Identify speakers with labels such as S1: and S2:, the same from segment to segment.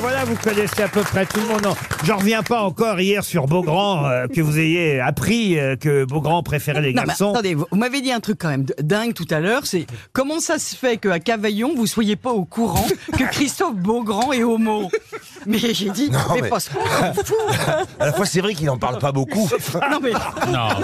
S1: ben vous connaissez à peu près tout le monde. Non, j'en reviens pas encore hier sur Beaugrand, euh, que vous ayez appris euh, que Beaugrand préférait les
S2: Non, mais
S1: garçons.
S2: attendez, vous, vous m'avez dit un truc quand même de- dingue tout à l'heure, c'est comment ça se fait qu'à Cavaillon, vous soyez pas au courant que Christophe Beaugrand est homo Mais j'ai dit,
S3: Non,
S2: mais,
S3: mais-
S2: pas ce qu'on s'en fout.
S3: À la fois, c'est vrai qu'il n'en parle pas beaucoup.
S2: Non, mais,
S1: Ah,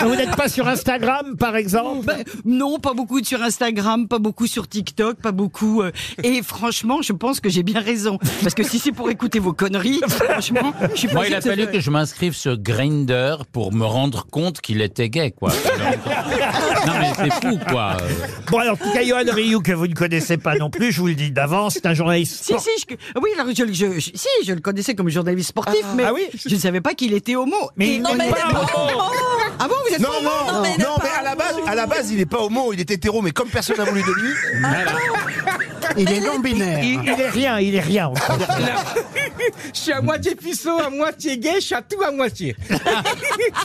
S1: Vous n'êtes pas sur Instagram, par exemple
S2: bah, non, pas beaucoup sur Instagram, pas beaucoup sur TikTok, pas beaucoup. euh, et franchement, je pense que j'ai bien raison. Parce que si c'est pour écouter vos conneries, franchement, je suis pas
S4: Moi, il
S2: sûre
S4: a
S2: que ça
S4: fallu
S2: soit-
S4: que je m'inscrive sur Grinder pour me rendre compte qu'il était gay, quoi. non, mais c'est fou, quoi.
S1: Bon, alors, en tout cas, Johan Rioux, que vous ne connaissez pas non plus, je vous le dis d'avance, c'est un journaliste.
S2: Si, si, je, oui, alors, je, je- je- si, je le connaissais comme journaliste sportif, mais
S1: Ah oui
S2: je ne savais pas qu'il était homo.
S1: Mais
S2: Et-
S1: non, mais
S2: Ah bon, vous êtes
S3: Non,
S2: pas homo
S3: non, non, mais, à la base, à la base, il est pas homo, il est hétéro, mais comme personne n'a voulu de lui,
S5: Ah.
S6: Il est non binaire.
S1: Il, il est rien, il est rien. en fait.
S5: Je suis à moitié puceau, à moitié gay, je suis à tout à moitié.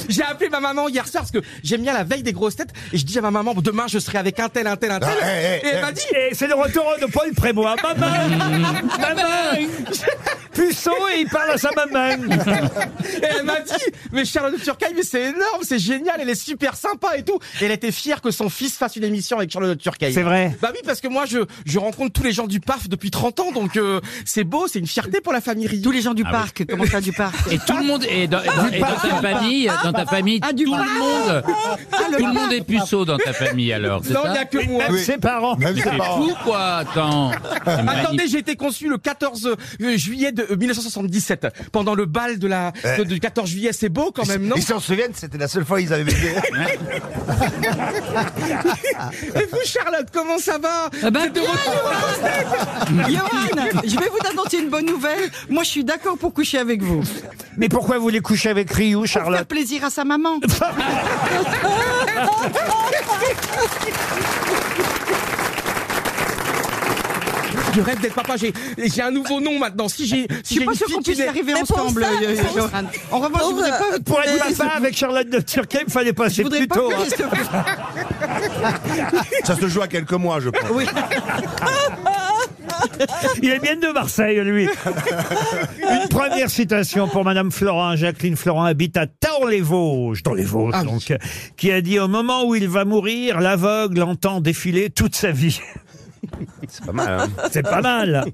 S5: j'ai appelé ma maman hier soir parce que j'aime bien la veille des grosses têtes et je dis à ma maman demain je serai avec un tel, un tel, un tel.
S3: Ah, hey, hey,
S5: et elle
S3: hey.
S5: m'a dit
S1: Et c'est le retour de Paul Prébois. Maman Maman Puceau et il parle à sa maman.
S5: Et elle m'a dit, mais Charlotte de Turcaille, mais c'est énorme, c'est génial, elle est super sympa et tout. Et elle était fière que son fils fasse une émission avec Charlotte de Turcaille.
S1: C'est vrai.
S5: Bah oui, parce que moi, je, je rencontre tous les gens du PAF depuis 30 ans, donc euh, c'est beau, c'est une fierté pour la famille Rio.
S2: Tous les gens du parc, comment ça du parc
S4: Ah Et tout le monde est dans, et dans- et dans ta famille, dans ta famille,
S2: Ah,
S4: tout
S2: du Ah,
S4: le
S2: bar.
S4: monde, tout le monde est puceau dans ta famille alors. c'est
S5: Non, il
S4: ça
S5: n'y a que moi.
S1: Même ses parents.
S3: même ses
S4: C'est
S3: parents.
S4: fou, quoi. Attends. C'est magnifique.
S5: Attendez, j'ai été conçu le 14 euh, juillet de euh, 1977 pendant le bal de la
S3: Eh.
S5: de- du 14 juillet, c'est beau quand même, non
S3: Ils s'en souviennent, c'était la seule fois qu'ils avaient baisé.
S5: Et vous Charlotte, comment ça va
S2: Ah bah, bien, Johan Johan, je vais vous annoncer une bonne nouvelle. Moi, je suis d'accord pour coucher avec vous.
S1: Mais pourquoi vous voulez coucher avec Rioux,
S2: Faire
S1: Charlotte
S2: plaisir à sa maman.
S5: Je rêve d'être papa, j'ai j'ai un nouveau nom maintenant. Si j'ai
S2: Je
S5: si j'ai
S2: suis pas
S5: une
S2: sûre
S5: fille
S2: qu'on
S5: qui
S2: puisse y
S5: naît-
S2: arriver
S7: Mais pour
S2: ensemble,
S7: ça,
S2: euh,
S7: pour-
S2: Johan. En revanche, je
S7: pour,
S2: voudrais
S7: euh,
S2: pas...
S1: Pour être
S2: Mais-
S1: papa avec Charlotte de Turquie, il fallait
S2: Je
S1: passer
S2: voudrais
S1: plus
S2: pas
S1: tôt.
S2: que
S1: hein.
S2: Christophe-
S3: Ça se joue à quelques mois, je pense.
S2: Oui.
S1: Il est bien de Marseille, lui. Une première citation pour Madame Florin. Jacqueline Florin habite à Taon-les-Vosges, dans les Vosges,
S2: Ah
S1: donc, qui a dit au moment où il va mourir, l'aveugle entend défiler toute sa vie.
S3: C'est pas mal. Hein.
S1: Ah, C'est pas mal.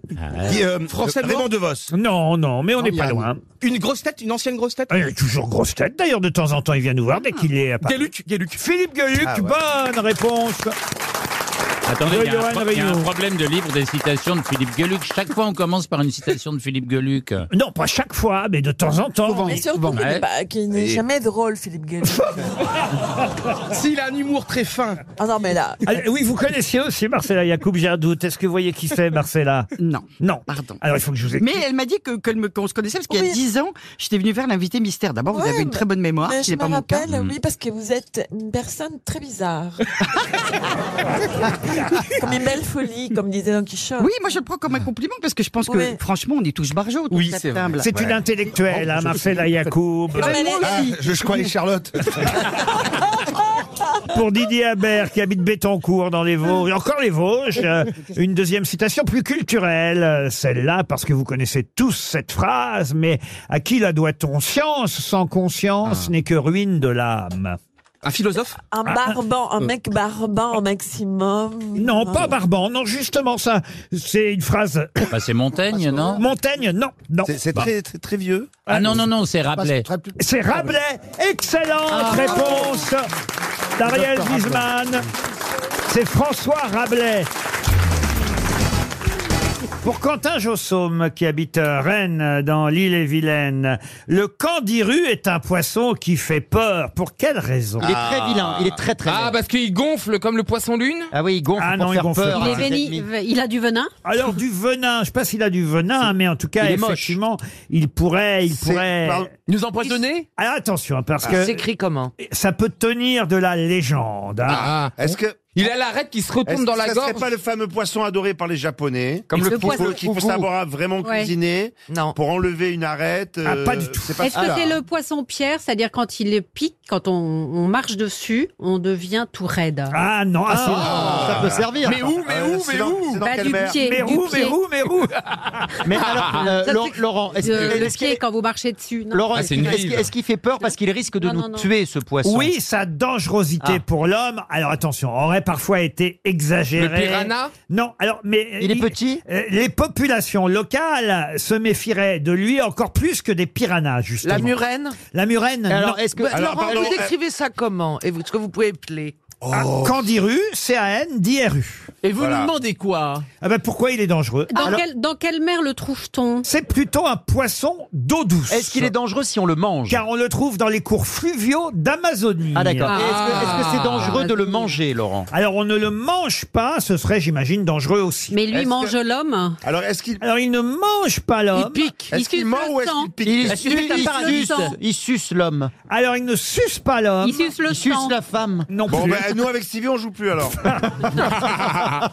S3: Qui, euh, Oh,
S5: Français
S3: Raymond
S5: mort.
S3: DeVos.
S1: ah. Non, non, mais on n'est pas
S6: Yann.
S1: loin.
S5: une grosse tête, une ancienne grosse tête.
S1: Ah, Il est toujours grosse tête, d'ailleurs, de temps en temps, il vient nous voir dès qu'il est à Paris.
S5: Guéluc, Guéluc.
S1: Philippe Gueluc,
S3: Ah ouais.
S1: bonne réponse.
S4: Attendez, il y, a un
S1: Johan
S4: pro- il y a un
S1: Rioux.
S4: problème de livre des citations de Philippe Geluc. Chaque fois, on commence par une citation de Philippe Geluc.
S1: Non, pas chaque fois, mais bah, de temps en temps.
S6: Souvent.
S7: Mais surtout qu'il
S4: Ouais.
S7: n'est pas- qu'il n'est jamais drôle, Philippe Gueluc.
S5: S'il a un humour très fin.
S7: Ah non, mais là.
S1: Ah, oui, vous connaissiez aussi Marcella Yacoub, j'ai un doute. Est-ce que vous voyez qui c'est, Marcella
S2: Non.
S1: Non.
S2: Pardon.
S1: Alors, il faut que je vous explique.
S2: Mais elle m'a dit que- qu'elle me- qu'on se connaissait parce qu'il y a
S7: Oui.
S2: 10 ans, j'étais venue faire l'invité mystère. D'abord, Oh, vous
S7: Ouais,
S2: avez une
S7: mais-
S2: très bonne mémoire,
S7: mais
S2: ce
S7: je
S2: n'est pas
S7: me
S2: mon cas. Mm.
S7: rappelle, oui, parce que vous êtes une personne très bizarre. comme une belle folie, comme disait Don Quichotte.
S2: Oui, moi je le prends comme un compliment parce que je pense que
S7: Ouais.
S2: franchement on est tous bargeaux autour
S5: Ah. Oui,
S2: de cette
S5: c'est vrai.
S2: table.
S1: C'est une intellectuelle, hein, Marcella Yacoub.
S7: Non, mais elle est-
S3: Ah, je, je croyais Charlotte.
S1: Pour Didier Habert, qui habite Bétancourt dans les Vosges, et encore les Vosges, euh, une deuxième citation plus culturelle, euh, celle-là, parce que vous connaissez tous cette phrase, mais à qui la doit-on Science sans
S4: Ah.
S1: conscience n'est que ruine de l'âme. Ah.
S5: Un philosophe
S7: Un barbant, un mec
S2: Mm.
S7: barbant au maximum.
S1: Non, pas Barban, non, justement, ça, c'est une phrase.
S4: Bah, c'est Montaigne, non
S1: Montaigne, non, non.
S3: C'est c'est
S4: Bah.
S3: très, très, très vieux. Bah,
S4: Ah non, non, non, c'est Rabelais.
S1: C'est Rabelais.
S3: Ah,
S1: Excellente réponse d'Ariel
S6: Docteur
S1: Wiesmann. C'est François Rabelais. Pour Quentin Jossaume, qui habite euh, Rennes, dans l'île-et-Vilaine, le candiru est un poisson qui fait peur. Pour quelle raison
S8: Il est très vilain, il est très très
S9: Ah,
S8: laid.
S9: parce qu'il gonfle comme le poisson lune
S8: Ah oui, il gonfle
S1: Ah
S8: pour
S1: non, il
S8: faire
S1: gonfle
S8: peur.
S1: pas.
S8: à
S10: Il, est
S8: ses
S10: veni-
S8: ennemis.
S10: il a du venin
S1: Alors du venin, je ne sais pas s'il a du venin, mais en tout cas,
S8: Il est moche.
S1: effectivement, il pourrait, il
S3: C'est-
S1: pourrait.
S3: pardon.
S9: Nous empoisonner
S8: Ah.
S1: Alors attention, hein, parce que
S6: S'écrit comment
S1: ça peut tenir de la légende. hein.
S9: Ah,
S3: Est-ce que
S8: Il a l'arête qui se
S3: Est-ce
S8: retourne
S3: que
S8: dans
S3: ça
S8: la
S3: serait
S8: gorge.
S3: pas le fameux poisson adoré par les Japonais
S8: Comme
S10: Et
S8: le
S10: ce
S3: qu'il
S8: poisson.
S3: faut, qu'il faut
S8: fugu.
S3: savoir vraiment
S10: Ouais.
S3: cuisiner
S11: Non.
S3: pour enlever une arête euh,
S1: Ah, pas du tout.
S3: C'est pas
S10: Est-ce que
S3: ça.
S10: c'est le poisson pierre, c'est-à-dire quand il pique, quand on, on marche dessus, on devient tout raide
S1: Ah non, ah, ça-
S5: Ça peut servir.
S8: Mais où, mais
S3: Euh,
S8: où,
S3: c'est
S8: mais
S3: dans-
S8: où
S3: c'est dans
S10: Bah,
S3: quelle
S10: du
S3: mer
S10: pied,
S1: mais
S10: du
S1: où, mais
S10: pied.
S1: où, mais où
S5: Mais alors, euh,
S10: Ça,
S5: Laur-
S10: c'est-
S5: Laurent, est-ce
S2: Euh,
S10: De-
S5: que-
S10: le pied quand vous marchez dessus. non
S5: Laurent,
S2: Ah,
S5: est-ce
S2: c'est une
S5: qu'il est-ce
S2: vive.
S5: qu'il- est-ce qu'il fait peur parce qu'il risque de
S10: Non,
S5: nous
S10: non, non.
S5: tuer ce poisson
S1: Oui, sa dangerosité
S5: Ah.
S1: pour l'homme, alors attention, aurait parfois été exagérée.
S8: Le piranha
S1: Non, alors, mais.
S5: Il est petit
S1: euh, Les populations locales se méfieraient de lui encore plus que des piranhas, justement.
S11: murène
S1: La murène,
S11: Alors,
S1: non.
S11: est-ce que.
S3: Bah, alors,
S11: Laurent,
S3: pardon,
S1: euh,
S11: vous décrivez ça comment Et vous- Est-ce que vous pouvez appeler
S1: Ah,
S5: euh,
S1: Candiru, C-A-N, D-R-U.
S5: Et vous
S3: Voilà. nous
S5: demandez quoi
S1: Ah ben, pourquoi il est dangereux
S10: Dans, quelle- dans quelle mer le trouve-t-on
S1: C'est plutôt un poisson d'eau douce.
S5: Est-ce qu'il est dangereux si on le mange
S1: Car on le trouve dans les cours fluviaux d'Amazonie.
S5: Ah, d'accord.
S10: Ah.
S5: Et Est-ce que- est-ce que c'est dangereux de le manger, Laurent
S1: Alors, on ne le mange pas, ce serait, j'imagine, dangereux aussi.
S10: Mais lui
S3: Est-ce
S10: mange l'homme.
S3: Alors, est-ce qu'il
S1: Alors, il ne mange pas l'homme.
S11: pique.
S3: est-ce
S10: Il
S3: qu'il
S10: suce
S3: mord
S10: le
S3: ou est-ce
S10: sang.
S3: qu'il pique
S5: Il,
S10: Est-ce que c'est un
S5: il
S10: parasite
S5: suce, il suce l'homme.
S1: Alors, il ne suce pas l'homme.
S10: Il suce le
S5: Il suce
S10: sang.
S5: la femme.
S1: Non
S3: Bon,
S1: plus.
S3: ben, nous, avec Stevie, on joue plus alors.
S5: Non,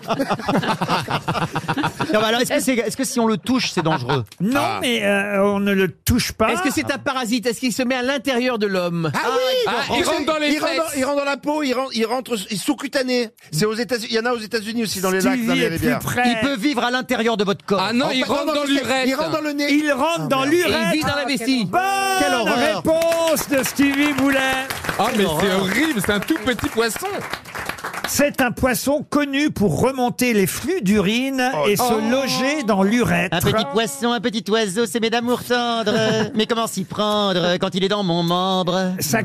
S5: mais alors, est-ce que, c'est- est-ce que si on le touche, c'est dangereux
S1: Non,
S3: Ah.
S1: mais euh, on ne le touche pas.
S11: Est-ce que c'est un parasite Est-ce qu'il se met à l'intérieur de l'homme
S3: Ah oui
S8: Ah, il rentre dans les
S3: il rentre, dans,
S8: fesses.
S3: il rentre dans la peau, il rentre, il rentre il est sous-cutané. C'est aux États-Unis, il y en a aux États-Unis aussi dans les lacs,
S1: Stevie
S3: dans les
S1: est plus
S3: rivières.
S1: près.
S5: Il peut vivre à l'intérieur de votre corps.
S8: Ah non,
S3: En
S8: il
S3: fait,
S8: rentre dans
S3: le- Il
S8: l'urètre.
S3: rentre dans le nez.
S1: Il rentre
S5: Ah,
S1: dans l'urètre.
S11: la vessie. Quelle
S1: Bonne
S5: horreur.
S1: réponse de Stevie Boulet.
S8: Ah mais c'est horrible, c'est un tout petit poisson.
S1: C'est un poisson connu pour remonter les flux d'urine
S3: Oh,
S1: et se loger dans l'urètre.
S5: Un petit poisson, un petit oiseau, c'est mes d'amour tendre. Mais comment s'y prendre quand il est dans mon membre
S1: Sa...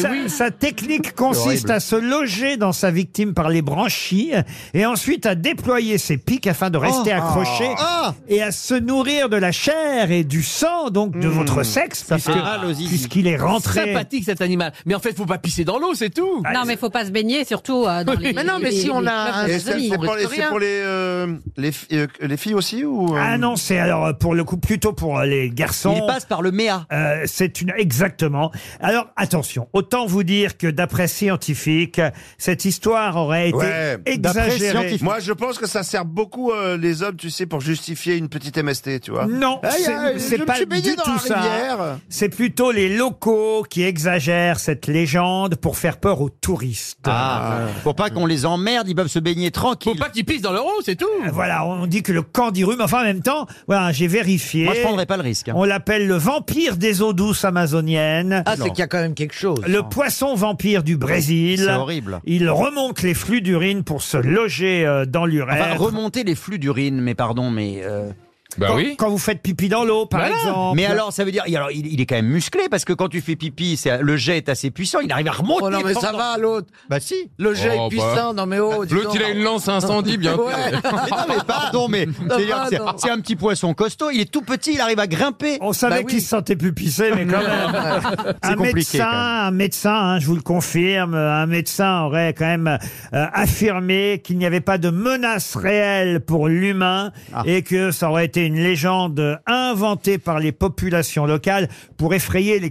S1: Sa- sa technique consiste à se loger dans sa victime par les branchies et ensuite à déployer ses pics afin de rester accroché
S5: Oh. Ah
S1: et à se nourrir de la chair et du sang donc de votre sexe puisque-
S5: Hmm. fait mal aux zizi.
S1: puisqu'il est rentré.
S11: cet animal. Mais en fait, faut pas pisser dans l'eau, c'est tout.
S5: Ah,
S10: Non, mais faut pas se baigner, surtout euh, dans les.
S11: Mais non, mais
S10: les-
S11: si on
S10: les
S11: a
S10: peuples
S11: un-
S10: de
S3: Et
S11: les
S3: c'est
S11: amis,
S3: c'est
S11: on
S3: pour,
S11: risque
S3: et c'est
S11: rien.
S3: pour les, euh, les, fi- euh, les filles aussi ou, euh,
S1: Ah non, c'est alors euh, pour le coup plutôt pour euh, les garçons.
S5: Hum. Il passe par le méa.
S1: Euh, c'est une exactement. Alors attention, autant vous dire que d'après scientifiques, cette histoire aurait été
S3: Ouais,
S5: d'après
S1: exagérée.
S5: scientifique.
S3: Moi, je pense que ça sert beaucoup euh, les hommes, tu sais, pour justifier une petite MST, tu vois.
S1: Non,
S3: Ah, y a-
S1: c'est- c'est
S3: je me
S1: pas
S3: suis
S1: du
S3: baigné dans
S1: tout
S3: la
S1: ça.
S3: rivière.
S1: C'est plutôt les locaux qui exagèrent cette légende pour faire peur aux touristes.
S5: Ah, pour pas qu'on les emmerde, ils peuvent se baigner
S11: Faut
S5: tranquille.
S11: pas qu'il pisse dans l'eau, c'est tout.
S1: Voilà, on dit que le candirum, enfin en même temps, voilà, j'ai vérifié.
S5: Moi, je prendrais pas le risque. hein.
S1: On l'appelle le vampire des eaux douces amazoniennes.
S11: Ah, c'est qu'il y a quand même quelque chose.
S1: Le poisson vampire du Brésil.
S5: Oh. C'est horrible.
S1: Il remonte les flux d'urine pour se loger euh, dans l'urètre.
S5: Enfin, remonter les flux d'urine, mais pardon, mais. euh,
S2: Bah
S1: quand,
S2: oui.
S1: quand vous faites pipi dans l'eau, par exemple.
S5: Mais alors, ça veut dire. Alors, il, il est quand même musclé parce que quand tu fais pipi, c'est- le jet est assez puissant. Il arrive à remonter.
S11: Oh non, mais ça
S5: pendant-
S11: va, l'autre.
S5: Bah si.
S11: Le jet
S2: Oh,
S11: est puissant, non mais oh. dis
S8: L'autre
S11: donc.
S8: il a une lance à incendie bientôt.
S11: Ouais.
S5: Mais non, mais pardon, mais c'est-à-dire que c'est-
S11: pardon.
S5: c'est un petit poisson costaud. Il est tout petit. Il arrive à grimper.
S1: On savait
S11: Bah oui.
S1: qu'il se sentait plus pisser, mais quand même. un,
S5: compliqué,
S1: médecin,
S5: quand même.
S1: un médecin, hein, je vous le confirme, un médecin aurait quand même euh, affirmé qu'il n'y avait pas de menace réelle pour l'humain
S5: Ah.
S1: et que ça aurait été une légende inventée par les populations locales pour effrayer les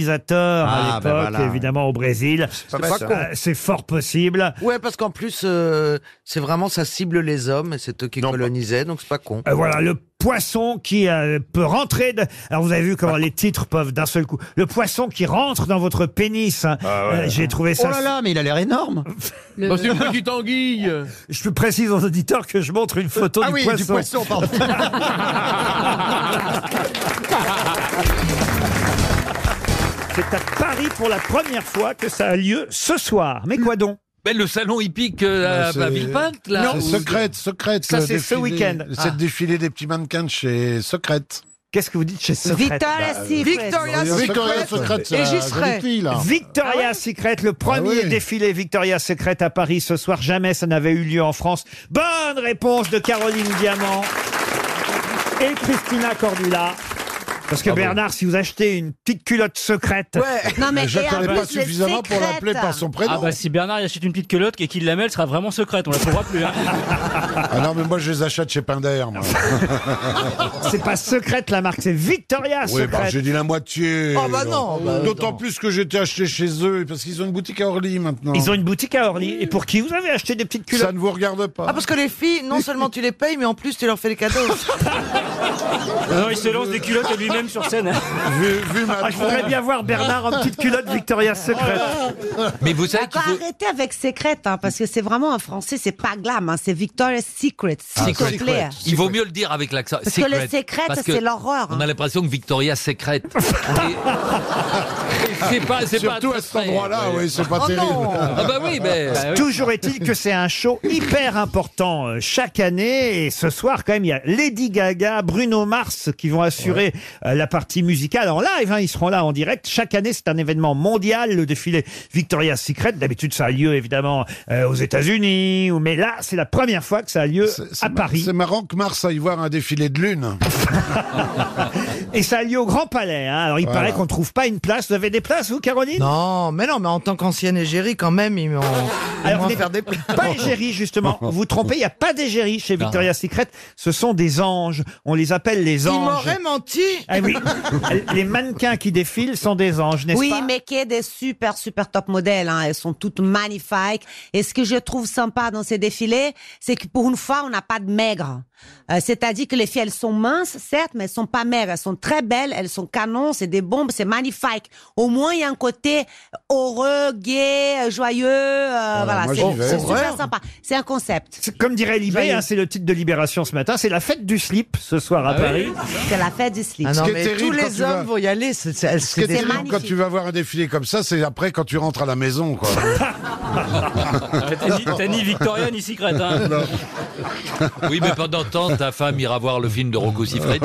S1: colonisateurs à
S5: Ah,
S1: l'époque,
S5: ben voilà.
S1: évidemment au Brésil.
S3: pas mal, ça.
S1: Euh, C'est fort possible.
S11: Ouais, parce qu'en plus, euh, c'est vraiment ça cible les hommes et c'est eux qui
S3: Non,
S11: colonisaient, donc c'est pas con.
S1: Euh, voilà, le poisson qui euh, peut rentrer. de- Alors vous avez vu comment les titres peuvent d'un seul coup. Le poisson qui rentre dans votre pénis. hein. Euh, J'ai trouvé
S5: Oh
S1: ça.
S5: là là, mais il a l'air énorme.
S10: Le-
S11: c'est une petite anguille.
S1: Je précise aux auditeurs que je montre une photo
S5: ah
S1: du,
S5: oui,
S1: poisson.
S5: du poisson, pardon.
S1: C'est à Paris pour la première fois que ça a lieu ce soir. Mais quoi donc
S4: Ben, le salon hippique euh, à, à Villepinte, là
S1: Non.
S4: où-
S12: Secrète, secrète.
S1: Ça,
S12: le
S1: c'est ce
S12: défilé-
S1: week-end. Ah.
S12: C'est le défilé des petits mannequins de chez Secrète.
S1: Qu'est-ce que vous dites chez Secret euh,
S12: Bah,
S13: Victoria's Secret.
S11: Victoria's
S12: Victoria
S11: Secret.
S12: Secret,
S11: Et
S12: c'est
S11: j'y
S12: la
S11: serai.
S12: jolie fille,
S14: hein.
S12: là.
S1: Victoria Secret, le premier
S12: Ah oui.
S1: défilé Victoria Secret à Paris ce soir. Jamais ça n'avait eu lieu en France. Bonne réponse de Caroline Diamant et Christina Cordula. Parce que
S14: Ah bon
S1: Bernard, si vous achetez une petite culotte secrète.
S14: je ne connais pas suffisamment pour l'appeler par son prénom.
S15: Ah bah si Bernard il achète une petite culotte et qu'il la met, elle sera vraiment secrète, on la trouvera plus. hein.
S14: Ah non, mais moi je les achète chez Pinder. moi.
S1: C'est pas Ah bah, secrète la marque, c'est Victoria
S14: Oui,
S1: Secret.
S14: bah, j'ai dit la moitié.
S1: Ah, bah non, bah,
S14: D'autant plus que j'étais acheté chez eux, parce qu'ils ont une boutique à Orly maintenant.
S1: Ils ont une boutique à Orly. Et pour qui vous avez acheté des petites culottes
S14: Ça ne vous regarde pas.
S11: Ah, parce que les filles, non seulement tu les payes, mais en plus tu leur fais les cadeaux.
S15: non, il se lance des culottes à lui-même sur scène. hein.
S14: Vu,
S1: ma Ah, je voudrais tronche. bien voir Bernard en petite culotte Victoria's Secret.
S16: Mais vous savez
S17: D'accord, arrêtez avec Secret, hein, parce que c'est vraiment en français, c'est pas glam, hein, c'est Victoria's Secret,
S16: Ah,
S4: Ah,
S17: s'il te plaît.
S4: Il vaut mieux le dire avec l'accent.
S17: Parce que le secret,
S4: Parce
S17: c'est
S4: que
S17: l'horreur,
S4: On a l'impression que Victoria secrète. c'est pas, Ah, c'est pas
S14: Surtout à cet
S4: atmosphère.
S14: endroit-là, oui, c'est pas
S4: Oh
S14: terrible.
S4: non. Ah bah oui, mais
S1: Toujours est-il que c'est un show hyper important euh, chaque année. Et ce soir, quand même, il y a Lady Gaga, Bruno Mars qui vont assurer euh, la partie musicale en live. hein. Ils seront là en direct. Chaque année, c'est un événement mondial, le défilé Victoria's Secret. D'habitude, ça a lieu évidemment euh, aux États-Unis. ou- Mais là, c'est la première fois que ça a lieu à Paris.
S14: C'est marrant que Mars aille voir un défilé de lune.
S1: Et ça a lieu au Grand Palais. hein. Alors, il
S14: Voilà.
S1: paraît qu'on ne trouve pas une place. Vous avez des places, vous, Caroline
S11: Non, mais non, mais en tant qu'ancienne égérie, quand même, ils m'ont. ils
S1: Alors,
S11: m'ont
S1: vous n'êtes
S11: offert des-
S1: pas égérie, justement. Vous vous trompez, il n'y a pas d'égérie chez Victoria's Secret. Ce sont des anges. On les appelle les
S11: Ils
S1: anges.
S11: m'auraient menti
S1: Ah oui. les mannequins qui défilent sont des anges, n'est-ce
S17: Oui,
S1: pas
S17: mais qui est des super, super top modèles. hein. Elles sont toutes magnifiques. Et ce que je trouve sympa dans ces défilés, c'est que pour une fois, on n'a pas de maigres. Euh, C'est-à-dire que les filles, elles sont minces, certes, mais elles sont pas maigres. Elles sont très belles, elles sont canons, c'est des bombes, c'est magnifique. Au moins, il y a un côté heureux, gai, joyeux. euh, voilà,
S1: moi,
S17: c'est
S1: j'y vais.
S17: c'est super
S1: Horreur.
S17: sympa. C'est un concept.
S1: C'est Comme dirait Libé,
S17: Joyeux.
S1: hein, c'est le titre de Libération ce matin. C'est la fête du slip ce soir à
S17: Ah
S1: Paris.
S17: oui C'est la fête du slip.
S11: Ah non, mais tous les hommes vont y aller. C'est c'est-
S14: Ce qui est
S11: c'est des-
S14: terrible quand tu vas voir un défilé comme ça, c'est après quand tu rentres à la maison, quoi.
S4: Ah,
S15: T'as ni, t'as ni Victoria ni Secret. Hein.
S4: Oui, mais pendant tant, ta femme ira voir le film de Rocco Siffredi.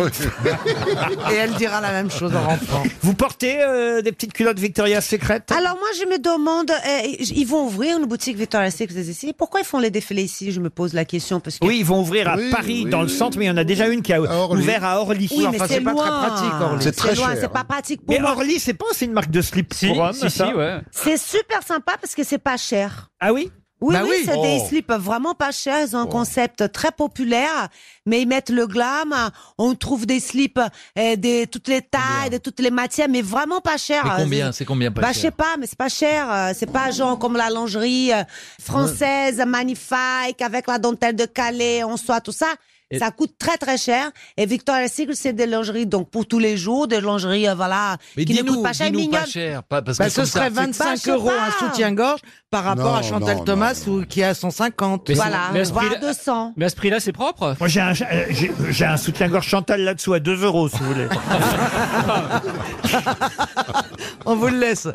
S11: Et elle dira la même chose en rentrant.
S1: Vous portez euh, des petites culottes Victoria's Secret hein
S17: Alors moi, je me demande, euh, ils vont ouvrir une boutique Victoria's Secret ici. Pourquoi ils font les défilés ici Je me pose la question parce que
S1: Oui, ils vont ouvrir à Paris, dans le centre, mais il y en a déjà une qui a ouvert à Orly.
S17: Oui, mais c'est loin. C'est très loin, c'est pas pratique pour
S1: Mais
S17: moi.
S1: Orly, c'est pas aussi une marque de slip
S15: Si,
S1: pour hommes,
S15: si,
S1: ça
S15: si, ouais.
S17: C'est super sympa parce que c'est pas cher.
S1: Ah oui
S17: Oui,
S1: Bah
S17: oui,
S1: oui.
S17: c'est
S1: Oh.
S17: des slips vraiment pas chers. Ils ont un concept très populaire, mais ils mettent le glam. On trouve des slips euh, de toutes les tailles, de toutes les matières, mais vraiment pas cher.
S4: Mais combien C'est combien pas
S17: bah, je
S4: cher
S17: sais pas, mais c'est pas cher. Euh, C'est pas genre comme la lingerie euh, française, magnifique, avec la dentelle de Calais, en soie, tout ça.
S4: Et-
S17: Ça coûte très très cher. Et Victoria's Secret, c'est des lingeries, donc pour tous les jours, des lingeries, euh, voilà,
S4: Mais
S17: qui ne
S4: dis-nous,
S17: coûtent pas cher,
S4: dis-nous pas
S17: mignonnes.
S4: cher. Pas, parce
S11: Bah,
S4: que
S11: ce
S4: comme ça,
S11: serait
S4: c'est-
S11: 25
S17: Bah, je sais
S11: euros un
S17: pas.
S11: soutien-gorge par rapport
S4: Non,
S11: à Chantal
S4: non,
S11: Thomas ou qui est à 150.
S15: Mais c'est-
S17: Voilà,
S15: mais à ce
S17: voire
S15: prix-là-
S17: 200.
S15: Mais à ce prix-là, c'est propre.
S1: Moi, j'ai un, euh, j'ai- j'ai un soutien-gorge Chantal là-dessous à 2 euros, si vous voulez.
S11: On vous le laisse.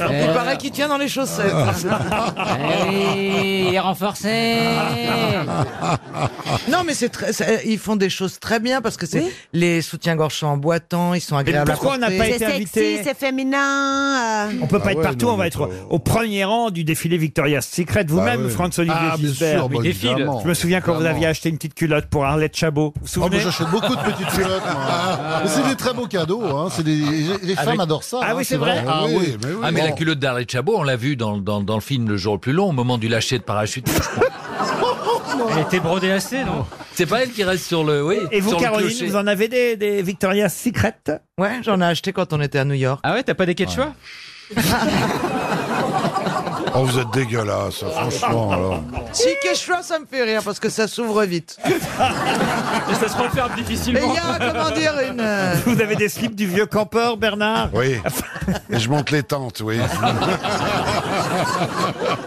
S11: Il paraît qu'il tient dans les chaussettes.
S5: Ah.
S2: Il est Eh renforcé.
S11: non, mais c'est très, c'est- euh, ils font des choses très bien parce que c'est
S17: Oui.
S11: les soutiens-gorge sont emboîtants, ils sont agréables.
S1: pourquoi
S11: à
S1: on n'a
S11: porter.
S1: pas
S17: C'est
S1: été
S17: sexy,
S1: invité.
S17: c'est féminin. euh.
S1: On peut pas
S14: Ah
S1: être
S14: ouais,
S1: partout,
S14: non,
S1: on va
S14: mais
S1: être au premier rang du défilé Victoria's Secret. Vous-même,
S14: Ah ouais.
S1: Franz-Olivier
S14: Ah, bien
S1: Gisbert.
S14: sûr, bah,
S1: Oui, défile.
S14: évidemment.
S1: Je me souviens quand vous
S14: Évidemment.
S1: aviez acheté une petite culotte pour Arlette Chabot. Vous
S14: Oh,
S1: vous souvenez
S14: mais j'achète beaucoup de petites culottes. moi. Mais c'est des très beaux cadeaux. Hein. C'est des... Les les femmes
S4: Avec-
S14: adorent ça.
S1: Ah
S14: hein,
S1: oui, c'est vrai.
S14: Ah
S4: Ah
S14: oui, mais oui.
S4: Ah, mais la
S14: Bon.
S4: culotte d'Arlette Chabot, on l'a vu dans, dans, dans le film Le jour le plus long, au moment du lâcher de parachute.
S15: Elle était brodée assez, non
S4: C'est pas elle qui reste sur le. Oui,
S1: Et vous,
S4: sur le
S1: Caroline,
S4: clocher.
S1: vous en avez des, des Victoria's Secret
S11: Ouais, j'en ai acheté quand on était à New York.
S15: Ah ouais, t'as pas des quechua
S14: Oh, vous êtes dégueulasse, franchement. alors.
S11: Si Quechua, ça me fait rire parce que ça s'ouvre vite.
S15: Et ça se renferme
S11: Mais il
S15: difficilement.
S11: y a, comment dire, une. euh,
S1: Vous avez des slips du vieux campeur, Bernard
S14: Oui. Et je monte les tentes, oui.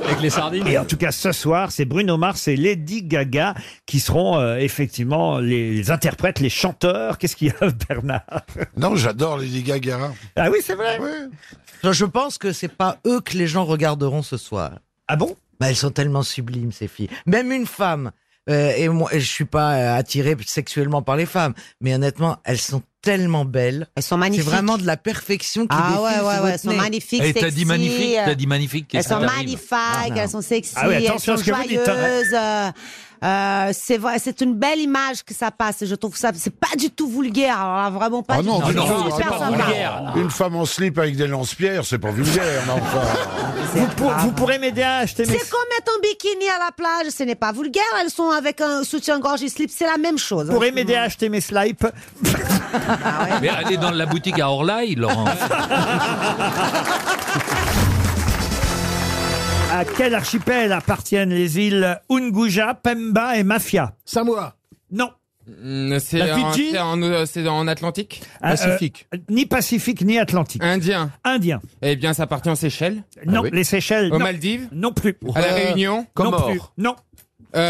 S15: Avec les sardines.
S1: Et en tout cas, ce soir, c'est Bruno Mars et Lady Gaga qui seront euh, effectivement les, les interprètes, les chanteurs. Qu'est-ce qu'il y a, Bernard
S14: Non, j'adore Lady Gaga.
S1: Ah oui, c'est vrai.
S11: Je je pense que c'est pas eux que les gens regarderont ce soir.
S1: Ah bon
S11: Bah, elles sont tellement sublimes, ces filles. Même une femme. euh, et moi, et je suis pas euh, attiré sexuellement par les femmes, mais honnêtement, elles sont tellement belles. Elles sont
S17: magnifiques.
S11: C'est vraiment de la perfection qui
S17: Ah ouais,
S11: défile sous
S17: ouais,
S11: votre
S17: ouais, elles sont
S11: nez.
S17: magnifiques,
S4: Et Eh, t'as dit
S17: sexy,
S4: magnifique,
S17: euh,
S4: t'as dit magnifique,
S17: Elles
S4: qu'est-ce
S17: sont
S4: qui t'arrive
S17: magnifiques,
S4: Ah, non.
S17: elles sont sexy,
S4: Ah oui,
S17: elles
S4: attention à
S17: sont
S4: ce que vous dites, hein.
S17: joyeuses. euh, euh, c'est vrai, c'est une belle image que ça passe. Je trouve ça, c'est pas du tout vulgaire. Alors là, vraiment pas.
S18: Ah
S17: du
S18: non,
S17: tout.
S18: du tout,
S17: super
S18: c'est pas
S17: sympa.
S18: vulgaire. Une femme en slip avec des lance-pierres, c'est pas vulgaire, non, enfin.
S1: Vous, pour- vous pourrez m'aider à acheter mes...
S17: C'est comme mettre un bikini à la plage, ce n'est pas vulgaire. Elles sont avec un soutien-gorge et slip, c'est la même chose. hein.
S1: Vous pourrez m'aider à acheter mes slips
S4: Ah Mais allez dans la boutique à Orlaï, Laurent.
S1: À quel archipel appartiennent les îles Unguja, Pemba et Mafia Samoa. Non.
S8: Mm, C'est
S1: La
S8: en,
S1: Fidji
S8: c'est en, euh, c'est en Atlantique
S1: Ah, euh, ni Pacifique, ni Atlantique.
S8: Indien.
S1: Indien.
S8: Eh bien, ça appartient aux Seychelles.
S1: Non, les Seychelles.
S8: Aux
S1: non.
S8: Maldives.
S1: Non plus. Euh,
S8: À la Réunion.
S1: Non plus. Non.
S5: Euh,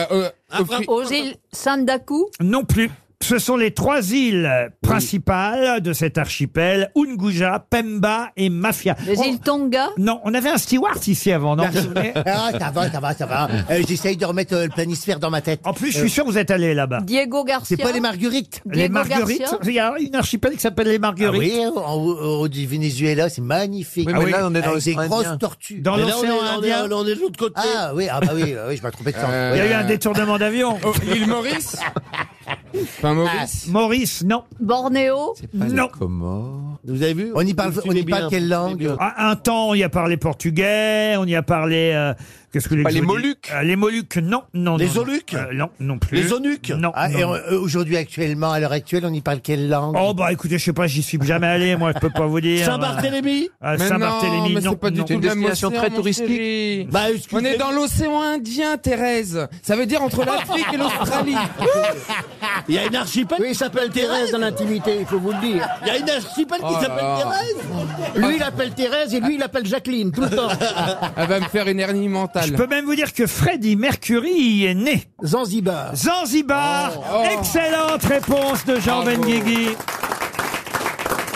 S7: Aux îles Sandaku
S1: Non plus. Ce sont les trois îles principales de cet archipel, Unguja, Pemba et Mafia.
S7: Les
S1: On-
S7: îles Tonga
S1: Non, on avait un steward ici avant, non vous vous souvenez
S5: Ah, ça va, ça va, ça va. Euh, J'essaye de remettre euh, le planisphère dans ma tête. Euh.
S1: En plus, je suis sûr que vous êtes allé là-bas.
S7: Diego Garcia
S5: C'est pas les marguerites.
S1: Les Marguerites, il y a une archipel qui s'appelle les
S5: Ah
S1: Marguerites.
S5: oui, au, au- au Venezuela, c'est magnifique.
S1: Oui, mais Ah oui. là, on est dans
S5: Avec des
S1: l'océan Indien.
S5: grosses tortues.
S1: Dans
S5: Mais là,
S1: l'océan
S5: on est- on est-
S1: Indien. Euh,
S5: on est de l'autre côté. Ah oui, ah bah oui, oui, je m'ai trompé de sens.
S1: Il y a eu un détournement d'avion.
S5: Oh,
S8: L'île Maurice Enfin, Maurice
S1: Maurice, non.
S7: Bornéo
S1: Non.
S5: Vous avez vu On y parle, on y parle quelle langue
S1: Ah, Un temps, on y a parlé portugais, on y a parlé. euh, Qu'est-ce que
S5: Pas
S1: que
S5: les
S1: je vous dis
S5: Moluques
S1: Euh, Les Moluques, non, non.
S5: Les
S1: non, non.
S5: Oluques
S1: Euh, Non, non plus.
S5: Les Onuques
S1: Non.
S5: Ah,
S1: non,
S5: et
S1: non.
S5: euh, Aujourd'hui, actuellement, à l'heure actuelle, on y parle quelle langue
S1: Oh bah écoutez, je sais pas, j'y suis jamais allé, moi je peux pas vous dire. euh,
S5: Saint-Barthélemy
S1: Ah,
S8: Mais
S1: Saint-Barthélemy,
S8: non, Oh, mais
S1: non,
S8: c'est pas du
S1: non.
S8: tout le même océan, mon chéri. on est dans l'océan Indien, Thérèse. Ça veut dire entre l'Afrique et l'Australie.
S5: Il y a une archipel qui s'appelle Thérèse dans l'intimité, il faut vous le dire. Il y a une archipel
S8: Oh là là.
S5: Lui, il appelle Thérèse et lui, il appelle Jacqueline, tout le temps.
S8: Elle va me faire une hernie mentale.
S1: Je peux même vous dire que Freddie Mercury y est né.
S5: Zanzibar. Oh.
S1: Zanzibar. Excellente réponse de Jean
S8: Bravo.
S1: Benguigui.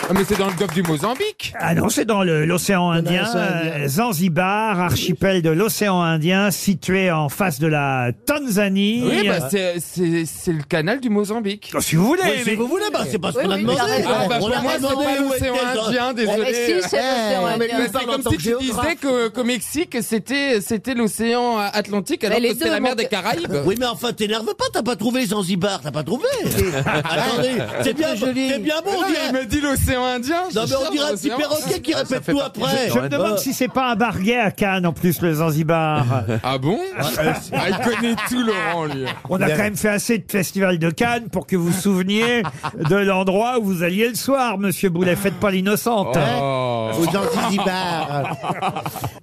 S8: Ah, mais c'est dans le golfe du Mozambique.
S1: Ah non, c'est dans le- l'océan Indien,
S8: l'océan Indien.
S1: euh, Zanzibar, archipel de l'océan Indien, situé en face de la Tanzanie.
S8: Oui, bah, c'est- c'est c'est le canal du Mozambique.
S1: Oh, si vous voulez,
S8: Oui, si
S1: mais-
S8: vous voulez, bah,
S5: c'est pas
S8: ce Oui, qu'on a oui, demandé. mais Ah, bah, pour moi, c'est pas l'océan Indien, désolé. Mais Eh, si, c'est
S7: l'océan
S8: Mais
S7: Indien.
S8: C'est comme si tu disais que- qu'au Mexique, c'était c'était l'océan Atlantique, alors
S7: Mais
S8: que
S7: les
S8: c'était
S7: deux
S8: la mer
S7: manquent-
S8: des Caraïbes.
S5: Oui, mais enfin, t'énerve pas, t'as pas trouvé Zanzibar, t'as pas trouvé. Attendez,
S8: Ah,
S5: c'est bien, c'est bien bon, on
S8: Non,
S5: dirait.
S8: Ah, Il me dit l'océan Indien.
S5: Non, mais on dirait un petit perroquet qui répète tout après. bah.
S1: Je me demande si c'est pas un bar gay à Cannes en plus le Zanzibar.
S8: Ah bon Ah, Il connaît tout, Laurent, lui.
S1: bah, euh, On a
S8: Il
S1: quand même fait assez de festivals de Cannes pour que vous vous souveniez de l'endroit où vous alliez le soir, monsieur Boulet. Faites pas l'innocente. hein.
S11: Hein
S8: Oh.
S5: Aux Zanzibar.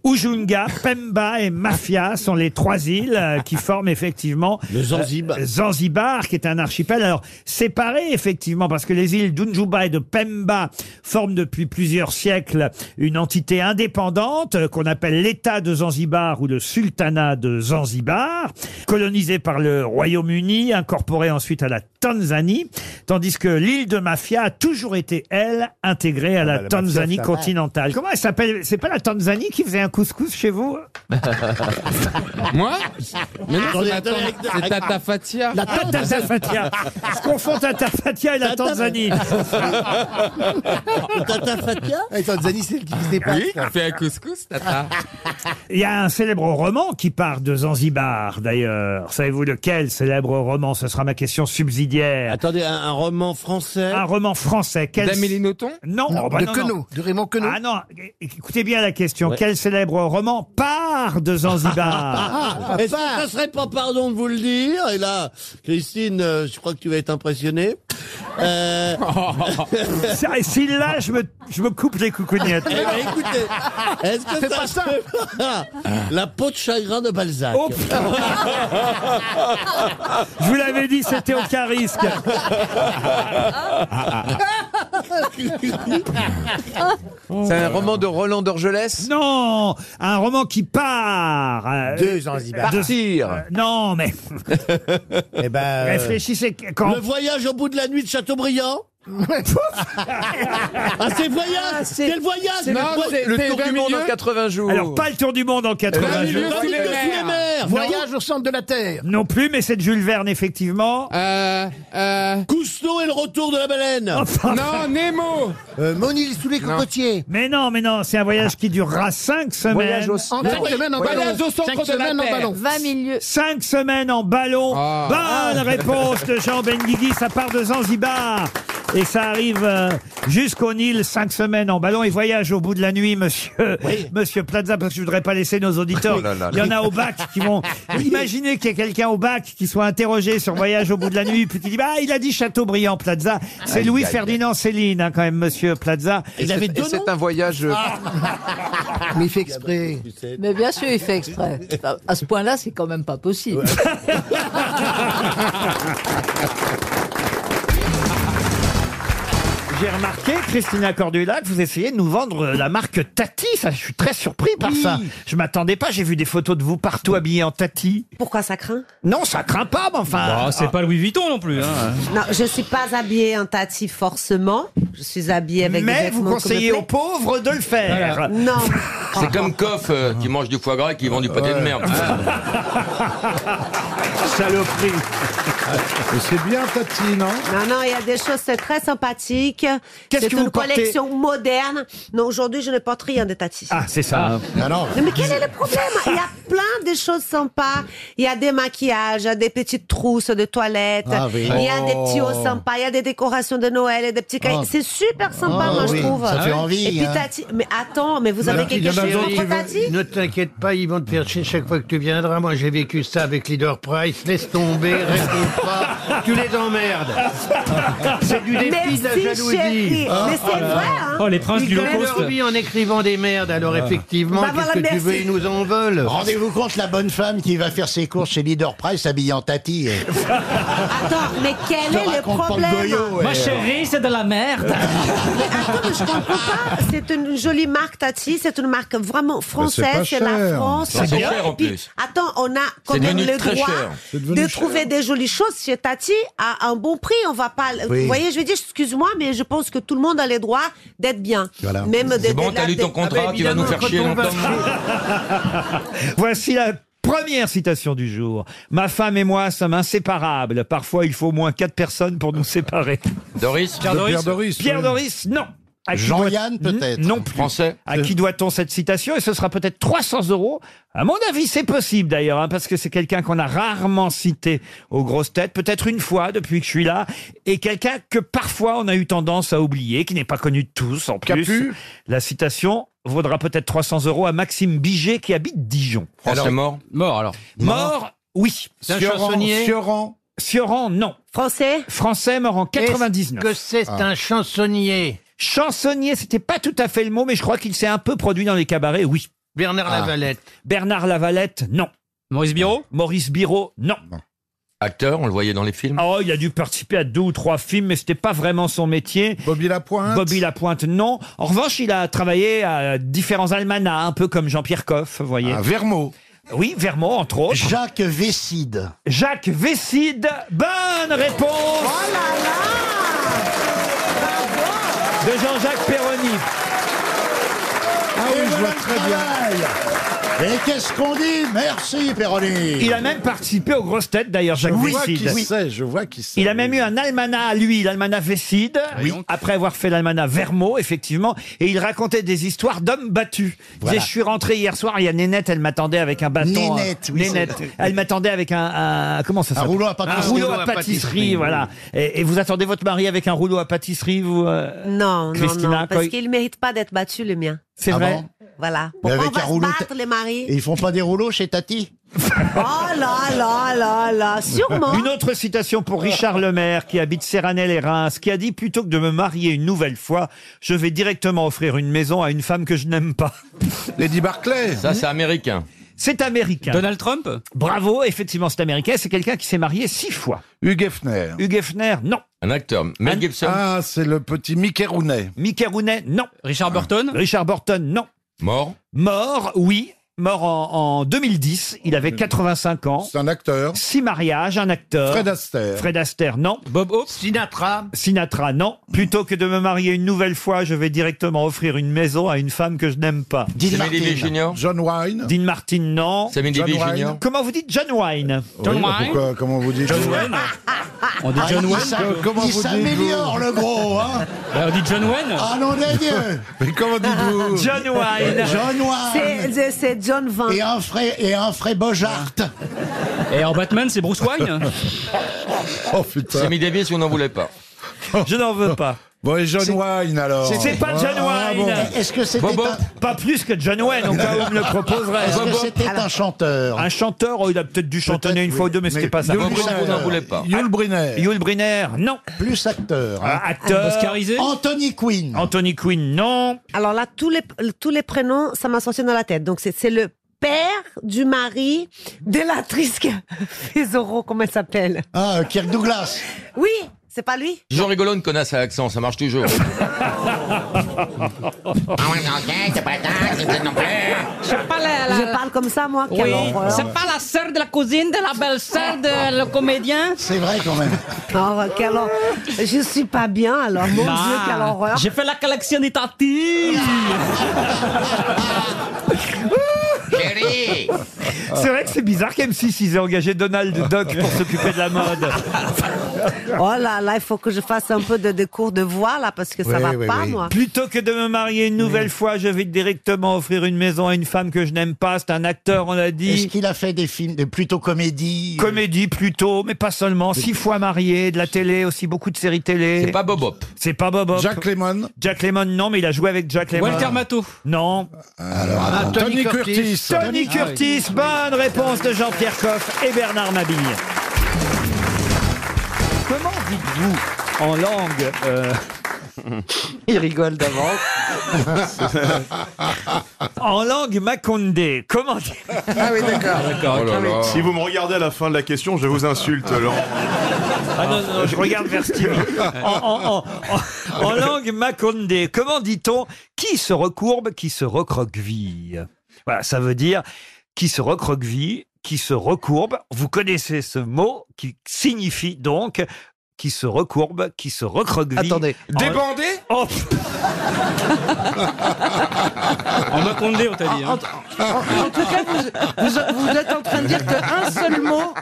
S1: Ujunga, Pemba et Mafia sont les trois îles euh, qui forment effectivement
S5: Le Zanzibar.
S1: euh, Zanzibar, qui est un archipel. Alors séparé effectivement parce que les îles d'Unjuba et de Pemba forment depuis plusieurs siècles une entité indépendante euh, qu'on appelle l'État de Zanzibar ou le Sultanat de Zanzibar, colonisé par le Royaume-Uni, incorporé ensuite à la Tanzanie, tandis que l'île de Mafia a toujours été elle intégrée à la
S5: bah, la Mafia,
S1: Tanzanie
S5: ça va.
S1: continentale. Comment elle s'appelle C'est pas la Tanzanie qui faisait un couscous chez vous
S8: Moi Mais non,
S5: Attendez,
S8: c'est ma tante-
S5: attendez,
S8: c'est Tata Fatia.
S5: Ah,
S1: La Tata Fatia. Je confonds Tata Fatia et la Tanzanie.
S5: Tata Fatia Et Tanzanie, c'est le qui se déplace.
S8: Oui, elle fait un couscous, Tata.
S1: Il y a un célèbre roman qui part de Zanzibar, d'ailleurs. Savez-vous lequel célèbre roman Ce sera ma question subsidiaire.
S5: Attendez, un, un roman français
S1: Un roman français. Quel...
S8: D'Amélie Nothomb
S1: Non, oh, bah
S5: de
S1: non, non.
S5: Queneau, de Raymond Queneau.
S1: Ah non, é- écoutez bien la question. Quel célèbre roman part de Zanzibar
S5: Ah, est-ce que ça serait pas pardon de vous le dire Et là, Christine, euh, je crois que tu vas être impressionnée. Euh,
S1: Ça, et Si là, je me, je me coupe les coucougnettes.
S5: eh ben, écoutez, est-ce que ça, serait pas la peau de chagrin de Balzac
S1: Oh, Je vous l'avais dit, c'était aucun risque.
S11: C'est un roman de Roland Dorgelès
S1: Non, un roman qui part. euh,
S5: De Zanzibar.
S1: de-
S11: Partir.
S1: euh, non, mais
S5: Eh ben, euh,
S1: réfléchissez quand.
S5: le voyage au bout de la nuit de Chateaubriand Ah, c'est voyage Quel voyage
S1: C'est
S5: voy-
S1: Alors, pas le tour du monde en 80
S5: milieu
S1: jours.
S5: sous les mers.
S1: Non.
S5: Voyage au centre de la Terre
S1: Non plus, mais c'est de Jules Verne, effectivement.
S5: Cousteau et le retour de la baleine
S1: Oh, Non,
S8: Nemo
S5: Mon île sous les cocotiers
S1: Mais non, mais non, c'est un voyage qui durera 5 semaines.
S5: Voyage au centre- Cinq semaines en Voyage ballon. au centre Cinq de la semaines en Terre. ballon.
S1: 20 milieux. 5 semaines en ballon.
S11: Ah.
S1: Bonne réponse de Jean Benguigui, ça part de Zanzibar. Et ça arrive euh, jusqu'aux Nil, 5 semaines en ballon et voyage au bout de la nuit, monsieur, monsieur Plaza, parce que je voudrais pas laisser nos auditeurs.
S11: Oh là là là.
S1: Il y en a au bac qui vont. Imaginez qu'il y ait quelqu'un au bac qui soit interrogé sur voyage au bout de la nuit, puis qui dit, bah, il a dit Châteaubriand, Plaza. C'est
S12: Aïe, aïe, aïe.
S1: Louis-Ferdinand. Ferdinand Céline, hein, quand même, monsieur Plaza.
S12: Et c'est- et c'est un voyage. euh,
S1: Ah. Mais il fait exprès.
S7: Mais bien sûr, il fait exprès. Enfin, À ce point-là, c'est quand même pas possible. Ah,
S1: J'ai remarqué, Christina Cordula, que vous essayez de nous vendre euh, la marque Tati. Ça, je suis très surpris par
S17: Oui.
S1: ça. Je m'attendais pas. J'ai vu des photos de vous partout habillés en Tati.
S17: Pourquoi ça craint
S1: Non, ça craint pas, mais enfin. ah.
S15: Bon, Bah, c'est pas Louis Vuitton non plus. Hein.
S17: Non, je suis pas habillée en tati forcément. Je suis habillée avec des
S1: Mais
S17: vêtements
S1: vous
S17: que me
S1: conseillez
S17: plaît.
S1: aux pauvres de le faire.
S17: Voilà. Non.
S4: C'est comme Koff euh, qui mange du foie gras et qui vend du pâté de merde.
S1: Saloperie.
S14: C'est bien, Tati, non
S17: Non, non, il y a des choses c'est très sympathiques.
S14: Qu'est-ce
S17: C'est
S14: que
S17: une
S14: vous portez
S17: collection moderne. Non, aujourd'hui, je ne porte rien de Tati.
S1: Ah, c'est ça.
S14: Alors.
S17: Non, mais quel est le problème Il y a plein de choses sympas. Il y a des maquillages, des petites trousses de toilette.
S11: Ah oui.
S17: Il y a des
S11: Oh.
S17: petits hauts sympas. Il y a des décorations de Noël et des petits cahiers.
S11: Ah.
S17: C'est super sympa,
S11: Ah
S17: moi,
S11: oui,
S17: je trouve.
S11: ça fait
S17: Ah oui.
S11: envie,
S17: Et puis
S11: hein.
S17: Tati, mais attends, mais vous avez
S11: Alors, il y
S17: quelque
S11: en a
S17: chose
S11: d'autres qui
S17: contre
S11: veulent-
S17: Tati
S19: Ne t'inquiète pas, ils vont te faire chier chaque fois que tu viendras. Moi, j'ai vécu ça avec Leader Price. Laisse tomber, réponds pas. Tu les emmerdes. C'est du défi de la
S11: Merci,
S19: jalousie.
S11: chérie. Mais c'est
S19: Oh là là.
S11: vrai, hein. Oh, les princes
S19: ils
S11: du
S19: gagnent
S11: Holocauste.
S19: leur vie en écrivant des merdes. Alors,
S11: Ah.
S19: effectivement,
S11: Bah
S19: qu'est-ce
S11: voilà,
S19: que tu
S11: merci.
S19: veux Ils nous en veulent.
S12: Rendez-vous compte, la bonne femme qui va faire ses courses chez Leader Price habillée en tati. eh.
S17: Attends, mais quel
S12: Je
S17: est le
S12: raconte pas le
S17: problème
S12: goyot, ouais. Ma
S11: chérie,
S17: c'est de la merde. mais attends, mais je comprends pas. C'est une jolie marque Tati, c'est une marque vraiment française,
S11: pas
S17: c'est la
S11: cher.
S17: France.
S11: C'est
S17: Et
S11: cher en
S17: puis,
S11: plus.
S17: Attends, on a quand
S11: C'est
S17: même
S11: devenu
S17: le
S11: très
S17: droit
S11: cher. C'est devenu
S17: de
S11: cher.
S17: trouver des jolies choses chez Tati à un bon prix. On va pas.
S4: Oui.
S17: Vous voyez, je vais dire, excuse-moi, mais je pense que tout le monde a le droit d'être bien.
S4: Voilà.
S17: Même
S4: C'est
S17: de-
S4: bon,
S17: de- Ah,
S4: t'as lu
S17: de-
S4: ton contrat, tu vas nous faire chier
S17: évidemment, quand on va-
S1: Voici la première citation du jour. Ma femme et moi sommes inséparables. Parfois, il faut au moins quatre personnes pour nous séparer.
S4: Doris Pierre Doris Pierre Doris,
S1: Pierre
S4: oui.
S1: Doris, non. À qui
S12: Jean-Yann,
S1: doit-
S12: peut-être.
S1: Non plus.
S4: Français.
S1: À qui doit-on cette citation Et ce sera peut-être 300 euros. À mon avis, c'est possible d'ailleurs, hein, parce que c'est quelqu'un qu'on a rarement cité aux grosses têtes, peut-être une fois depuis que je suis là, et quelqu'un que parfois on a eu tendance à oublier, qui n'est pas connu de tous en plus.
S5: Capu
S1: La citation vaudra peut-être 300 euros à Maxime Biget qui habite Dijon.
S4: Français mort Mort alors.
S1: Mort, oui.
S4: C'est un chansonnier
S1: Sioran. Sioran, non.
S17: Français
S1: Français, mort en 99.
S19: Est-ce que c'est
S12: Ah.
S19: un chansonnier
S1: Chansonnier, c'était pas tout à fait le mot, mais je crois qu'il s'est un peu produit dans les cabarets, oui.
S19: Bernard
S4: Ah.
S19: Lavalette.
S1: Bernard Lavalette, non. Maurice Biro Maurice Biro, non.
S4: Acteur, on le voyait dans les films.
S1: Oh, il a dû participer à deux ou trois films, mais c'était pas vraiment son métier. Bobby Lapointe Bobby Lapointe, non. En revanche, il a travaillé à différents almanachs, un peu comme Jean-Pierre Coff, vous voyez.
S12: Ah, Vermeau.
S1: Oui, Vermeau, entre autres.
S12: Jacques Vesside.
S1: Jacques Vesside, bonne réponse
S12: Oh
S1: de Jean-Jacques Perroni.
S12: Ah oui, je vois très bien. Et qu'est-ce qu'on dit Merci, Péroni.
S1: Il a même participé aux grosses têtes d'ailleurs, Jacques
S12: Je vois
S1: Vesside.
S12: qui
S1: Oui.
S12: c'est, je vois qui c'est.
S1: Il a même eu un almanach à lui, l'almanach Vesside, après avoir fait l'almanach Vermeau, effectivement, et il racontait des histoires d'hommes battus. Il disait,
S12: Voilà.
S1: je suis rentré hier soir, il y a Nénette, elle m'attendait avec un bâton.
S12: Nénette,
S1: euh,
S12: oui,
S1: Nénette.
S12: c'est-
S1: Elle m'attendait avec un, un- comment ça
S12: Un
S1: s'appelle
S12: rouleau à pâtisserie.
S1: Un rouleau à pâtisserie, voilà. Et, et vous attendez votre mari avec un rouleau à pâtisserie, vous euh,
S17: Non, non,
S1: Christina,
S17: non, parce
S1: quoi-
S17: qu'il ne mérite pas d'être battu, le mien.
S1: C'est Ah vrai bon
S17: Voilà.
S12: Mais
S17: Pourquoi
S12: avec
S17: on va
S12: un
S17: se
S12: rouleau
S17: battre, les maris
S12: Et ils font pas des rouleaux chez Tati
S17: Oh là là là là, sûrement.
S1: Une autre citation pour Richard Lemaire, qui habite Séranel et Reims, qui a dit Plutôt que de me marier une nouvelle fois, je vais directement offrir une maison à une femme que je n'aime pas. Lady Barclay
S4: Ça, c'est américain.
S1: C'est américain. Donald Trump Bravo, effectivement, c'est américain. C'est quelqu'un qui s'est marié six fois.
S18: Hugh Hefner.
S1: Hugh Hefner, non.
S4: Un acteur. Mel Gibson.
S18: Ah, c'est le petit Mickey Rooney.
S1: Mickey Rooney, non. Ah.
S18: Richard Burton
S1: Richard Burton, non.
S4: Mort
S1: Mort, oui. Mort en, en 2010, il avait 85 ans. C'est un acteur. Six mariages, un acteur.
S14: Fred Astaire.
S1: Fred Astaire, non. Bob Hope. Sinatra. Sinatra, non. Plutôt que de me marier une nouvelle fois, je vais directement offrir une maison à une femme que je n'aime pas.
S4: Dean Sammy Davis Martin. Jr.
S1: John Wine. Dean Martin, non.
S4: Sammy John Davis Wine. Jr.
S1: Comment vous dites John Wine
S14: Oui, bah pourquoi- comment vous dites John
S1: Wayne.
S14: On dit
S1: Ah,
S14: John
S1: il
S14: Wayne
S1: s'a-
S14: que- Comment
S12: il
S14: vous dites
S12: s'améliore,
S14: vous
S12: le gros, hein
S14: Bah, On dit John Wayne
S12: Ah non, des dieux
S14: Mais comment dites-vous
S1: Ah, John
S14: Wayne.
S12: John Wayne
S20: C'est- C'est John Van.
S12: Et un frais, et un frais Bojart
S15: Et en Batman, c'est Bruce Wayne
S14: Oh putain.
S4: Sammy Davis, on n'en voulait pas.
S1: Je n'en veux pas.
S14: Bon, et John Wayne alors
S1: C'est pas John
S14: Ah,
S1: Wayne.
S14: bon.
S12: Est-ce que c'était
S1: Bobo
S12: un-
S1: Pas plus que John Wayne, au cas où on me le proposerait.
S12: Est-ce que c'était un chanteur
S1: Un chanteur, oh, il a peut-être dû chantonner une fois ou deux, mais, c'était pas ça.
S12: Yul Brynner.
S1: Yul Brynner, non.
S12: Plus acteur.
S1: Ah, acteur. Oscarisé
S12: Anthony Quinn.
S1: Anthony Quinn, non.
S17: Alors là, tous les, tous les prénoms, ça m'a sorti dans la tête. Donc c'est c'est le père du mari de l'actrice qui a fait Zorro, comment elle s'appelle
S12: Ah, Kirk Douglas.
S17: Oui, c'est pas lui
S4: Jean rigolo, une connasse à l'accent, ça marche toujours.
S10: Je parle, à la-
S17: Je parle comme ça, moi.
S10: Oui.
S17: quelle horreur.
S10: C'est pas la sœur de la cousine, de la belle-sœur de le comédien
S12: C'est vrai quand même.
S17: Oh, quelle horreur. Je suis pas bien, alors. Mon
S1: Bah.
S15: Ah,
S17: Dieu, quelle horreur.
S15: J'ai fait la collection des tatis
S1: Chérie Ah. C'est vrai que c'est bizarre qu'M6 aient engagé Donald Duck pour s'occuper de la mode.
S17: Oh là là, il faut que je fasse un peu de, de cours de voix, là, parce que ça va pas, moi.
S1: Plutôt que de me marier une nouvelle fois, je vais directement offrir une maison à une femme que je n'aime pas. C'est un acteur, on l'a
S12: Est-ce
S1: dit.
S12: qu'il a fait des films de plutôt euh? comédie
S1: Comédie plutôt, mais pas seulement. Six fois marié, de la télé aussi, beaucoup de séries télé.
S4: C'est pas Bob Hope.
S1: C'est pas Bob Hope.
S14: Jack Lemmon.
S1: Jack Lemmon, non, mais il a joué avec Jack Lemmon.
S15: Walter Matthau.
S1: Non.
S6: Euh,
S14: Alors, attends. Tony Curtis.
S1: Tony Curtis, bonne réponse de Jean-Pierre Coff et Bernard Mabille. Comment dites-vous en langue euh,
S6: Il rigole d'avance.
S1: en langue macondé Comment dire
S6: Ah oui, d'accord.
S1: Oh
S21: Si vous me regardez à la fin de la question, je vous insulte, Laurent.
S1: Ah non, non, non, je regarde vers Stevie. En, en- en- en- en langue macondé, comment dit-on qui se recourbe, qui se recroqueville Voilà, ça veut dire qui se recroqueville, qui se recourbe. Vous connaissez ce mot qui signifie donc qui se recourbe, qui se recroqueville.
S6: Attendez.
S1: En-
S22: Débandé
S1: Oh,
S15: En Macondé, on t'a dit. hein.
S11: En tout cas, vous, vous, vous êtes en train de dire qu'un seul mot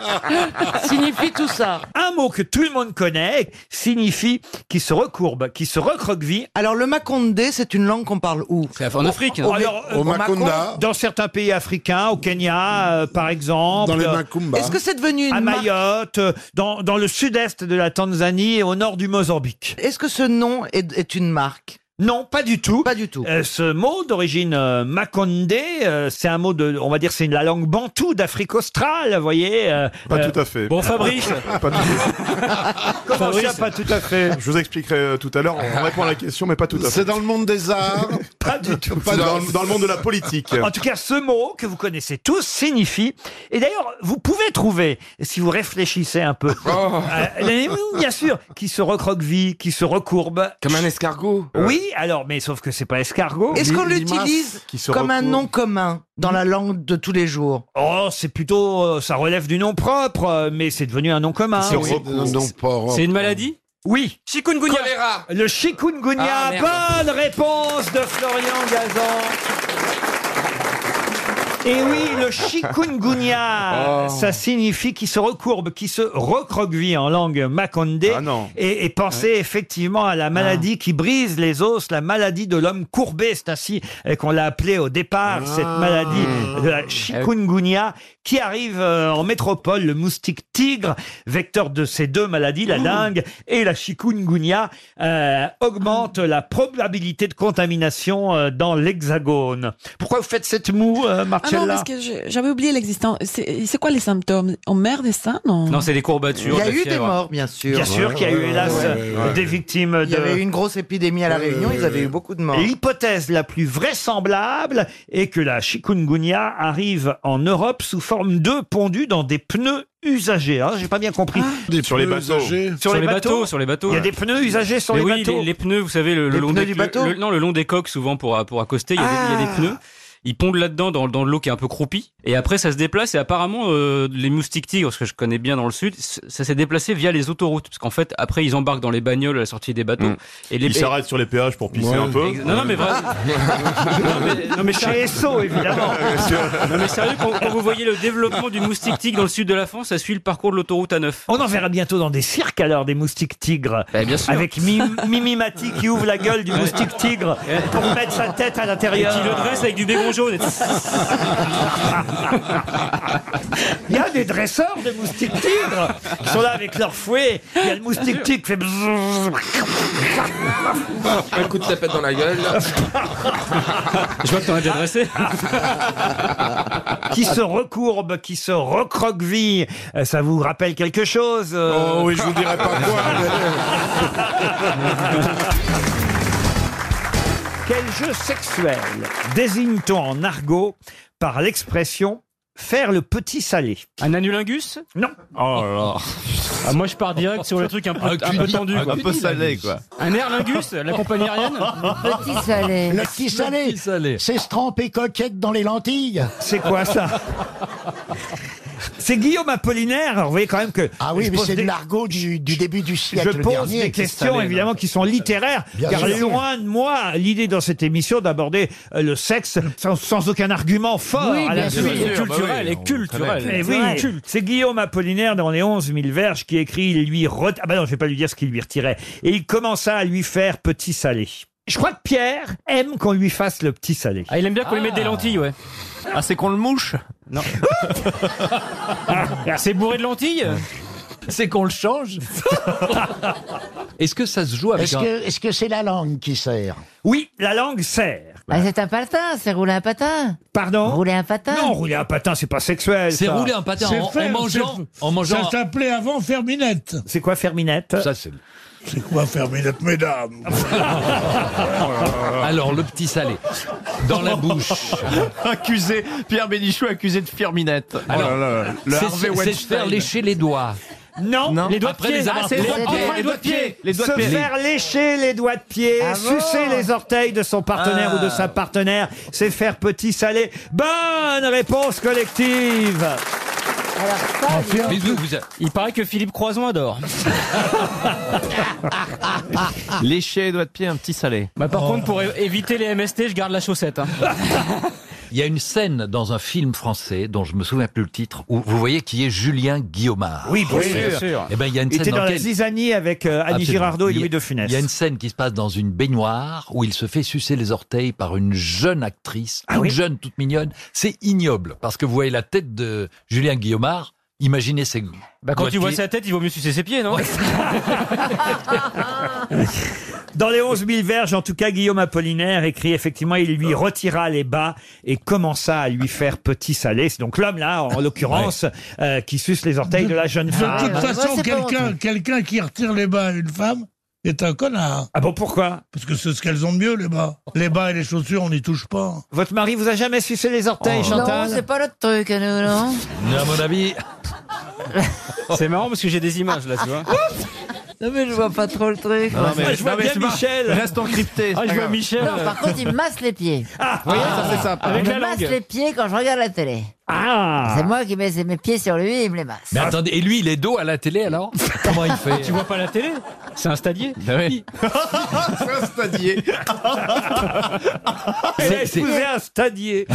S11: signifie tout ça.
S1: Un mot que tout le monde connaît signifie qui se recourbe, qui se recroqueville.
S6: Alors, le Macondé, c'est une langue qu'on parle où
S15: En Afrique.
S1: Oh, alors, euh,
S6: Maconda.
S1: Dans certains pays africains, au Kenya, euh, par exemple.
S14: Dans les
S1: Euh,
S14: Macumba.
S6: Est-ce que c'est devenu
S1: à
S6: une marque
S1: Mayotte, euh, dans, dans le sud-est de la Tanzanie et au nord du Mozambique.
S6: Est-ce que ce nom est, est une marque
S1: Non, pas du tout.
S6: Pas du tout.
S1: Euh, ce mot d'origine euh, Makonde, euh, c'est un mot de, on va dire, c'est la langue bantoue d'Afrique australe, vous voyez. euh,
S21: Pas
S1: euh,
S21: tout à fait.
S15: Bon, Fabrice.
S21: Pas tout à fait.
S1: comment ça,
S15: Fabrice.
S1: pas tout à fait
S21: Je vous expliquerai euh, tout à l'heure. On répond à la question, mais pas tout à
S14: C'est
S21: fait.
S14: dans le monde des arts.
S1: Pas du tout.
S21: C'est dans, dans le monde de la politique.
S1: En tout cas, ce mot que vous connaissez tous signifie. Et d'ailleurs, vous pouvez trouver, si vous réfléchissez un peu,
S14: Oh.
S1: euh, les- oui, bien sûr, qui se recroqueville, qui se recourbe.
S22: Comme un escargot.
S1: Oui, alors, mais sauf que c'est pas escargot.
S6: Est-ce qu'on l'utilise
S21: qui se
S6: comme un
S21: recouvre.
S6: nom commun dans la langue de tous les jours
S1: Oh, c'est plutôt, euh, ça relève du nom propre, euh, mais c'est devenu un nom commun.
S21: C'est
S1: oui.
S21: recours.
S15: C'est une maladie
S1: Oui,
S15: Chikungunya.
S22: Choléra.
S1: le chikungunya.
S15: Ah, merde.
S1: Bonne réponse de Florian Gazan. Et oui, le chikungunya,
S15: Oh.
S1: ça signifie qui se recourbe, qui se recroqueville en langue macondé.
S21: Ah non.
S1: Et, et pensez effectivement à
S15: Ah.
S1: la maladie qui brise les os, la maladie de l'homme courbé. C'est ainsi euh, qu'on l'a appelée au
S15: Ah.
S1: départ, cette maladie de
S15: Eh
S1: la chikungunya qui arrive euh, en métropole, le moustique tigre, vecteur de ces deux maladies, la dengue et la chikungunya, euh,
S20: Ah.
S1: augmente la probabilité de contamination euh, dans l'hexagone. Pourquoi vous faites cette moue, euh,
S20: Ah non,
S1: Marcella
S20: parce que je- j'avais oublié l'existence. C'est c'est quoi les symptômes On meurt des seins, non
S15: Non, c'est des courbatures.
S6: Il y a
S15: de
S6: eu
S15: fièvre.
S6: des morts, bien sûr.
S1: Bien sûr qu'il y a eu, hélas, des victimes
S6: Il y avait eu
S1: de...
S6: une grosse épidémie à La Réunion, ils avaient eu beaucoup de morts.
S1: Et L'hypothèse la plus vraisemblable est que la chikungunya arrive en Europe sous forme d'œufs pondus dans des pneus usagés. Hein, J'ai pas bien compris.
S21: Sur les bateaux.
S15: Sur, les bateaux, sur les bateaux.
S1: Il y a des pneus usagés sur
S15: Mais
S1: les
S15: oui,
S1: bateaux.
S15: Les, les pneus, vous savez, le, le
S6: Les
S15: long
S6: pneus
S15: des
S6: du bateau
S15: le- le- non, le long des coques, souvent pour pour accoster, il y a, des, il y a des pneus. ils pondent là-dedans dans, dans l'eau qui est un peu croupie. Et après, ça se déplace. Et apparemment, euh, les moustiques tigres, ce que je connais bien dans le sud, c- ça s'est déplacé via les autoroutes. Parce qu'en fait, après, ils embarquent dans les bagnoles à la sortie des bateaux.
S21: Mm.
S15: Et les
S21: Ils s'arrêtent sur les péages pour pisser
S15: Ouais.
S21: un peu.
S15: Ex- non, non, mais vrai- non, mais, non, mais
S1: Chez
S15: sérieux-
S1: Esso, évidemment.
S15: non, mais sérieux, quand, quand vous voyez le développement du moustique tigre dans le sud de la France, ça suit le parcours de l'autoroute A9.
S1: On en verra bientôt dans des cirques alors des moustiques tigres.
S15: Bah, bien sûr.
S1: Avec Mim- Mimimati qui ouvre la gueule du moustique tigre pour mettre sa tête à
S15: Et
S1: l'intérieur.
S15: qui le dresse avec du bégon jaune.
S1: Il y a des dresseurs de moustiques tigres qui sont là avec leur fouet. Il y a le moustique tigre qui fait bzzz.
S3: Un coup de tapette dans la gueule.
S15: Je vois que t'en as déjà dressé.
S1: qui se recourbe, qui se recroqueville. Euh, Ça vous rappelle quelque chose Oh oui, je vous dirai pas quoi. Quel jeu sexuel désigne-t-on en argot par l'expression faire le petit salé
S15: Un anulingus
S1: Non.
S15: Oh là là. Ah, moi je pars direct sur le truc un peu,
S1: Un
S15: un
S1: cudi-
S15: peu tendu.
S1: un
S15: quoi.
S1: cunilingus. quoi.
S15: Un airlingus, la compagnie aérienne
S11: Petit salé.
S12: Le petit salé. C'est se tremper coquette dans les lentilles.
S1: C'est quoi ça C'est Guillaume Apollinaire. Alors, vous voyez quand même que.
S12: Ah oui,
S1: je
S12: mais
S1: pose
S12: c'est
S1: des-
S12: de l'argot du, du début du
S1: Je
S12: siècle
S1: pose
S12: dernier.
S1: des questions évidemment qui sont littéraires,
S12: Bien
S1: car
S12: sûr.
S1: loin de moi l'idée dans cette émission d'aborder euh, le sexe sans, sans aucun argument fort.
S15: Oui,
S1: à Ah, la
S15: bien sûr.
S1: suite.
S15: Oui, Culturel, bah oui, et on culturel. connaît.
S1: Eh oui,
S15: Ouais.
S1: culte. C'est Guillaume Apollinaire dans les 11 000 verges qui écrit, il lui ret... Ah bah non, je vais pas lui dire ce qu'il lui retirait. Et il commença à lui faire petit salé. Je crois que Pierre aime qu'on lui fasse le petit salé.
S15: Ah, il aime bien qu'on lui mette des lentilles, ouais. Ah, c'est qu'on le mouche Non. c'est bourré de lentilles
S3: C'est qu'on le change Est-ce que ça se joue avec
S12: Est-ce
S3: un...
S12: que est-ce que c'est la langue qui sert
S1: Oui, la langue sert.
S11: Ah, c'est un patin, c'est rouler un patin.
S1: Pardon
S11: Rouler un patin.
S1: Non, rouler un patin, c'est pas sexuel.
S3: C'est
S1: ça.
S3: rouler un patin en, en mangeant, en mangeant.
S1: Ça s'appelait avant Ferminette. C'est quoi Ferminette
S3: Ça, c'est.
S1: C'est quoi Ferminette, mesdames
S3: Alors le petit salé dans la bouche.
S23: accusé, Pierre Bénichou accusé de Oh firminette.
S3: Alors, c'est-
S23: Harvey
S3: c'est se
S23: Weinstein.
S3: faire lécher les doigts.
S1: Non,
S3: Non.
S1: les doigts
S3: Après
S1: de pied. Ah,
S3: les avoir-
S1: c'est
S3: les
S1: doigts
S3: doigts de pied,
S1: enfin,
S3: les doigts de pied, les doigts de
S1: Se
S3: pied.
S1: faire lécher les doigts de pied,
S3: Ah bon
S1: sucer les orteils de son partenaire
S3: Ah.
S1: ou de sa partenaire, c'est faire petit salé. Bonne réponse collective.
S15: Mais vous- vous- Il paraît que Philippe Croison adore.
S23: Lécher les doigts de pied, un petit salé.
S15: Bah, par contre, pour é- éviter les MST, je garde la chaussette. hein.
S4: Il y a une scène dans un film français dont je me souviens plus le titre où vous voyez qui est Julien Guillaumard.
S1: Oui, bien sûr.
S4: Et ben il y a une
S1: Il
S4: scène
S1: était dans la
S4: laquelle-
S1: zizanie avec euh, Annie
S4: Absolument.
S1: Girardot et
S4: Il y a-
S1: Louis de Funès.
S4: Il y a une scène qui se passe dans une baignoire où il se fait sucer les orteils par une jeune actrice,
S1: Ah
S4: toute jeune, toute mignonne. C'est ignoble parce que vous voyez la tête de Julien Guillaumard. Imaginez ses.
S15: Bah, quand
S4: doigts de
S15: tu vois
S4: pied.
S15: sa tête, il vaut mieux sucer ses pieds, non
S1: Dans les 11 000 verges, en tout cas, Guillaume Apollinaire écrit effectivement, il lui retira les bas et commença à lui faire petit salé. C'est donc l'homme là, en l'occurrence, euh, qui suce les orteils de la jeune femme.
S24: De
S11: Ah, bah,
S24: toute façon, quelqu'un quelqu'un qui retire les bas à une femme est un connard.
S1: Ah bon, pourquoi
S24: Parce que c'est ce qu'elles ont de mieux, les bas. Les bas et les chaussures, on n'y touche pas. Oh.
S1: Votre mari vous a jamais sucé les orteils,
S24: Chantal
S11: Oh. Non, c'est pas notre truc, à nous, non
S4: Mais à mon avis.
S15: C'est marrant parce que j'ai des images là, tu vois.
S11: Non, mais je vois pas trop le truc.
S15: Non, mais- Je vois non, mais bien c'est pas- Michel. reste encrypté, Ah, c'est je pas vois grave. Michel.
S11: Non, par contre, il me masse les pieds. Ah,
S15: voyez, ça, c'est sympa. Avec
S11: il
S15: la
S11: me masse
S15: langue.
S11: les pieds quand je regarde la télé.
S1: Ah
S11: C'est moi qui mets mes pieds sur lui et il me les masse.
S4: Mais attendez, et lui, il est dos à la télé alors Comment il fait
S15: Ah, Tu vois pas la télé C'est un stadier
S23: C'est un stadier.
S1: Elle a épousé un stadier.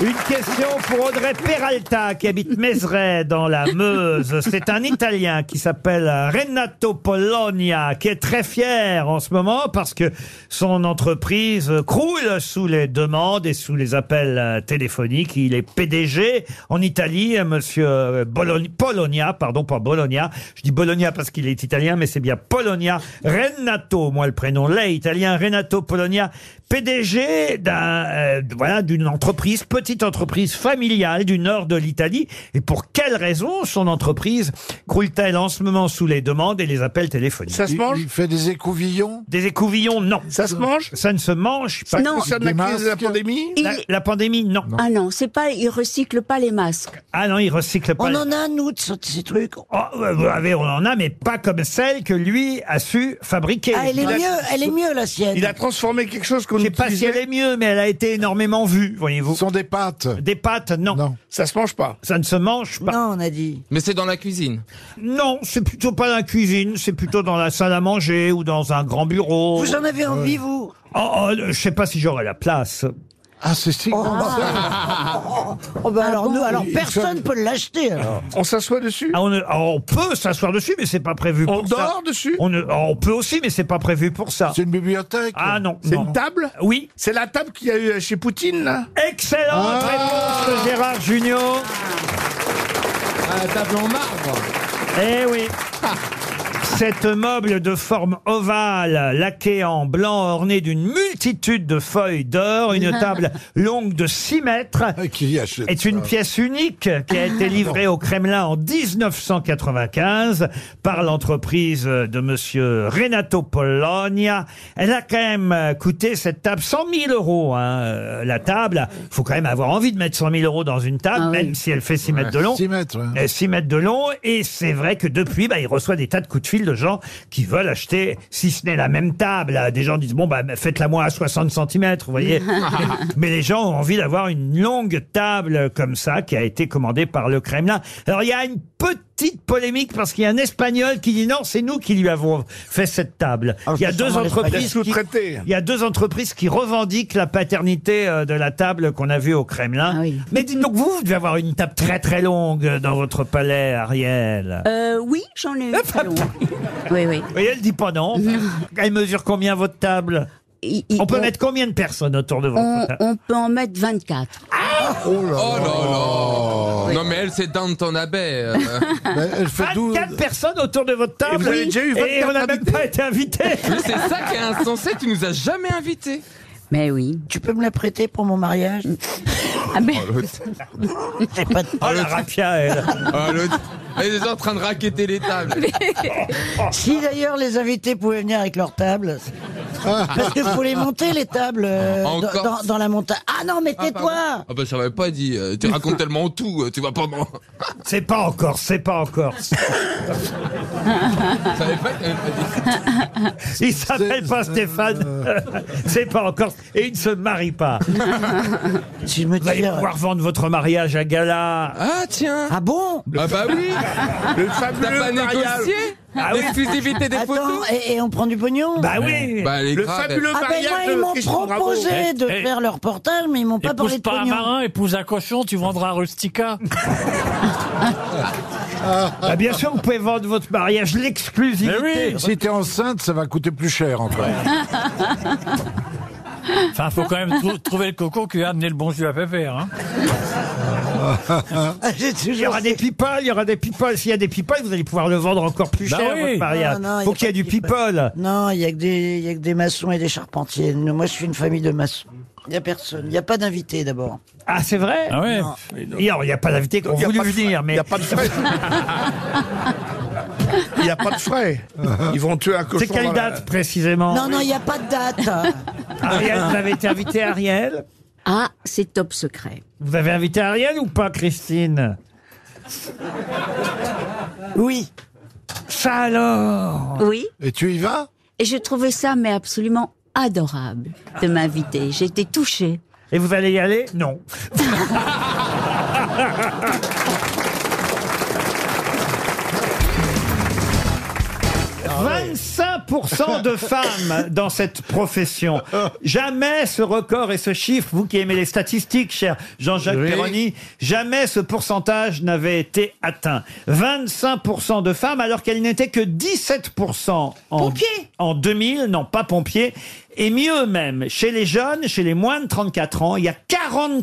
S1: Une question pour Audrey Peralta qui habite Mézeray dans la Meuse. C'est un Italien qui s'appelle Renato Polonia qui est très fier en ce moment parce que son entreprise croule sous les demandes et sous les appels euh, téléphoniques. Il est PDG en Italie, euh, monsieur euh, Bologna, Polonia, pardon, pas Bologna. Je dis Bologna parce qu'il est italien, mais c'est bien Polonia. Renato, moi le prénom l'est italien, Renato Polonia, PDG d'un, euh, voilà, d'une entreprise petite petite entreprise familiale du nord de l'Italie. Et pour quelle raison son entreprise croule-t-elle en ce moment sous les demandes et les appels téléphoniques
S18: Ça se Il- mange
S1: Il fait des écouvillons Des écouvillons, non. Ça se mange Ça ne se mange pas.
S2: Non. Ça concerne la crise de la pandémie
S1: La, la pandémie, non.
S2: Ah non, c'est pas, ils recyclent pas les masques.
S1: Ah non, il recycle pas.
S2: On
S1: les-
S2: en a, nous, de ce- de ces trucs.
S1: Oh, euh, vous avez- on en a, mais pas comme celle que lui a su fabriquer.
S2: Ah, elle est
S1: Il a-
S2: mieux, elle est mieux, la sienne.
S1: Il a transformé quelque chose qu'on Je sais pas si elle est mieux, mais elle a été énormément vue, voyez-vous. Ce sont des pâtes. Des pâtes, non. Ça se mange pas. Ça ne se mange pas.
S2: Non, on a dit.
S8: Mais c'est dans la cuisine.
S1: Non, c'est plutôt pas dans la cuisine, c'est plutôt dans la salle à manger ou dans un grand bureau.
S2: Vous en avez envie, vous
S1: Oh, oh, je sais pas si j'aurai la place. Ah, c'est si
S17: Oh, bah,
S2: Oh, ben alors,
S1: Ah bon
S2: nous, alors
S1: Il- il
S2: personne
S1: se-
S2: peut l'acheter, alors.
S1: On s'assoit dessus on, ne- ah, on peut s'asseoir dessus, mais c'est pas prévu
S2: On
S1: pour ça.
S2: dort
S1: dessus on, ne- ah, on peut aussi, mais c'est pas prévu pour ça. C'est une bibliothèque Ah non.
S2: C'est
S1: non.
S2: une
S1: table Oui.
S2: C'est la table qu'il y a eu chez Poutine, là Ah.
S1: Excellente réponse de Gérard Junior.
S8: Un tableau en marbre.
S1: Eh oui. Cette meuble de forme ovale, laquée en blanc, ornée d'une multitude de feuilles d'or, une table longue de 6 mètres,
S2: Ah,
S1: est une pièce unique qui a
S14: Ah,
S1: été livrée au Kremlin en 1995 par l'entreprise de monsieur Renato Polonia. Elle a quand même euh, coûté cette table 100 000 euros. hein, euh, la table, faut quand même avoir envie de mettre 100 000 euros dans une table, même si elle fait 6 mètres de long.
S14: 6 mètres, ouais.
S1: Euh, 6 mètres de long. Et c'est vrai que depuis, bah, il reçoit des tas de coups de fil de gens qui veulent acheter, si ce n'est la même table. Des gens disent, bon, bah, faites-la moi à 60 cm, vous voyez. Mais les gens ont envie d'avoir une longue table comme ça qui a été commandée par le Kremlin. Alors, il y a une petite polémique parce qu'il y a un Espagnol qui dit non, c'est nous qui lui avons fait cette table. il y a
S18: Ah, c'est
S1: deux
S18: sûrement
S1: entreprises
S18: l'Espagnol.
S1: qui,
S18: Sous-traité.
S1: il y a deux entreprises qui revendiquent la paternité euh, de la table qu'on a vue au Kremlin. Mais dites donc vous, vous devez avoir une table très très longue dans votre palais, Ariel.
S2: Euh, oui, j'en ai eu très long.
S1: Oui, oui. Et elle dit pas non. Elle mesure combien votre table On peut
S2: on-
S1: mettre combien de personnes autour de votre
S2: On,
S1: table
S2: on peut en mettre 24.
S8: Oh là là. Non mais elle c'est Danton Abbey. euh.
S1: 24 personnes autour de votre table.
S8: Et vous avez déjà eu
S1: Et
S8: 24
S1: on n'a même pas été invités.
S8: Mais c'est ça qui est insensé, tu nous as jamais invités.
S2: Mais oui. Tu peux me la prêter pour mon mariage Ah, mais.
S11: Oh,
S2: J'ai pas de
S1: Oh la rapia, elle.
S8: Ah, l'autre. Elle est en train de raqueter les tables.
S2: Si d'ailleurs les invités pouvaient venir avec leurs tables. Parce que faut les monter les tables euh,
S8: En
S2: dans,
S8: Corse.
S2: dans- dans la montagne. Ah non, mais tais-toi
S8: Ah bah ça m'avait pas dit, euh, tu racontes tellement tout, euh, tu vas pas m'en...
S1: C'est pas encore, c'est pas encore. Il s'appelle pas Stéphane. C'est pas encore. Et il ne se marie pas.
S2: Si je me
S1: Vous allez
S2: tire-
S1: pouvoir vendre votre mariage à gala.
S8: euh, Ah tiens
S2: Ah bon
S8: Ah bah oui
S2: Le
S8: fameux T'as pas mariage. négocié
S1: Ah oui.
S8: L'exclusivité des
S2: Attends,
S8: photos
S2: et, et on prend du pognon
S1: Bah
S11: Eh,
S1: oui.
S8: Bah, elle est
S2: Le
S8: grave,
S2: fabuleux
S8: elle.
S2: Ah ben moi,
S8: mariage
S2: ils
S8: de
S2: m'ont
S8: Christian Bravo.
S2: proposé de
S16: Eh, eh.
S2: faire leur portage, mais ils m'ont pas parlé
S16: Épouse
S2: de
S16: pas un
S2: pognon.
S16: marin, épouse un cochon, tu vendras un rustica.
S1: Bah, bien sûr, vous pouvez vendre votre mariage l'exclusivité.
S14: Mais oui, si t'es enceinte, ça va coûter plus cher encore.
S16: Enfin, faut quand même trou- trouver le coco qui a amené le bon jus à Pépère. Hein.
S1: Il y aura des people, il y aura des people. S'il y a des people, vous allez pouvoir le vendre encore plus
S16: Bah
S1: cher,
S16: oui.
S1: votre mariage.
S2: Non, non,
S1: Faut
S2: y a
S1: qu'il y
S2: pas
S1: ait du
S2: de people.
S1: people.
S2: Non, il y a que des, il y a que des maçons et des charpentiers. Nous, Moi, je suis une famille de maçons. Il y a personne. Il y a pas d'invité d'abord.
S1: Ah, c'est vrai
S16: Ah ouais.
S1: Et alors, Il n'y a pas d'invité qui ont
S16: Il y a
S1: voulu
S16: pas de
S1: venir, mais. Il n'y a
S16: pas de
S1: frais.
S16: Il n'y a pas de frais.
S1: Ils vont tuer un
S16: cochon
S1: C'est quelle
S16: dans la-
S1: date précisément
S2: Non, non, il n'y a pas de date.
S1: Ariel, vous avez été invité, Ariel
S2: Ah, c'est top secret.
S1: Vous avez invité Ariel ou pas, Christine
S2: Oui.
S1: Ça alors
S2: Oui.
S14: Et tu y vas
S2: Et j'ai trouvé ça, mais absolument adorable de m'inviter. J'ai été touchée.
S1: Et vous allez y aller Non.
S14: Ah
S1: 25% de femmes dans cette profession. Jamais ce record et ce chiffre, vous qui aimez les statistiques, cher Jean-Jacques
S16: Oui.
S1: Perroni, jamais ce pourcentage n'avait été atteint. 25% de femmes alors qu'elles n'étaient que 17% en, en 2000, non pas pompiers. Et mieux même, chez les jeunes, chez les moins de 34 ans, il y a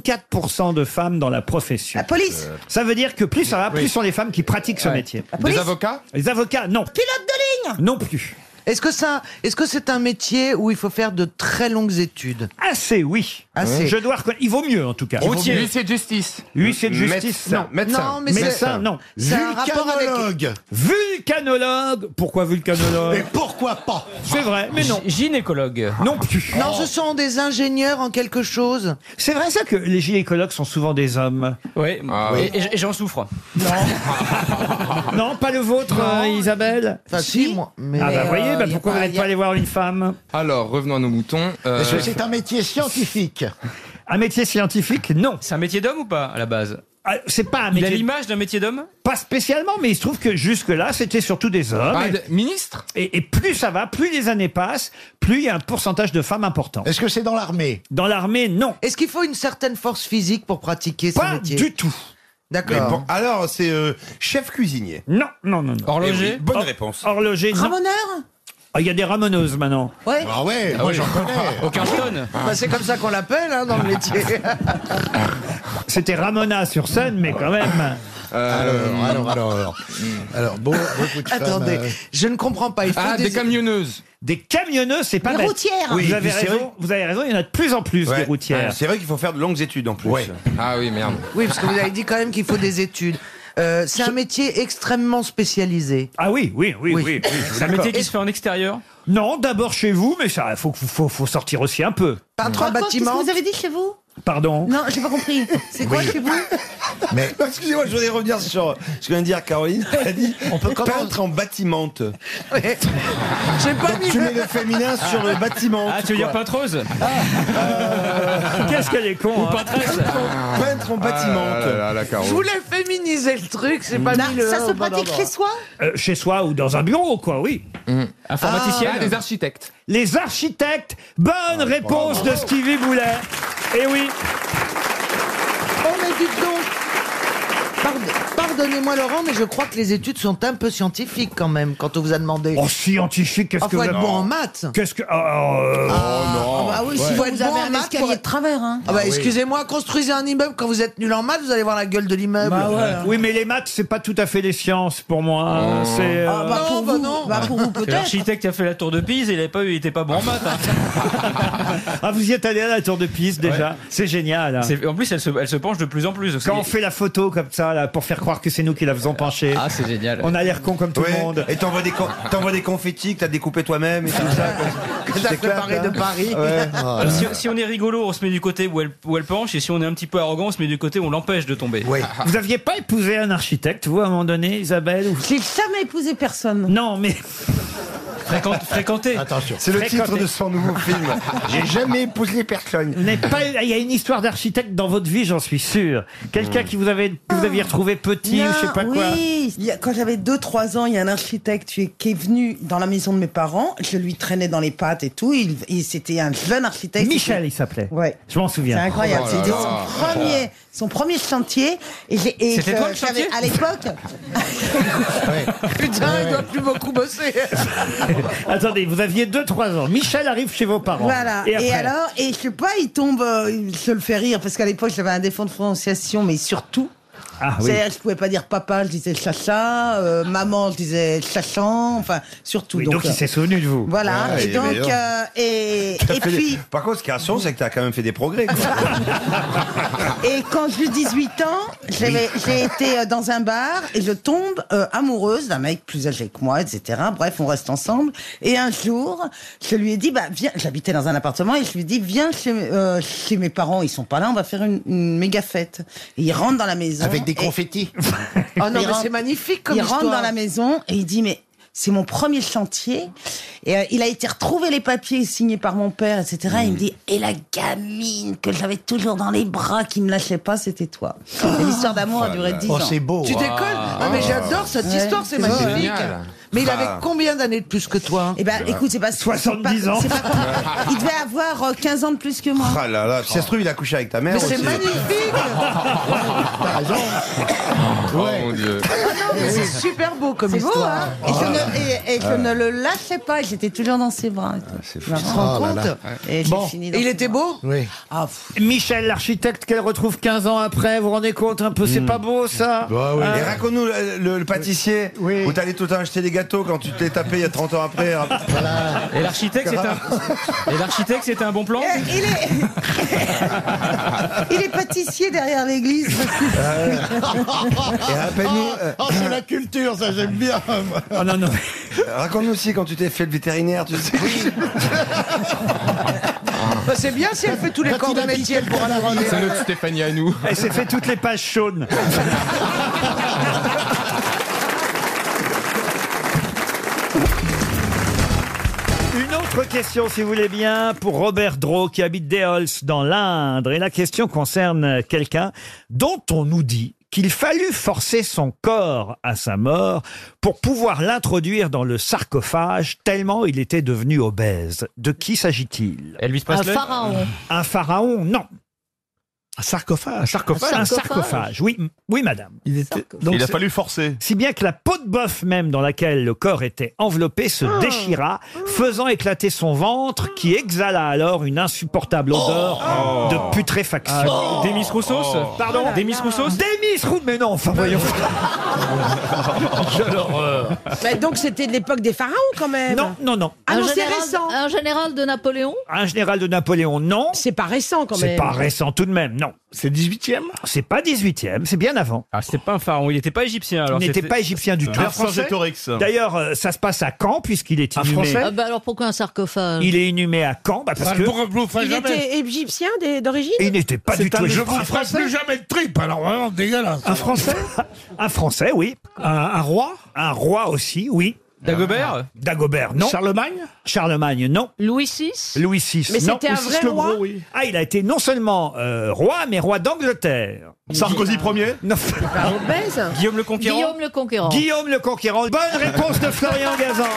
S1: 44% de femmes dans la profession. La
S2: police
S1: Ça veut dire que plus ça va, plus sont les femmes qui pratiquent ce métier.
S16: police
S1: avocats Les avocats, non.
S16: Pilote de ligne
S1: Non plus.
S16: Est-ce que ça, est-ce que c'est un métier où il faut faire de très longues études
S1: Assez, oui. Assez. Je dois reconnaître. Il vaut mieux, en tout cas.
S8: Routier. Huissier de justice.
S1: Huissier de justice.
S8: Médecin.
S1: Non, médecin, non.
S8: Vulcanologue.
S1: Vulcanologue. Pourquoi vulcanologue
S8: Et pourquoi pas
S1: C'est vrai, mais non.
S15: Gynécologue.
S1: Non plus.
S11: Non, ce sont des ingénieurs en quelque chose.
S1: C'est vrai ça que les gynécologues sont souvent des hommes.
S15: Oui,
S1: oui.
S15: et, et j'en souffre.
S11: Ah.
S1: Non, pas le vôtre, euh, Isabelle
S11: Enfin, si, moi. Mais
S1: Ah bah
S11: euh,
S1: voyez, bah,
S11: y a
S1: pourquoi vous n'êtes
S11: y
S1: pas
S11: a-
S1: allé voir une femme
S8: Alors, revenons à nos moutons. euh,
S5: Parce que c'est un métier scientifique.
S1: Un métier scientifique Non.
S15: C'est un métier d'homme ou pas, à la base
S1: Ah, c'est pas un
S15: Il a
S1: métier.
S15: l'image d'un métier d'homme
S1: Pas spécialement, mais il se trouve que jusque-là, c'était surtout des hommes.
S8: Pas
S1: Et-
S8: de- ministre
S1: et, et plus ça va, plus les années passent, plus il y a un pourcentage de femmes important.
S5: Est-ce que c'est dans l'armée
S1: Dans l'armée, non.
S11: Est-ce qu'il faut une certaine force physique pour pratiquer ce
S1: Pas
S11: métier
S1: du tout.
S11: D'accord.
S3: alors, c'est
S5: euh,
S3: chef cuisinier.
S1: Non, non, non. non.
S8: Horloger
S1: Eh oui,
S3: Bonne
S1: Or-
S3: réponse.
S1: Horloger, non.
S11: Ramoneur
S1: Ah, Il y a des ramoneuses maintenant.
S11: Ouais.
S5: Ah ouais,
S1: Ah
S5: moi
S1: oui.
S5: j'en connais.
S15: Au Carlton
S11: Bah, c'est comme ça qu'on l'appelle hein, dans le métier.
S1: C'était Ramona sur scène, mais quand même.
S5: Alors, alors, alors, alors.
S11: Mm.
S5: Alors, bon, beaucoup de femmes,
S11: Attendez,
S5: euh,
S11: je ne comprends pas. Il faut
S8: Ah, des camionneuses.
S1: Des camionneuses, c'est pas
S11: Des
S1: bête.
S11: routières.
S1: Vous
S3: Oui,
S1: avez
S3: c'est vrai.
S1: raison. Vous avez raison. Il y en a de plus en plus des routières.
S3: C'est vrai qu'il faut faire de longues études en plus.
S8: Ah oui, merde.
S11: Oui, parce que vous avez dit quand même qu'il faut des études. Euh, c'est un métier extrêmement spécialisé.
S1: Ah oui, oui, oui, oui. oui,
S15: C'est un métier qui se fait en extérieur
S1: Non, d'abord chez vous, mais ça, faut, faut, faut sortir aussi un peu.
S11: Peintre en bâtiment.
S2: vous avez dit chez vous
S1: Pardon.
S2: Non, j'ai pas compris. C'est quoi
S3: Oui.
S2: chez vous
S3: Mais excusez-moi, je voudrais revenir sur ce que vient de dire Caroline. Elle a dit on peut peintre en bâtimente.
S11: Ouais. J'ai pas mis.
S3: Tu mets le féminin sur le bâtiment.
S15: Ah, tu veux dire
S3: quoi.
S15: peintreuse
S1: Qu'est-ce qu'elle est con.
S15: Ou
S1: hein.
S15: peintresse
S2: Ah,
S3: Peintre en bâtiment.
S11: Je voulais féminiser le truc, j'ai pas
S2: Non,
S11: mis le.
S2: Ça
S11: un
S25: se
S11: au bon
S25: pratique
S11: endroit.
S2: chez soi
S1: Euh, chez soi ou dans un bureau, quoi, oui.
S15: Mm. Informaticienne
S8: Ah, des architectes.
S1: Les architectes, bonne réponse de Stevie Boulet. Eh oui,
S11: Oh, mais dites donc Pardon- Pardonnez-moi Laurent, mais je crois que les études sont un peu scientifiques quand même, quand on vous a demandé.
S1: oh, scientifique, qu'est-ce
S11: Ah,
S1: que
S11: faut
S1: vous
S11: être
S1: avez-
S11: bon en maths
S1: Qu'est-ce que... oh, euh,
S3: non.
S11: Ah oui, si
S2: Vous
S11: vous êtes
S2: avez
S11: bon en
S2: un
S11: maths,
S2: escalier
S11: pour
S2: de travers, hein
S11: Ah bah excusez-moi, construisez un immeuble quand vous êtes nul en maths, vous allez voir la gueule de l'immeuble.
S1: Bah Oui, mais les maths, c'est pas tout à fait des sciences pour moi.
S15: Oh.
S1: hein. C'est... euh,
S11: Ah bah pour vous, bah pour vous peut-être.
S15: L'architecte qui a fait la tour de Pise, il, avait pas, il était pas bon en maths. hein.
S1: Ah, vous y êtes allé à la tour de piste déjà. C'est génial. hein.
S15: C'est- En plus, elle se, elle se penche de plus en plus.
S1: Quand on fait la photo comme ça, là, pour faire croire que c'est nous qui la faisons pencher,
S15: Ah, c'est génial.
S1: on a l'air con comme tout le
S3: Ouais,
S1: monde.
S3: Et t'envoies des, con- t'envoies des confettis que t'as découpé toi-même et tout ça. Que,
S11: t'as préparé de Paris.
S3: Ouais.
S15: Euh, Si, si on est rigolo, on se met du côté où elle, où elle penche, et si on est un petit peu arrogant, on se met du côté où on l'empêche de tomber.
S3: Ouais.
S1: Vous aviez pas épousé un architecte, vous, à un moment donné, Isabelle ou-
S2: J'ai jamais épousé personne.
S1: Non, mais
S15: Fréquent- fréquenter.
S5: Attention.
S3: C'est le
S1: Fréquenter.
S3: titre de son nouveau film. J'ai jamais épousé personne.
S1: vous n'avez pas. eu- Il y a une histoire d'architecte dans votre vie, j'en suis sûr. Quelqu'un
S3: Hmm.
S1: qui vous avait, que vous aviez retrouvé petit, ou je sais pas
S2: oui,
S1: quoi.
S2: il y a- quand j'avais 2-3 ans, il y a un architecte qui est- qui est venu dans la maison de mes parents. Je lui traînais dans les pattes et tout. Il, il- c'était un jeune architecte.
S1: Michel, il s'appelait.
S2: Ouais.
S1: Je m'en
S2: C'est
S1: souviens.
S2: incroyable.
S8: Oh là
S2: C'était
S8: là.
S2: son premier, son premier chantier. Et j'ai, et
S15: C'était
S2: je-
S15: toi le
S2: j'avais-
S15: chantier
S2: À l'époque,
S11: Putain, il doit plus beaucoup bosser.
S1: Attendez, vous aviez 2-3 ans. Michel arrive chez vos parents.
S2: Voilà.
S1: Et
S2: Et,
S1: après
S2: alors, et je sais pas, il tombe, euh, il se le fait rire parce qu'à l'époque j'avais un défaut de prononciation, mais surtout.
S1: Ah oui.
S2: C'est-à-dire, je pouvais pas dire papa, je disais chacha, euh, maman, je disais chachan, enfin, surtout.
S1: Oui, donc, il
S2: euh,
S1: s'est souvenu de vous.
S2: Voilà.
S3: Ouais,
S2: et donc,
S3: mais non.
S2: euh, et, et
S3: T'as fait des-
S2: puis,
S3: Par contre, ce qui est rassurant, c'est que t'as quand même fait des progrès. quoi.
S2: et quand j'ai eu 18 ans, j'avais- j'ai été euh, dans un bar et je tombe euh, amoureuse d'un mec plus âgé que moi, etc. Bref, on reste ensemble. Et un jour, je lui ai dit, bah, viens, j'habitais dans un appartement et je lui ai dit, viens chez, euh, chez mes parents, ils sont pas là, on va faire une, une méga fête. Et il rentre dans la maison.
S5: Avec des
S2: et-
S5: confettis.
S11: Oh non,
S2: Il
S11: mais
S2: rentre-
S11: c'est magnifique comme
S2: il
S11: histoire.
S2: rentre dans la maison et il dit mais c'est mon premier chantier et euh, il a été retrouver les papiers signés par mon père etc
S11: Mm.
S2: il me dit et la gamine que j'avais toujours dans les bras qui me lâchait pas c'était toi Et l'histoire d'amour a duré 10
S5: Oh,
S2: ans
S5: c'est beau.
S11: Ah.
S5: Oh.
S11: Tu décolles Ah, mais j'adore cette
S2: Ouais.
S11: histoire, c'est
S2: C'est
S11: magnifique.
S8: génial.
S11: Mais il
S3: Ah.
S11: avait combien d'années de plus que toi hein
S2: et ben écoute c'est pas
S1: 70
S2: c'est pas-
S1: ans.
S2: c'est pas- il devait avoir euh, 15 ans de plus que moi
S3: Ah là là, si ça se trouve, il a couché avec ta mère.
S11: Mais c'est
S3: aussi.
S11: magnifique
S5: T'as raison.
S3: Ah.
S11: Ah
S8: Oh mon dieu.
S2: Ah, C'est
S7: C'est super beau comme
S11: C'est beau,
S7: histoire.
S11: hein
S7: et, je ne, et- et je
S11: Ah.
S7: ne le lâchais pas, j'étais toujours dans ses bras. et tout. Tu te
S11: Ah
S7: rends
S11: là
S7: compte
S11: là.
S7: Et j'ai
S11: Bon.
S7: fini
S11: Et
S7: dans
S11: il
S7: ses
S11: était
S7: bras.
S11: beau
S1: Oui.
S7: Ah,
S1: Michel, l'architecte qu'elle retrouve 15 ans après, vous vous rendez compte un peu, c'est pas beau ça
S3: Bah
S1: Ah.
S26: Et raconte-nous le, le- le pâtissier où t'allais tout le temps acheter des gâteaux quand tu t'es tapé il y a 30 ans après.
S22: Et l'architecte, c'est un- et l'architecte, c'était un bon plan
S7: Il est... Il est pâtissier derrière l'église.
S26: Euh.
S1: Euh.
S26: Et rappelle-nous.
S3: Ah,
S26: euh,
S3: oh,
S12: c'est la culture, ça j'aime bien.
S1: Ah, non, non.
S26: Raconte-nous aussi quand tu t'es fait le vétérinaire, tu sais.
S11: Ah,
S2: Bah, c'est bien si elle fait tous les corps de métier pour aller
S1: C'est
S2: rendre.
S1: notre
S23: Stéphanie à nous.
S1: Elle s'est fait toutes les pages jaunes. Une autre question, si vous voulez bien, pour Robert Drault, qui habite Déols, dans l'Indre. Et la question concerne quelqu'un dont on nous dit qu'il fallut forcer son corps à sa mort pour pouvoir l'introduire dans le sarcophage, tellement il était devenu obèse. De qui s'agit-il
S10: Presley Un pharaon.
S1: Un pharaon, non. Un sarcophage Un sarcophage
S10: Un
S1: Un
S10: sarcophage.
S1: sarcophage, oui, m- oui madame. Il,
S21: Il a fallu forcer.
S1: Si bien que la peau de bœuf même dans laquelle le corps était enveloppé se déchira, faisant éclater son ventre qui exhala alors une insupportable odeur de putréfaction.
S23: Ah, Demis Roussos
S21: Oh.
S1: Pardon
S23: Demis
S1: Roussos Demis Roussos Mais non, enfin voyons
S23: Quelle horreur
S11: Bah, donc c'était de l'époque des pharaons quand même.
S1: Non, non, non.
S11: Ah
S1: Un
S11: non, c'est
S1: général-
S11: récent.
S10: Un général de Napoléon
S1: Un général de Napoléon, non.
S11: C'est pas récent quand même.
S1: C'est pas récent tout de même, non. C'est 18e C'est pas 18e, c'est bien avant.
S23: Ah, c'était pas un pharaon, il n'était pas égyptien alors.
S1: Il n'était
S23: c'était-
S1: pas égypien du tout.
S23: Un Français
S1: D'ailleurs, euh, ça se passe à Caen, puisqu'il est inhumé.
S10: Ah bah alors pourquoi un sarcophage
S1: Il est inhumé à Caen, bah, parce que.
S11: Il était égyptien des- d'origine
S1: Il n'était pas du tout
S23: un- je
S1: égyptien.
S23: vous ferai plus
S1: jamais de trip, alors vraiment dégueulasse. Un français Un français, oui. Un, roi Un roi aussi, oui. Euh,
S23: Dagobert
S1: Dagobert, non. Charlemagne Charlemagne, non.
S10: Louis VI
S1: Louis VI,
S10: Mais
S1: non.
S10: c'était un Louis vrai VI le roi Gros, oui.
S1: Ah, il a été non seulement euh, roi, mais roi d'Angleterre.
S21: Sarkozy
S1: Ier Non.
S10: Obèse
S1: Guillaume le
S10: Guillaume le Conquérant.
S1: Guillaume le Conquérant. Bonne réponse de Florian Gazan.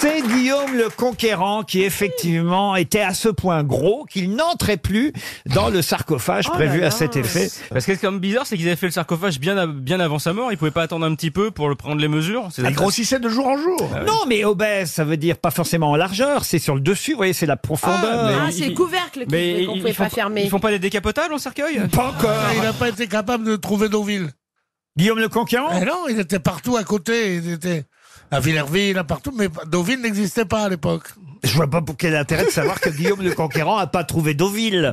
S1: C'est Guillaume le Conquérant qui effectivement était à ce point gros qu'il n'entrait plus dans le sarcophage
S23: Oh
S15: Oh
S1: prévu à cet effet.
S23: Parce que ce qui est quand même bizarre, c'est qu'ils avaient fait le sarcophage bien, av- bien avant sa mort. Ils pouvaient pas attendre un petit peu pour le prendre les mesures. C'est
S1: Il grossissait
S23: de jour en jour.
S1: Ah Non, mais obèse, ça veut dire pas forcément en largeur, c'est sur le dessus, vous voyez, c'est la profondeur.
S23: mais
S11: Ah, c'est le couvercle qu'on
S23: mais
S11: ne
S23: ils
S11: pouvait
S23: font-
S11: pas fermer.
S23: Ils font pas des décapotables en cercueil
S1: Pas encore.
S23: Il n'a
S24: pas été capable de trouver Deauville.
S1: Guillaume le Conquérant
S24: Non, il était partout à côté. Il était à Villerville, à partout. Mais Deauville n'existait pas à l'époque.
S1: Je vois pas pour quel intérêt de savoir que Guillaume le Conquérant a pas trouvé Deauville.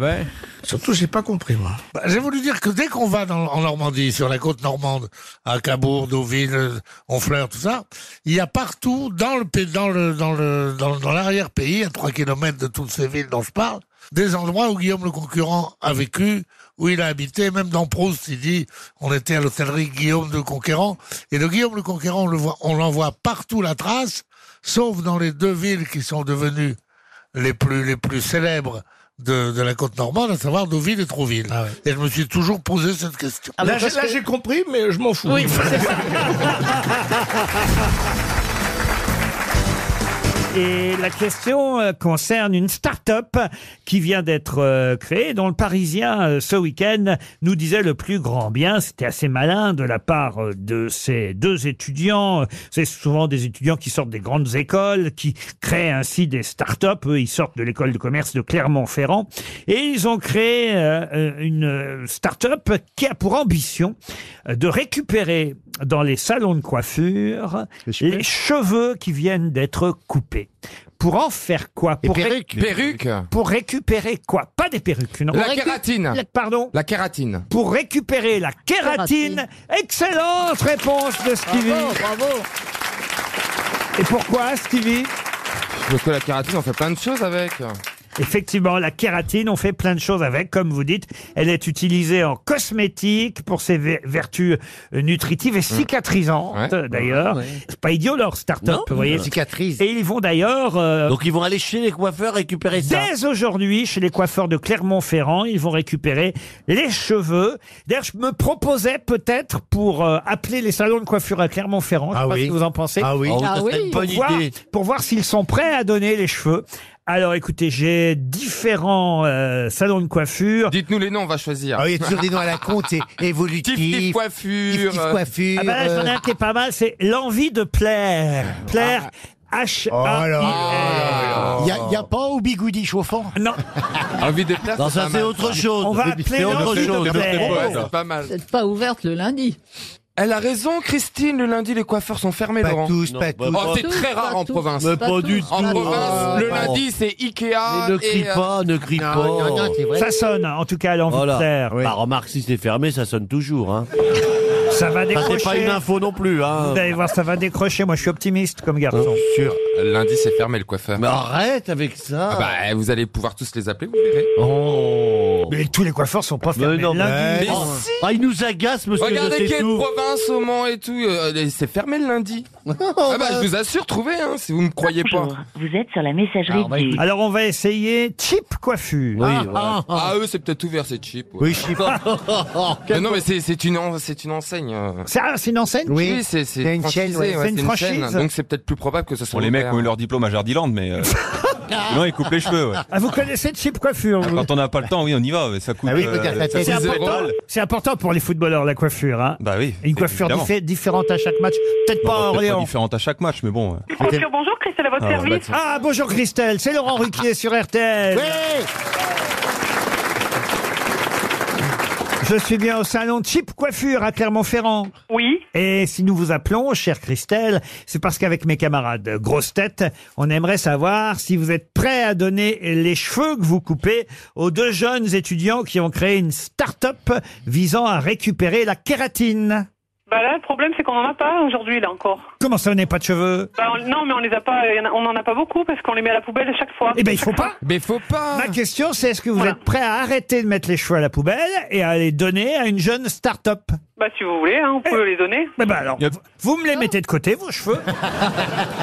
S24: Surtout, j'ai pas compris, moi. Bah, J'ai voulu dire que dès qu'on va dans- en Normandie, sur la côte normande, à Cabourg, Deauville, euh, Honfleur, tout ça, il y a partout, dans le pays- dans le, dans le, dans, dans l'arrière-pays, à 3 km de toutes ces villes dont je parle, des endroits où Guillaume le Concurrent a vécu, où il a habité, même dans Proust, il dit, on était à l'hôtellerie Guillaume le Conquérant, et le Guillaume le Conquérant, on le voit, on l'envoie partout la trace, sauf dans les deux villes qui sont devenues les plus, les plus célèbres de, de la côte normande, à savoir Deauville et Trouville. Et je me suis toujours posé cette question.
S23: Ah, mais Là, parce j'ai- là, que-
S24: j'ai compris, mais je m'en fous.
S23: Oui,
S1: Et la question euh, concerne une start-up qui vient d'être euh, créée, dont le Parisien, euh, ce week-end, nous disait le plus grand bien. C'était assez malin de la part euh, de ces deux étudiants. C'est souvent des étudiants qui sortent des grandes écoles, qui créent ainsi des start-up. Eux, ils sortent de l'école de commerce de Clermont-Ferrand. Et ils ont créé euh, euh, une euh, start-up qui a pour ambition euh, de récupérer dans les salons de coiffure les cheveux qui viennent d'être coupés. Pour en faire quoi Pour ré- Pour récupérer quoi Pas des perruques, non
S6: La Pour récu- kératine. la-
S1: Pardon
S6: La kératine.
S1: Pour récupérer la kératine. Excellente réponse de Stevie. Et pourquoi, Stevie
S6: Parce que la kératine, on fait plein de choses avec.
S1: Effectivement, la kératine, on fait plein de choses avec, comme vous dites. Elle est utilisée en cosmétique pour ses ver- vertus nutritives
S6: Mmh.
S1: et cicatrisantes, d'ailleurs. C'est pas idiot leur start-up,
S5: Non,
S1: vous voyez.
S5: euh, cicatrice.
S1: Et ils vont d'ailleurs... euh,
S5: Donc ils vont aller chez les coiffeurs récupérer ça.
S1: Dès aujourd'hui, chez les coiffeurs de Clermont-Ferrand, ils vont récupérer les cheveux. D'ailleurs, je me proposais peut-être pour euh, appeler les salons de coiffure à Clermont-Ferrand. Je sais
S5: Ah
S1: pas
S5: oui.
S1: ce que vous en pensez.
S5: Ah oui. Ah oui, ça serait une bonne
S1: pour voir,
S5: idée.
S1: pour voir s'ils sont prêts à donner les cheveux Alors écoutez, j'ai différents euh, salons de coiffure.
S8: Dites-nous les noms, on va choisir.
S1: Ah oui, toujours des noms à la con, c'est
S8: évolutif. Tif, tif coiffure.
S1: Petite Ah bah là, j'en ai un qui est pas mal, c'est l'envie de plaire. Plaire. H A
S8: là.
S1: I
S8: Y a-
S1: a pas au bigoudi chauffant Non.
S8: Envie de plaire.
S1: Non, ça,
S8: pas
S1: c'est
S8: mal.
S1: autre chose. On va appeler
S8: C'est autre
S1: l'envie de
S8: chose.
S1: plaire.
S8: Ouais, C'est pas mal.
S2: Vous n'êtes pas ouverte le lundi.
S8: Elle a raison, Christine. Le lundi, les coiffeurs sont fermés,
S5: Pas
S8: Laurent.
S5: tous, Non, pas bah, tous.
S8: Oh, c'est
S5: pas
S8: très
S5: tous,
S8: rare
S5: pas
S8: en
S5: tous,
S8: province.
S5: Mais pas du
S8: En
S5: tout.
S8: province, le
S5: Ah,
S8: lundi, c'est Ikea.
S5: Mais ne crie
S8: et, euh,
S5: pas, ne crie
S8: non,
S5: pas.
S8: non, non, c'est vrai.
S1: Ça sonne, en tout cas, à l'envie
S5: Voilà.
S1: de plaire. oui.
S5: Bah, remarque, si c'est fermé, ça sonne toujours. Hein.
S1: Ça va
S5: c'est pas
S1: décrocher.
S5: une info non plus. Hein.
S1: Vous allez voir, ça va décrocher. Moi, je suis optimiste comme garçon.
S8: Sûr. Lundi, c'est fermé, le coiffeur.
S5: Mais arrête avec ça.
S8: Ah bah, vous allez pouvoir tous les appeler, vous verrez.
S1: Mais tous les coiffeurs sont pas fermés.
S5: non, Oh. mais-
S1: Lundi.
S5: Mais
S1: Oh.
S5: si. Ah, il nous agace, monsieur.
S8: Regardez
S5: je sais
S8: quai de
S5: tout.
S8: province, au Mans et tout, euh, euh, c'est fermé le lundi.
S5: Oh,
S8: ah bah, je vous assure, trouvez, hein, si vous me croyez pas.
S27: Vous êtes sur la messagerie
S8: Alors, on va
S27: du...
S8: écouter.
S1: Alors, on va essayer Chip Coiffure.
S8: ah, ah, ah, eux, c'est peut-être ouvert, c'est cheap. ouais.
S1: Oui, cheap.
S8: Mais non, mais c'est- c'est une, en- c'est une enseigne. euh.
S1: C'est ah, c'est une enseigne
S8: Oui, c'est c'est franchisé, ouais,
S1: C'est une
S8: chaîne,
S1: franchise.
S8: donc c'est peut-être plus probable que ce soit.
S3: Bon, les mecs
S8: ouvert.
S3: ont eu leur diplôme à Jardiland, mais euh, sinon ils coupent les cheveux. ouais.
S1: Ah, vous connaissez Chip Coiffure
S8: Ah,
S1: vous
S3: Quand on n'a pas le temps, oui, on y va, mais ça coûte. euh,
S1: Ah oui, faut
S8: euh,
S1: dire la
S3: ça
S1: tête.
S3: coûte
S1: C'est
S3: zéro
S1: important.
S3: balles.
S1: C'est important pour les footballeurs, la coiffure. Hein.
S3: Bah oui.
S1: Une coiffure
S3: évidemment.
S1: diffé- différente à chaque match. Peut-être
S3: Bon,
S1: pas à
S3: peut-être
S1: Orléans.
S3: différente à chaque match, mais bon. ouais.
S7: bonjour, Christelle, à votre
S3: Ah,
S7: service.
S3: bah,
S1: Ah, bonjour Christelle, c'est Laurent Ruquier sur RTL.
S7: Ah,
S1: Je suis bien au salon Chip Coiffure à Clermont-Ferrand.
S7: Oui.
S1: Et si nous vous appelons, chère Christelle, c'est parce qu'avec mes camarades grosses têtes, on aimerait savoir si vous êtes prêts à donner les cheveux que vous coupez aux deux jeunes étudiants qui ont créé une start-up visant à récupérer la kératine.
S7: Bah là, le problème, c'est qu'on n'en a pas aujourd'hui, là encore.
S1: Comment ça, vous n'avez pas de cheveux
S7: Bah, on- non, mais on les a pas, y en a- on n'en a pas beaucoup parce qu'on les met à la poubelle chaque fois.
S1: Eh ben, il faut pas.
S8: Mais faut pas.
S1: Ma question, c'est est-ce que vous êtes prêt à arrêter de mettre les cheveux à la poubelle et à les donner à une jeune start-up
S7: Bah, si vous voulez, hein, on peut les donner.
S1: Eh ben alors, vous- vous me les mettez de côté, vos cheveux.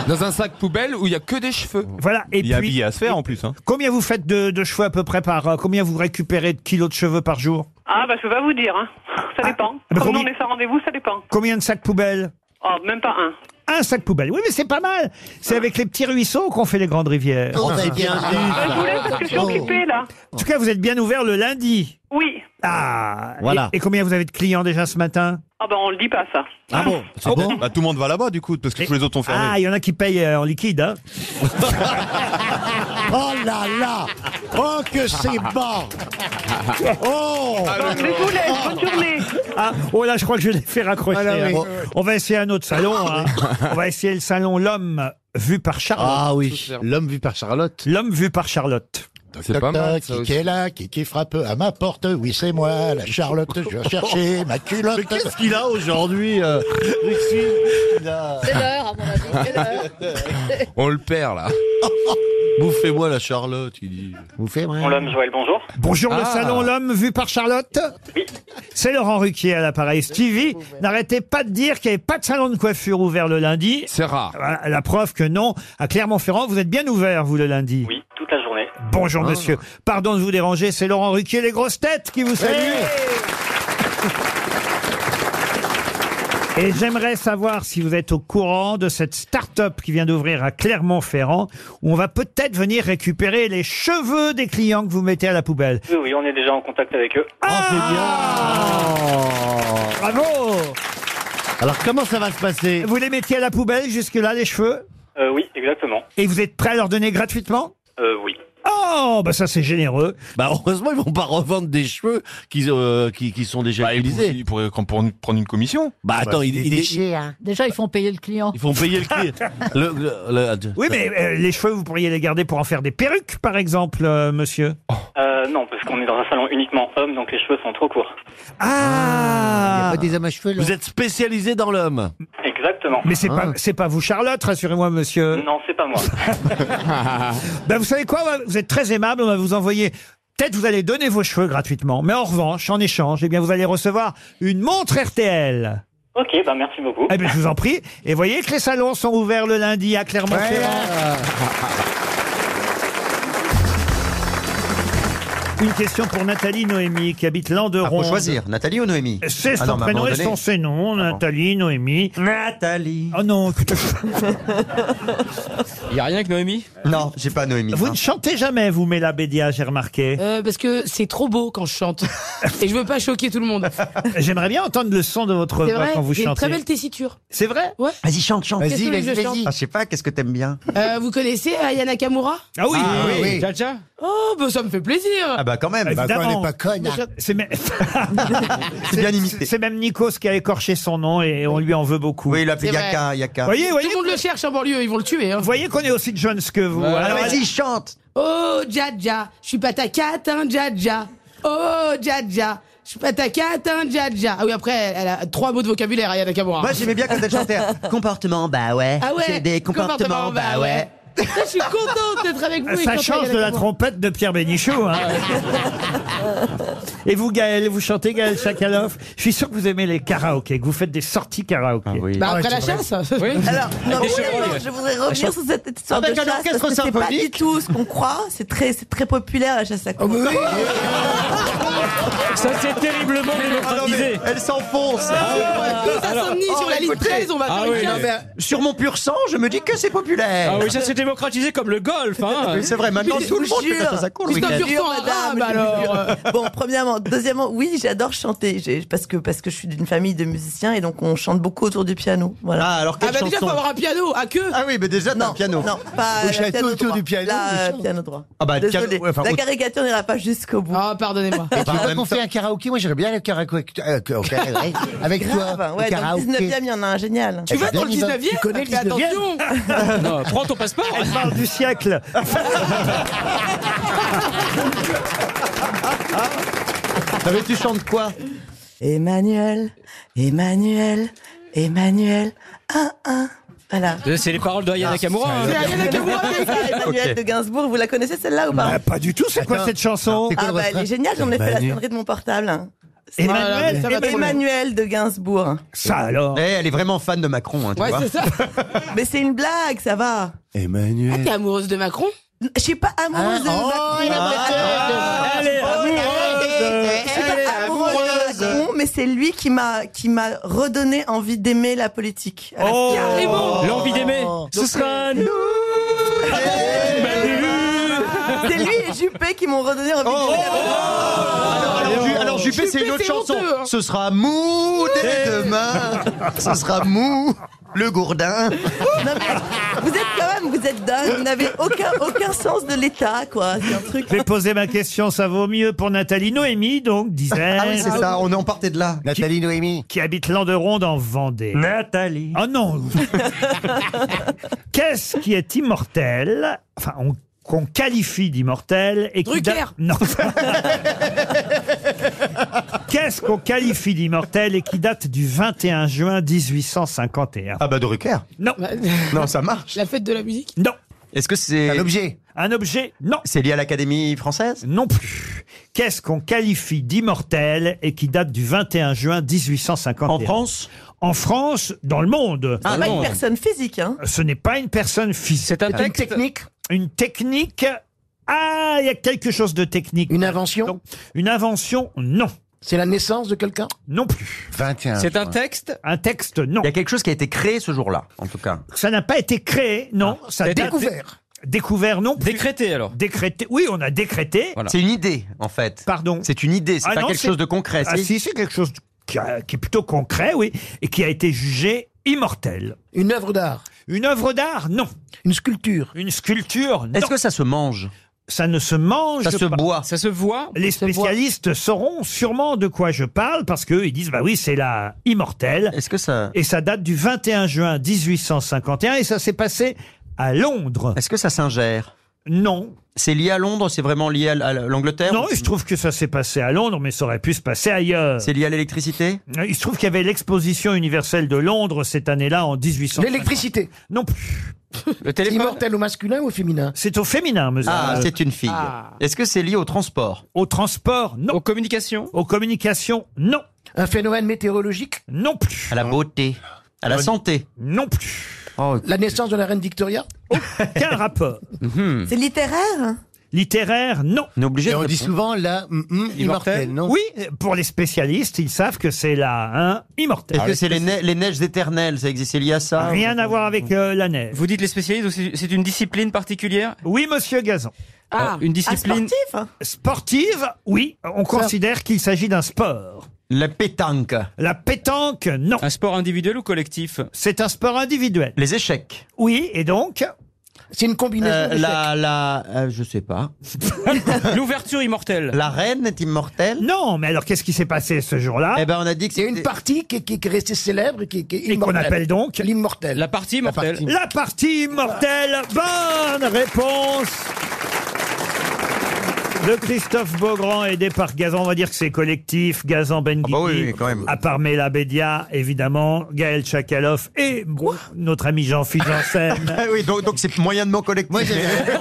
S8: Dans un sac poubelle où il y a que des cheveux.
S1: Voilà. Et
S8: Il y a un
S1: puis,
S8: billet
S3: à se faire en plus. Hein.
S1: Combien vous faites de, de cheveux à peu près par euh, Combien vous récupérez de kilos de cheveux par jour
S7: Ah, bah, je vais pas vous dire, hein.
S23: Ah,
S7: Ça dépend.
S1: bah,
S7: Comme nous, on
S1: combien-
S7: est sans rendez-vous, ça dépend.
S1: Combien de sacs poubelles
S7: Oh, même pas un.
S1: Un sac poubelle. Oui, mais c'est pas mal. C'est avec les petits ruisseaux qu'on fait les grandes rivières.
S3: Oh, c'est bien Oh. dit,
S7: Bah, je vous laisse parce que je suis occupée, là.
S1: En tout cas, vous êtes bien ouvert le lundi.
S7: Oui.
S1: Ah.
S3: Voilà.
S1: Et, et combien vous avez de clients déjà ce matin
S7: Ah, bah, on le dit pas, ça.
S1: Ah bon
S3: C'est bon Bah, Tout le monde va là-bas, du coup, parce que tous les autres sont fermés.
S1: Ah, il y en a qui payent euh, en liquide. Hein.
S12: Oh là là Oh que c'est
S3: Ah,
S12: bon Oh
S7: Bon, mais je vous laisse. Bonne journée.
S1: Ah, oh là, je crois que je l'ai fait raccrocher.
S12: Ah là,
S1: hein.
S12: oui.
S1: Bon, on va essayer un autre salon. hein. On va essayer le salon L'homme vu par Charlotte.
S8: Ah oui,
S1: l'homme vu par Charlotte. L'homme vu par Charlotte.
S8: C'est pas mal. ça
S12: Euh, qui est là, qui, qui frappe à ma porte, oui c'est moi, la Charlotte, je vais
S1: Oh,
S12: chercher ma culotte.
S5: Mais qu'est-ce qu'il a aujourd'hui euh, Ruquier Il a-
S2: C'est l'heure, à mon avis. C'est l'heure.
S8: On le perd là.
S5: Bouffez-moi la Charlotte, il dit. Bouffez-moi.
S7: Mon homme, Joël, bonjour.
S1: Bonjour le
S7: Ah.
S1: salon L'homme vu par Charlotte. C'est Laurent Ruquier à l'appareil. Stevie, n'arrêtez pas de dire qu'il n'y avait pas de salon de coiffure ouvert le lundi.
S8: C'est rare.
S1: La preuve que non. À Clermont-Ferrand, vous êtes bien ouvert, vous, le lundi.
S7: Oui, toute la journée.
S1: Bonjour
S5: Ah.
S1: monsieur. Pardon de vous déranger, c'est Laurent Ruquier, les grosses têtes qui vous saluent. Et j'aimerais savoir si vous êtes au courant de cette start-up qui vient d'ouvrir à Clermont-Ferrand, où on va peut-être venir récupérer les cheveux des clients que vous mettez à la poubelle.
S15: Oui, oui, on est déjà en contact avec eux.
S5: Oh.
S1: Bravo
S5: Alors comment ça va se passer
S1: Vous les mettiez à la poubelle jusque-là, les cheveux
S15: Euh, oui, exactement.
S1: Et vous êtes prêt à leur donner gratuitement
S15: Euh, oui.
S1: Oh, bah ça c'est généreux.
S5: Bah heureusement ils vont pas revendre des cheveux qui euh, qui, qui sont déjà utilisés.
S3: Bah, Ils pourraient quand- pour- prendre une commission.
S5: Bah attends, il, il-
S23: hein.
S2: Déjà, ils font payer le client.
S5: ils font payer le clé. Le- le- ah, le-
S1: Oui, mais euh, les cheveux, vous pourriez les garder pour en faire des perruques, par exemple, euh, monsieur.
S15: Euh, non, parce qu'on est dans un salon uniquement homme, donc les cheveux sont trop courts.
S1: Ah
S5: Vous êtes spécialisé dans l'homme.
S12: Ah,
S15: Exactement.
S1: Mais c'est pas c'est pas vous Charlotte, rassurez-moi monsieur.
S15: Non, c'est pas moi.
S1: Ben vous savez quoi, on va- vous êtes très aimable, on va vous envoyer Peut-être vous allez donner vos cheveux gratuitement, mais en revanche, en échange, eh bien vous allez recevoir une montre RTL.
S15: ok, bah merci beaucoup.
S1: Eh bien je vous en prie. Et voyez que les salons sont ouverts le lundi à
S7: Ah.
S1: Clermont-Ferrand. Une question pour Nathalie Noémie qui habite Landeron.
S28: faut choisir, Nathalie ou Noémie
S1: C'est son
S28: Ah non, mais à un
S1: prénom Ah
S28: moment
S1: et
S28: donné- Ah
S1: son prénom, Nathalie, Noémie. Nathalie. Oh non, écoute. Il n'y a rien que Noémie Non, j'ai pas Noémie.
S5: hein.
S1: Vous ne chantez jamais, vous, Mela Bédia, j'ai remarqué.
S2: Euh, parce que c'est trop beau quand je chante. Et je veux pas choquer tout le monde.
S1: J'aimerais bien entendre le son de votre
S2: C'est
S1: voix
S2: vrai,
S1: quand vous
S2: j'ai une
S1: chantez.
S2: très belle tessiture.
S1: C'est vrai
S2: Ouais.
S1: Vas-y, chante,
S2: chante. Qu'est-ce que vous voulez que je chante
S5: Ah, je sais pas, qu'est-ce que t'aimes bien
S2: Euh, vous connaissez Ayana Nakamura
S1: Ah oui,
S5: Ah oui. oui.
S2: Oh, bah ça me fait plaisir
S5: Ah bah quand même,
S1: Évidemment.
S5: bah, quand
S1: C'est même... C'est bien imité. C'est même Nikos qui a écorché son nom et on lui en veut beaucoup. Oui, il
S2: C'est vrai.
S1: Voyez, voyez,
S2: Tout le monde le cherche en banlieue, ils vont le tuer. Hein.
S1: voyez qu'on est aussi jeunes que vous. hein.
S2: Ouais. Ah,
S1: Alors,
S2: Vas-y,
S1: allez-
S2: chante Oh, Dja Dja, je suis pas ta cate, hein, Dja Dja. Oh, Dja Dja, je suis pas ta cate, hein, Dja Dja. Ah oui, après, elle a trois mots de vocabulaire, Ayana Nakamura.
S5: Moi j'aimais bien quand elle chantait comportement, bah ouais.
S2: Ah ouais,
S5: J'ai des comportements,
S2: comportement,
S5: bah
S2: bah
S5: ouais.
S2: Putain, Je suis contente d'être avec vous. et
S1: Ah, Ça
S2: contente,
S1: change de
S2: Ayana
S1: la
S2: Nakamura.
S1: trompette de Pierre Bénichou. hein. Et vous, Gaël, vous chantez Gaël Chakaloff Je suis sûr que vous aimez les karaokés, que vous faites des sorties Ah karaoké.
S28: Ah
S2: Bah,
S14: Ah
S2: après la chasse
S14: Alors, non, oui, alors, je voudrais revenir sur cette histoire
S1: Avec
S14: de
S1: un
S14: chasse,
S1: orchestre
S14: parce que c'est pas
S1: symphonique.
S14: du tout ce qu'on croit. C'est très, c'est très populaire, la chasse à courre.
S5: Oh,
S15: Ça c'est terriblement démocratisé.
S5: Elle s'enfonce.
S15: Tous insomnies sur la ligne 13, on va faire une quinze.
S5: Ah Sur mon pur sang, je me dis que c'est populaire.
S15: Ah oui, ça s'est démocratisé comme le golf. Hein.
S5: Oui, c'est vrai, maintenant, tout le monde fait la chasse à courre, le Christophe week-end. Durand,
S14: madame, alors. euh, Bon, premièrement. Deuxièmement, oui, j'adore chanter. J'ai- Parce que, parce que je suis d'une famille de musiciens et donc on chante beaucoup autour du piano. Voilà.
S5: Ah, alors
S2: Ah bah déjà, faut avoir un piano, à queue
S5: Ah oui, mais déjà, t'as un piano.
S14: Non, pas
S5: Au
S14: la
S5: château,
S14: piano
S5: autour
S14: droit.
S5: du piano,
S14: La
S5: bien
S14: euh,
S5: sûr.
S14: piano droit.
S5: Ah bah, le piano-
S14: Désolée.
S5: ouais, enfin,
S14: la
S5: au-
S14: caricature n'ira pas jusqu'au bout.
S2: Ah, pardonnez-moi.
S5: Et puis, en même
S14: qu'on
S5: temps-
S14: un karaoké Moi, j'aimerais bien aller au karaoké
S5: euh, Avec toi, au
S14: Ouais, dans le
S5: karaoké.
S14: 19 e il y en a un génial.
S5: Tu Eh vas ben, dans le viens, on y va. 19e? Tu connais le
S14: Fais
S5: 19e?
S14: attention.
S15: Non, prends ton passeport.
S1: Elle parle du siècle.
S5: Ah, mais tu chantes quoi
S14: Emmanuel, Emmanuel, Emmanuel, 1, 1. Voilà.
S15: C'est les paroles de Ayana Kamura. hein.
S14: Emmanuel
S15: Ok.
S14: de Gainsbourg, vous la connaissez celle-là ou pas
S1: Bah, Pas du tout, c'est quoi cette chanson
S14: Ah bah elle est géniale, j'en ai fait la
S1: Emmanuel.
S14: sonnerie de mon portable. hein.
S1: Emmanuel,
S14: Voilà,
S1: Emmanuel.
S14: Emmanuel de Gainsbourg.
S1: Ça alors
S5: Eh, Elle est vraiment fan de Macron, hein, tu
S14: Ouais,
S5: vois.
S14: c'est ça. Mais c'est une blague, ça va.
S5: Emmanuel.
S14: Ah, T'es amoureuse de Macron Je suis pas amoureuse de Macron.
S15: Elle
S14: Oh,
S15: est
S14: Je suis pas amoureuse de Macron, mais c'est lui qui m'a qui m'a redonné envie d'aimer la politique.
S15: Oh,
S14: Carrément.
S15: L'envie d'aimer. Ce sera nous.
S5: Eh,
S14: C'est lui et Juppé qui m'ont redonné envie d'aimer la
S15: Oh.
S14: politique.
S5: Alors, Ju- alors, Juppé, c'est une autre chanson.
S1: hein.
S5: Ce sera mou dès demain. Ce sera mou le gourdin.
S14: Non, mais vous êtes quand même, vous êtes dingue, vous n'avez aucun, aucun sens de l'État, quoi. C'est un truc.
S1: Je vais poser ma question, ça vaut mieux pour Nathalie Noémie, donc, disait.
S5: Ah oui, c'est ça, on en partait de là. Nathalie Noémie.
S1: Qui habite Landeronde en Vendée.
S15: Nathalie.
S1: Oh non Qu'est-ce qui est immortel Enfin, on- qu'on qualifie d'immortel et qui da-
S2: Drucker.
S1: Non. Qu'est-ce qu'on qualifie d'immortel et qui date du 21 juin 1851
S5: Ah bah Drucker.
S1: Non.
S5: Non, ça marche.
S2: La fête de la musique
S1: Non.
S5: Est-ce que c'est un objet
S1: Un objet Non.
S5: C'est lié à l'Académie française
S1: Non plus. Qu'est-ce qu'on qualifie d'immortel et qui date du 21 juin 1851 En France En France, dans le monde.
S5: Ah
S14: C'est Ah, pas une personne physique, hein.
S1: Ce n'est pas une personne physique. C'est
S14: C'est une texte. technique
S1: Une technique. Ah, il y a quelque chose de technique. Une invention Une invention, non. C'est la naissance de quelqu'un Non plus.
S5: 21.
S1: C'est un texte Un texte, non.
S5: Il y a quelque chose qui a été créé ce jour-là, en tout cas.
S1: Ça n'a pas été créé, non. ça
S5: c'est
S1: date-
S5: découvert.
S1: Ah, Découvert, non. plus.
S5: Décrété, alors.
S1: Décrété. Oui, on a décrété.
S5: C'est une idée, en fait.
S1: Pardon.
S5: C'est une idée, c'est
S1: Ah
S5: pas
S1: non,
S5: quelque
S1: c'est-
S5: chose de concret.
S1: Ah si, c'est quelque chose qui, a- qui est plutôt concret, oui, et qui a été jugé immortel.
S5: Une œuvre d'art.
S1: Une œuvre d'art, non.
S5: Une sculpture.
S1: Une sculpture, non.
S5: Est-ce que ça se mange
S1: Ça ne se mange
S5: Ça se
S1: pas.
S5: boit.
S1: Ça se voit. Les spécialistes sauront sûrement de quoi je parle parce qu'eux, ils disent, bah oui, c'est la immortelle.
S5: Est-ce que ça...
S1: Et ça date du 21 juin 1851 et ça s'est passé à Londres.
S5: Est-ce que ça s'ingère
S1: Non.
S5: C'est lié à Londres C'est vraiment lié à l- à l'Angleterre
S1: Non, il se trouve que ça s'est passé à Londres, mais ça aurait pu se passer ailleurs. Euh,
S5: C'est lié à l'électricité
S1: Il se trouve qu'il y avait l'exposition universelle de Londres cette année-là en 1800.
S29: L'électricité.
S1: Non plus.
S5: Le
S29: C'est immortel au masculin ou au féminin
S1: C'est au féminin, monsieur. Euh,
S5: Ah, c'est une fille.
S1: Ah.
S5: Est-ce que c'est lié au transport
S1: Au transport, non. Aux communications Aux communications, non.
S29: Un phénomène météorologique
S1: Non plus.
S5: À la beauté À la santé
S1: Non plus.
S29: La naissance de la reine Victoria
S1: Aucun rapport.
S5: Mhm.
S14: C'est littéraire
S1: littéraire, non.
S30: Et on dit souvent la mm, mm, immortelle, non
S1: Oui, pour les spécialistes, ils savent que c'est la hein, 1 immortelle.
S30: Est-ce que c'est les, ne- les neiges éternelles Ça existe, c'est lié à ça
S1: Rien à voir avec euh, la neige.
S15: Vous dites les spécialistes, donc c'est- c'est une discipline particulière
S1: Oui, monsieur Gazan.
S15: Ah, une discipline
S7: hein.
S1: Sportive, oui. On considère qu'il s'agit d'un sport.
S30: La pétanque.
S1: La pétanque, non.
S15: Un sport individuel ou collectif
S1: C'est un sport individuel.
S30: Les échecs.
S1: Oui, et donc
S7: C'est une combinaison
S30: Euh,
S7: d'échecs.
S30: la, la, euh, je sais pas.
S15: L'ouverture immortelle.
S30: La reine est immortelle
S1: Non, mais alors qu'est-ce qui s'est passé ce jour-là
S30: Eh ben, on a dit que
S7: Il y a une
S30: c'était-
S7: partie qui, qui- qui est restée célèbre et qui, qui est
S1: Et qu'on
S7: immortelle.
S1: appelle donc
S7: L'immortelle.
S15: La partie immortelle.
S1: La partie immortelle. Bonne réponse de Christophe Beaugrand, aidé par Gazan. On va dire que c'est collectif.
S30: Ah
S1: Gazan Benguigui,
S30: bah
S1: à part Mela Bédia, évidemment, Gaël Tchakaloff et bon, notre ami Jean-Philippe Janssen.
S30: Ah oui, donc donc c'est moyennement collectif.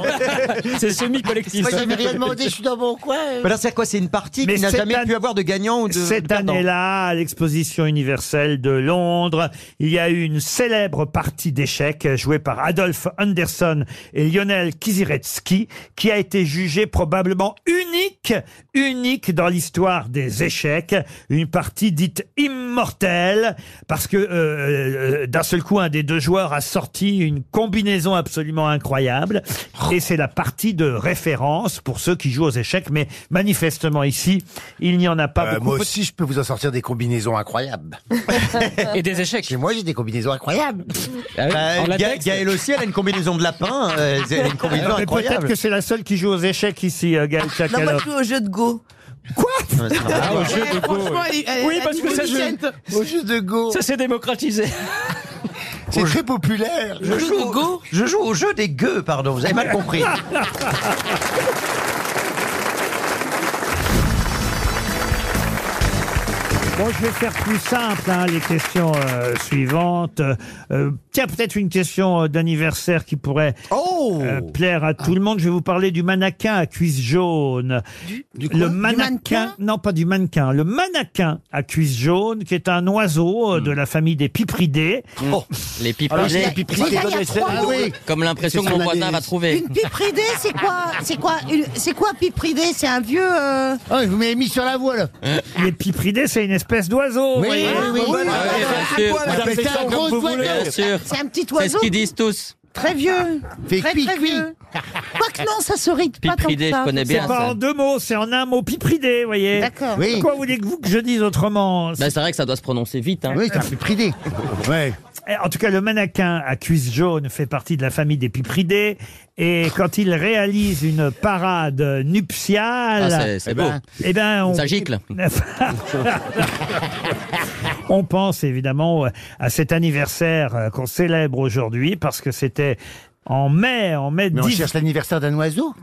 S15: C'est semi-collectif.
S7: Moi, j'avais rien demandé, je suis dans mon coin. euh.
S30: Mais là, c'est quoi C'est une partie
S1: Mais
S30: qui n'a
S1: cette
S30: jamais
S1: année-
S30: pu avoir de gagnant ou de. de
S1: Cette
S30: perdant.
S1: année-là, à l'exposition universelle de Londres, il y a eu une célèbre partie d'échecs jouée par Adolf Anderson et Lionel Kiziretsky, qui a été jugée probablement unique, unique dans l'histoire des échecs, une partie dite immortelle, parce que euh, euh, d'un seul coup, un des deux joueurs a sorti une combinaison absolument incroyable, et c'est la partie de référence pour ceux qui jouent aux échecs, mais manifestement ici, il n'y en a pas
S5: Euh,
S1: beaucoup.
S5: moi aussi, je peux vous en sortir des combinaisons incroyables.
S15: et des échecs. Ah
S5: Chez moi, j'ai des combinaisons incroyables.
S30: Bah, Ga- Gaëlle aussi, elle a une combinaison de lapin, euh, elle a une combinaison
S1: Alors, mais peut-être
S30: incroyable.
S1: que c'est la seule qui joue aux échecs ici, euh, Gaël
S31: Ah, Non, moi,
S1: Chakalov.
S31: je joue au jeu de Go.
S30: Ah,
S15: au jeu de Go. Oui, parce que ça, c'est-
S7: Au jeu de Go.
S15: ça s'est démocratisé.
S7: C'est très populaire.
S30: Je joue, au, je joue au jeu des gueux, pardon, vous avez mal compris.
S1: Bon, je vais faire plus simple hein, les questions euh, suivantes. Euh, tiens, peut-être une question euh, d'anniversaire qui pourrait euh, plaire à tout le monde. Je vais vous parler du mannequin à cuisse jaune. le mannequin, non pas du mannequin, le mannequin à cuisse jaune, qui est un oiseau euh, de la famille des pipridés.
S17: Hmm. Oh, Les pipes
S1: Ah oui, c'est les pipes ridées.
S17: Ah, il y a trois
S1: Ah
S17: mots.
S1: oui.
S17: Comme l'impression
S1: C'est
S17: que mon
S1: sur la
S17: voisin
S1: liste.
S17: va trouver.
S2: Une pipe ridée, c'est quoi C'est quoi une- C'est quoi pipe ridée C'est un vieux. euh,
S7: Oh, je vous m'avais mis sur la voie, là.
S1: Hein? Les pipridés, c'est une espèce d'oiseau. vous voyez.
S7: oui, oui.
S17: Ah, bien sûr.
S7: Vous appelez ça un gros oiseau.
S17: Bien sûr.
S2: C'est un petit
S17: C'est ce
S2: oiseau.
S17: qu'ils disent tous.
S2: Très vieux.
S7: Fait
S2: très
S7: cuit,
S2: très
S7: cuit.
S2: vieux. Quoique non, ça se ride pas
S17: Pipe
S2: tant que
S17: ridée, je
S2: ça.
S17: connais bien.
S1: C'est pas
S17: ça.
S1: en deux mots, c'est en un mot pipridé, vous voyez.
S2: D'accord.
S7: Oui.
S1: Pourquoi voulez-vous que je dise autrement Ah,
S17: Bah, c'est vrai que ça doit se prononcer vite. Hein.
S7: Oui, c'est un peu pridé. Ouais.
S1: Eh, En tout cas, le mannequin à cuisse jaune fait partie de la famille des pipridés. Et quand il réalise une parade nuptiale,
S17: Ah, c'est- c'est
S1: eh
S17: beau.
S1: ben, eh ben, on,
S17: Ça gicle.
S1: on pense évidemment euh, à cet anniversaire euh, qu'on célèbre aujourd'hui parce que c'était en mai, en mai Bah,
S7: Mais on
S1: 10
S7: cherche l'anniversaire d'un oiseau.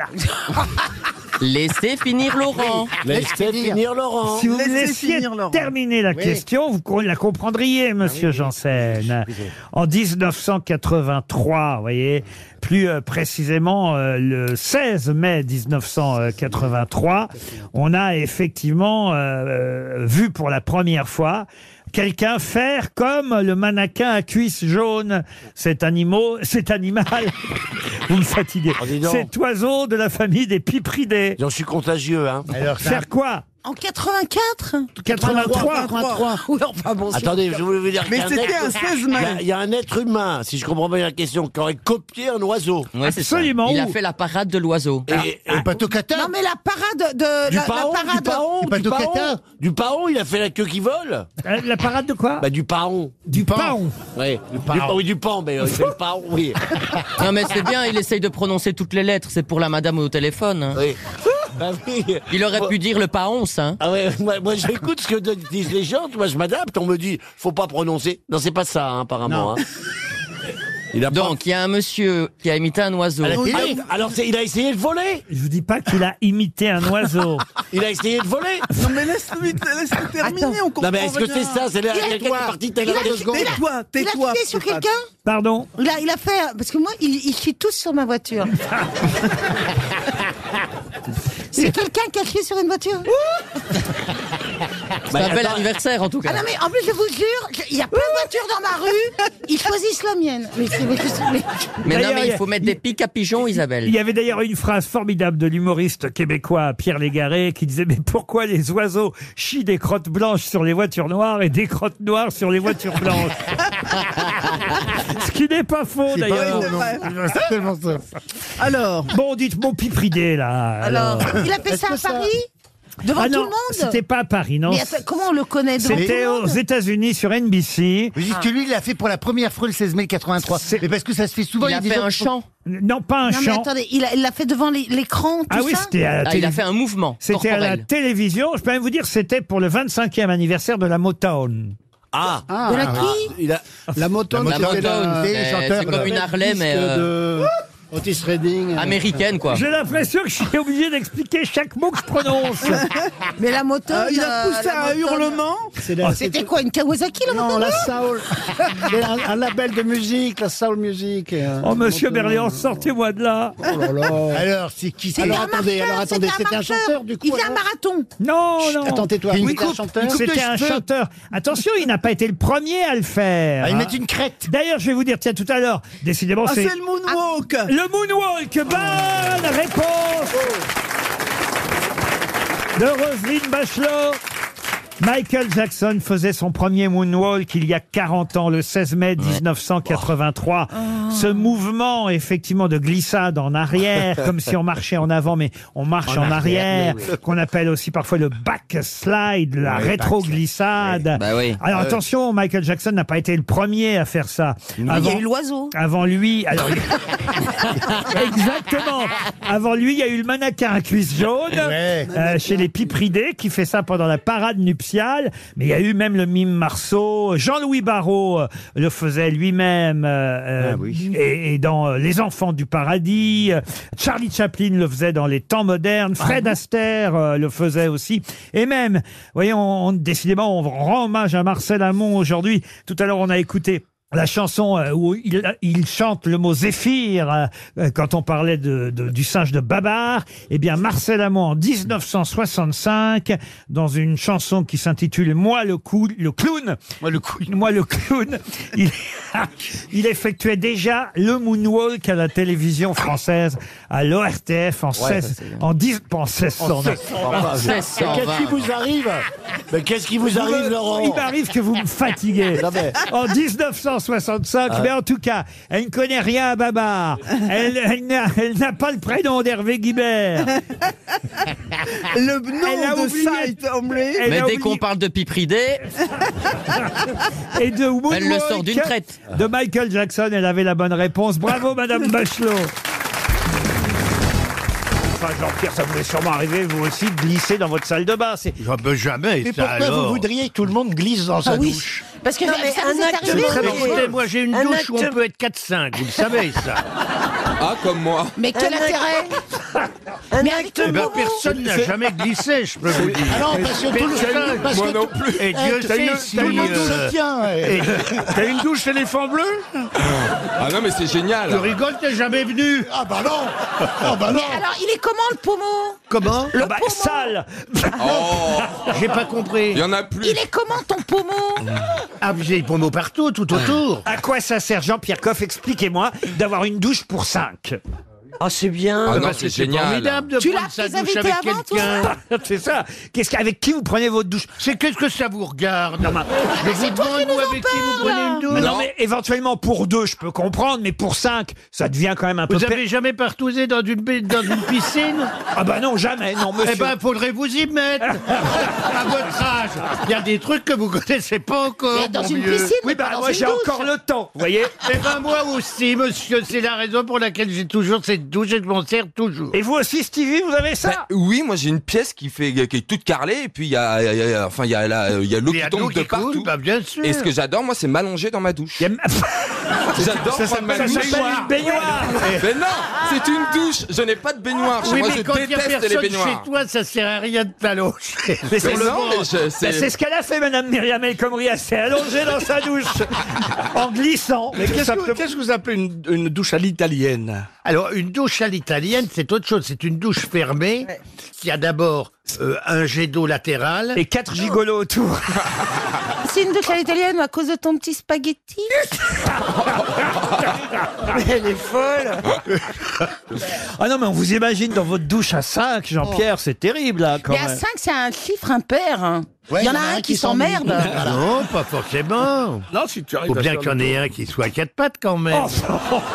S17: Laissez
S1: Ah,
S17: finir Laurent.
S7: Ah, Laissez finir Laurent.
S1: Si vous me laissiez terminer la
S7: Oui.
S1: question, vous co- la comprendriez, monsieur Janssen. En 1983, vous voyez, plus euh, précisément euh, le 16 mai 1983, on a effectivement euh, euh, vu pour la première fois quelqu'un faire comme le mannequin à cuisse jaune. Cet animal, cet animal, vous me fatiguez.
S5: dis donc.
S1: Cet oiseau de la famille des pipridés.
S5: J'en suis contagieux, hein.
S7: Alors, ça-
S1: Faire quoi
S2: En 84
S1: 83
S2: 83. Oui, enfin bon. c'est-
S5: Attendez, je voulais vous dire
S2: Mais
S5: qu'il y a un
S2: c'était
S5: être-
S2: un 16
S5: il y a-
S2: mai.
S5: Il y a un être humain, si je comprends bien la question, qui aurait copié un oiseau.
S17: Ouais, c'est ça.
S1: Absolument. Ah,
S17: Il a
S1: Ouh.
S17: fait la parade de l'oiseau.
S5: Et, et
S7: Bateau
S2: Non mais la parade de
S5: du
S2: la, la
S5: paon, du
S2: parade.
S5: paon,
S7: pas
S5: du
S7: de
S5: paon,
S7: catin.
S5: du paon, il a fait la queue qui vole.
S1: Euh, La parade de quoi
S5: Bah du paon.
S1: Du paon.
S5: Oui, du paon. Oui, du paon, mais euh, c'est le paon, oui.
S17: Non, mais c'est bien, il essaye de prononcer toutes les lettres. C'est pour la madame au téléphone. hein.
S5: oui. Bah oui.
S17: Il aurait pu dire le paonce. Hein.
S5: Ah ouais, moi, moi j'écoute ce que de- disent les gens, moi je m'adapte, on me dit faut pas prononcer. Non, c'est pas ça hein, apparemment. hein. Il a
S17: Donc, il y a un monsieur qui a imité un oiseau.
S5: À la télé. Alors c'est- Ah, il a essayé de voler
S1: Je vous dis pas qu'il a imité un oiseau.
S5: Il a essayé de voler
S32: Non mais laisse-lui laisse-le terminer, on comprend
S5: Non mais est-ce que
S32: rien.
S5: c'est ça C'est la- quelqu'un qui est parti tout à
S2: Il
S5: l'heure
S2: a-
S5: deux secondes.
S2: il a-
S32: Tais-toi,
S2: Il a
S32: tais-toi,
S2: filé sur
S32: Stéphane.
S2: quelqu'un
S5: Bah,
S1: Pardon
S2: il a, il a fait parce que moi il, il chie tous sur ma voiture. C'est quelqu'un qui a crié sur une voiture
S7: C'est
S1: Bah,
S7: un bel anniversaire en tout cas.
S2: Bah, Ah non, mais en plus, je vous jure, je- il y a plein de voitures dans ma rue, ils choisissent la mienne. Mais c'est- mais c'est- mais-
S7: Mais non,
S1: D'ailleurs,
S7: mais
S1: il y a-
S7: il faut mettre des pics à pigeons, Isabelle.
S1: Il y avait d'ailleurs une phrase formidable de l'humoriste québécois Pierre Légaré qui disait Mais pourquoi les oiseaux chient des crottes blanches sur les voitures noires et des crottes noires sur les voitures blanches Ce qui n'est pas faux
S33: C'est pas
S1: d'ailleurs.
S33: faux, non. C'est tellement ça.
S1: Alors Bon, dites mon pipridé là.
S2: Alors, il a fait
S1: Est-ce
S2: ça
S1: que
S2: à Paris Devant
S1: Ah
S2: tout
S1: non,
S2: le monde
S1: C'était pas à Paris, non.
S2: Mais attends, comment on le connaît devant tout
S1: C'était
S2: le
S1: aux
S2: monde
S1: États-Unis sur NBC.
S5: Vous dites que lui, il l'a fait pour la première fois le 16 mai 83. Mais parce que ça se fait souvent.
S2: Il a
S5: y des
S2: fait
S5: gens
S2: un
S5: qui font-
S2: chant.
S1: Non, pas un
S2: Non, mais
S1: chant.
S2: attendez, il a- il l'a fait devant les- l'écran, tout
S1: Ah oui,
S2: ça
S1: c'était à la
S7: Ah, il a
S1: télé-
S7: fait un mouvement.
S1: C'était à la
S7: corporel.
S1: télévision. Je peux même vous dire, c'était pour le 25e anniversaire de la Motown.
S12: Ah,
S7: De la qui
S12: il a-
S5: La Motown,
S7: La
S5: c'était la-
S7: Motown,
S5: les
S7: c'est-
S5: chanteurs,
S7: c'est comme
S5: euh,
S7: une Harley, mais,
S5: disque
S7: euh,
S5: de Otis Redding. euh,
S7: Américaine, quoi.
S1: J'ai l'impression que je suis obligé d'expliquer chaque mot que je prononce.
S2: Mais la moto.
S5: Ah,
S1: Euh, il a poussé un
S2: hurlement.
S5: la-
S2: C'était quoi, une Kawasaki là
S5: Ah, Non, la Soul. C'est un, un label de musique, la Soul Music. euh,
S1: Oh, monsieur
S5: Motown.
S1: Berléand, sortez-moi de là.
S5: Oh là là. Alors, c'est qui
S2: C'était
S5: Alors
S2: un
S5: attendez,
S2: marcheur,
S5: alors attendez,
S2: c'était
S5: c'était un chanteur du coup
S2: Il faisait euh, un
S5: alors
S2: marathon.
S1: Non, non.
S5: Attends, tais-toi.
S1: Une
S5: C'était un
S1: coupe-
S5: chanteur
S1: une coupe C'était
S5: de
S1: un
S5: cheveux.
S1: chanteur. Attention, il n'a pas été le premier à le faire.
S5: Ah, il
S1: hein.
S5: met une crête.
S1: D'ailleurs, je vais vous dire, tiens, tout à l'heure, décidément, c'est... Ah,
S2: moonwalk.
S1: Le moonwalk, bonne réponse de Roselyne Bachelot. Michael Jackson faisait son premier moonwalk il y a 40 ans, le 16 mai 1983. Ce mouvement, effectivement, de glissade en arrière, comme si on marchait en avant, mais on marche en,
S5: En
S1: arrière,
S5: arrière, oui, oui.
S1: qu'on appelle aussi parfois le backslide, la
S5: Oui,
S1: rétro-glissade. Alors
S5: Ah oui.
S1: attention, Michael Jackson n'a pas été le premier à faire ça.
S2: Il y a eu l'oiseau.
S1: Avant lui, alors exactement. Avant lui, il y a eu le mannequin à cuisse jaune
S5: Ouais.
S1: euh, chez les Pipridés qui fait ça pendant la parade nuptiale. Mais il y a eu même le mime Marceau, Jean-Louis Barrault euh, le faisait lui-même. euh,
S5: Ah oui.
S1: et, et dans euh, Les Enfants du Paradis, euh, Charlie Chaplin le faisait dans Les Temps modernes,
S5: Ah
S1: Fred Astaire euh, le faisait aussi. Et même, voyons, on- décidément, on rend hommage à Marcel Amont aujourd'hui. Tout à l'heure, on a écouté la chanson euh, où il, il chante le mot zéphyr euh, euh, quand on parlait de, de- du singe de Babar, eh bien Marcel Amont en 1965 dans une chanson qui s'intitule Moi le cou le clown. Moi le clown. Moi le clown. Il, il effectuait déjà le moonwalk à la télévision française à l'ORTF en 16 en 10 en
S12: Ah,
S1: 1609.
S12: Enfin, je- Mais Qu'est-ce qui vous arrive Mais qu'est-ce qui vous
S1: Vous
S12: arrive,
S1: me-
S12: Laurent
S1: Il m'arrive que vous me fatiguez.
S12: Non, mais-
S1: En 1965,
S12: Ah.
S1: mais en tout cas, elle ne connaît rien à Babar. Elle, elle n'a, elle n'a pas le prénom d'Hervé Guibert.
S17: Le
S1: Elle a
S17: nom de
S1: oublié-
S17: ça est emblé.
S1: Elle
S7: Mais
S1: a
S7: dès
S1: oublié-
S7: qu'on parle de pipridé,
S1: Et de Moonwalk
S7: Elle le sort d'une traite.
S1: De Michael Jackson, elle avait la bonne réponse. Bravo, Madame Bachelot. Enfin, Jean-Pierre, ça vous est sûrement arrivé, vous aussi, de glisser dans votre salle de bain. C'est... Ah
S24: J'en peux jamais,
S5: Mais
S24: ça
S5: pourquoi
S24: alors.
S5: vous voudriez que tout le monde glisse dans sa douche
S2: Parce que
S5: Non,
S2: ça-
S5: mais
S2: ça
S5: un
S2: vous est
S5: acte
S2: arrivé
S5: très
S2: mais-
S5: dangereux.
S24: Moi, j'ai une
S2: Un
S24: douche où on
S2: acte-
S24: peut être 4-5, vous le savez, ça.
S8: Ah, comme moi.
S2: Mais quel
S34: Un acte-
S2: intérêt Un acte
S24: Eh ben,
S2: bobo.
S24: personne n'a
S5: C'est-
S24: jamais glissé, je peux vous dire.
S5: Ah non, parce que tout le-
S24: Personne.
S5: parce que Moi non tout- plus.
S24: Et
S5: Eh,
S24: Dieu
S5: tu
S24: sait
S5: sais,
S24: si,
S5: tout le monde
S24: euh,
S5: se tient, Eh. ouais.
S24: et- T'as une douche éléphant bleu
S8: Ah non, mais c'est génial.
S24: Tu rigoles, t'es jamais venu.
S5: Ah bah non Ah bah non
S2: Mais alors, il est comment le pommeau
S5: Comment
S1: Ah bah, sale
S8: Oh,
S5: J'ai pas
S8: il
S5: compris.
S8: y en a plus.
S2: Il est comment ton pommeau
S5: Ah, j'ai des pommeaux partout, tout autour.
S1: À quoi ça sert, Jean-Pierre Coff Expliquez-moi d'avoir une douche pour 5.
S17: Ah, c'est bien.
S8: Ah non,
S24: Parce que
S8: c'est génial.
S24: Bah, formidable de
S2: Tu l'as
S24: prendre sa
S2: fait
S24: douche
S2: inviter
S24: avec
S2: avant, toi
S24: quelqu'un.
S1: C'est ça. Qu'est-ce qu'avec qui vous prenez votre douche
S5: C'est qu'est-ce que ça vous regarde
S2: Ah,
S5: Je vous demande où avec qui vous prenez une
S1: Mais
S5: douche.
S1: non, mais éventuellement pour deux, je peux comprendre, mais pour cinq, ça devient quand même un peu.
S5: Vous
S1: per-
S5: avez jamais partousé dans une, baie- dans une piscine
S1: Ah bah non, jamais, non, monsieur.
S5: Eh ben, faudrait vous y mettre À votre âge Il y a des trucs que vous connaissez pas encore,
S2: Mais dans
S5: mon
S2: une
S5: vieux.
S2: piscine,
S1: oui,
S2: mais
S1: bah
S2: pas dans
S1: moi
S2: une
S1: j'ai
S2: douche.
S1: encore le temps, vous voyez.
S5: Eh ben, moi aussi, monsieur, c'est la raison pour laquelle j'ai toujours cette douche et je m'en sers toujours.
S1: Et vous aussi, Stevie, vous avez
S8: Bah,
S1: ça
S8: oui, moi j'ai une pièce qui fait qui est toute carrelée et puis il y a, il y a- il y a- enfin il y a la- il y a l'eau
S5: Il y
S8: qui
S5: a
S8: tombe
S5: l'eau
S8: de
S5: qui coule,
S8: partout.
S5: bah, bien sûr.
S8: Et ce que j'adore moi c'est m'allonger dans ma douche.
S1: Il y a-
S8: J'adore
S1: ça
S8: prendre ma
S1: s'appelle ça
S8: douche.
S1: s'appelle une baignoire.
S8: Mais non, c'est une douche. Je n'ai pas de baignoire. Chez
S5: oui,
S8: moi,
S5: mais
S8: je
S5: quand il y a
S8: déteste les
S5: personne chez
S8: baignoires.
S5: toi, ça sert à rien de t'allonger.
S1: Mais
S8: Mais
S1: c'est
S8: non,
S1: le-
S8: mais je-
S1: Bah,
S8: c'est-
S1: c'est ce qu'elle a fait, Madame Myriam El Khomri. Elle s'est allongée dans sa douche en glissant.
S24: Mais
S1: Tout
S24: qu'est-ce que,
S1: simplement.
S24: qu'est-ce que vous appelez une, une douche à l'italienne Alors, une douche à l'italienne, c'est autre chose. C'est une douche fermée qui a d'abord euh, un jet d'eau latéral.
S1: Et quatre gigolos autour.
S2: C'est une douche à l'italienne à cause de ton petit spaghetti
S1: Elle est folle Ah non, mais on vous imagine dans votre douche à 5, Jean-Pierre,
S8: Oh.
S1: c'est terrible là Ah, quand
S2: Mais à
S1: même.
S2: 5, c'est un chiffre impair. hein. Il y en a un qui s'emmerde.
S24: Non, pas forcément.
S35: Non, si tu
S24: Faut bien qu'il y en ait un qui soit à quatre pattes quand
S35: Oh,
S24: même.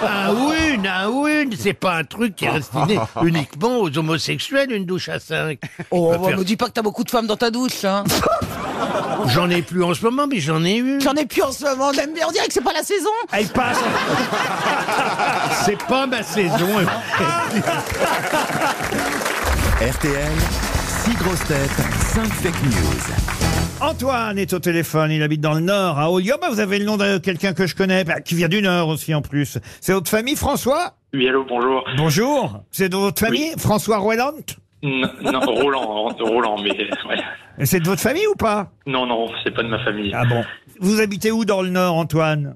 S24: un ou une, un ou une. C'est pas un truc qui est destiné uniquement aux homosexuels, une douche à cinq.
S11: Oh,
S24: On va
S11: on
S24: faire-
S11: me dis pas que t'as beaucoup de femmes dans ta douche, hein.
S24: J'en ai plus en ce moment, mais j'en ai eu.
S11: J'en ai plus en ce moment, j'aime bien, on dirait que c'est pas la saison.
S1: Elle Ah, passe.
S24: C'est pas ma saison.
S4: RTL, 6 grosses têtes, 5 fake news.
S1: Antoine est au téléphone, il habite dans le Nord, à Olio. Bah, vous avez le nom de quelqu'un que je connais, bah, qui vient du Nord aussi en plus. C'est votre famille, François
S5: Oui, allô, bonjour.
S1: Bonjour. C'est de votre famille, François Roelland
S5: Non, non, Roland, Roland, mais ouais.
S1: Et c'est de votre famille ou pas
S5: Non, non, c'est pas de ma famille.
S1: Ah bon Vous habitez où dans le Nord, Antoine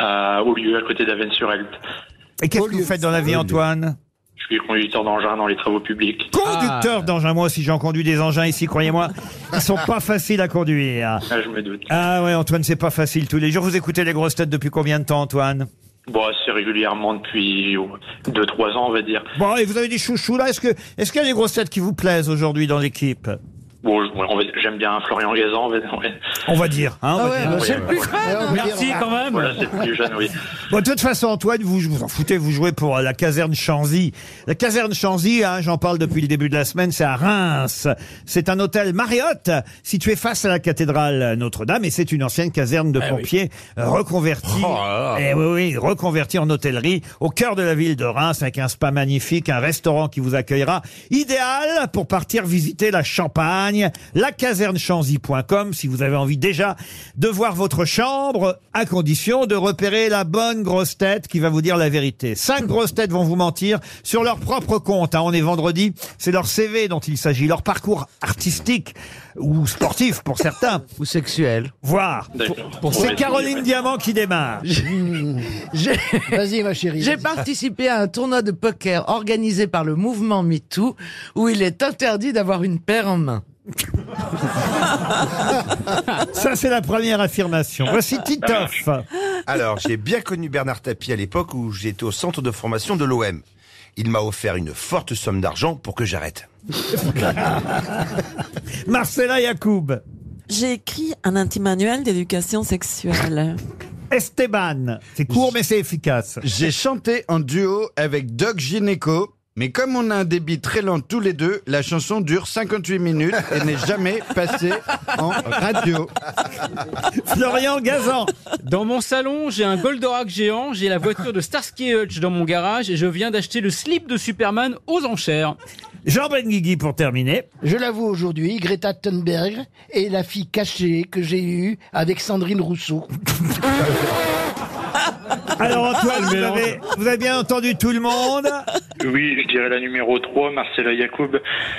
S5: Euh, Au lieu, à côté d'Avennes-sur-Elbe.
S1: Et qu'est-ce que vous faites dans la vie, Antoine
S5: Je suis conducteur d'engin dans les travaux publics.
S1: Conducteur d'engin, moi aussi j'en conduis des engins ici, croyez-moi, ils sont pas faciles à conduire.
S5: Ah, je me doute.
S1: Ah ouais, Antoine, c'est pas facile tous les jours. Vous écoutez les grosses têtes depuis combien de temps, Antoine
S5: Bon, Ah. Bah, c'est régulièrement depuis 2-3 ans, on va dire.
S1: Bon, et vous avez des chouchous là Est-ce que est-ce qu'il y a des grosses têtes qui vous plaisent aujourd'hui dans l'équipe
S5: Bon, je- on va- j'aime bien Florian Gazan, on va dire. ouais.
S1: On va dire. Hein, on va dire.
S5: Ah Ouais, bah, ouais, ouais.
S36: Merci quand même.
S5: Voilà, c'est le plus jeune, oui.
S1: Bon, de toute façon, Antoine, vous vous en foutez, vous jouez pour euh, la caserne Chanzy. La caserne Chanzy, hein, j'en parle depuis le début de la semaine, c'est à Reims. C'est un hôtel Marriott situé face à la cathédrale Notre-Dame et c'est une ancienne caserne de pompiers euh, reconvertie. Eh oui, oui, reconvertie en hôtellerie au cœur de la ville de Reims avec un spa magnifique, un restaurant qui vous accueillera. Idéal pour partir visiter la Champagne, la casernechanzy.com si vous avez envie déjà de voir votre chambre, à condition de repérer la bonne grosse tête qui va vous dire la vérité. Cinq grosses têtes vont vous mentir sur leur propre compte. hein. On est vendredi, c'est leur CV dont il s'agit, leur parcours artistique ou sportif pour certains. ou sexuel. Voire.
S5: D'accord.
S1: Pour- C'est Caroline Diamant qui démarre.
S37: Mmh.
S11: Vas-y, ma chérie. J'ai participé à un tournoi de poker organisé par le mouvement MeToo où il est interdit d'avoir une paire en main.
S1: Ça, c'est la première affirmation. Voici Titoff.
S3: Alors, j'ai bien connu Bernard Tapie à l'époque où j'étais au centre de formation de l'OM. Il m'a offert une forte somme d'argent pour que j'arrête.
S1: Marcella Yacoub.
S7: J'ai écrit un petit manuel d'éducation sexuelle.
S1: Esteban. C'est court, mais c'est efficace.
S38: J'ai chanté en duo avec Doc Gineco, mais comme on a un débit très lent tous les deux, la chanson dure 58 minutes et n'est jamais passée en radio.
S1: Florian Gazan.
S15: Dans mon salon, j'ai un Goldorak géant, j'ai la voiture de Starsky et Hutch dans mon garage et je viens d'acheter le slip de Superman aux enchères.
S1: Jean Benguigui pour terminer.
S39: Je l'avoue aujourd'hui, Greta Thunberg est la fille cachée que j'ai eue avec Sandrine Rousseau.
S1: Alors Antoine, vous
S5: mélange.
S1: avez, vous avez bien entendu tout le monde
S5: Oui, je dirais la numéro 3, Marcella Yacoub.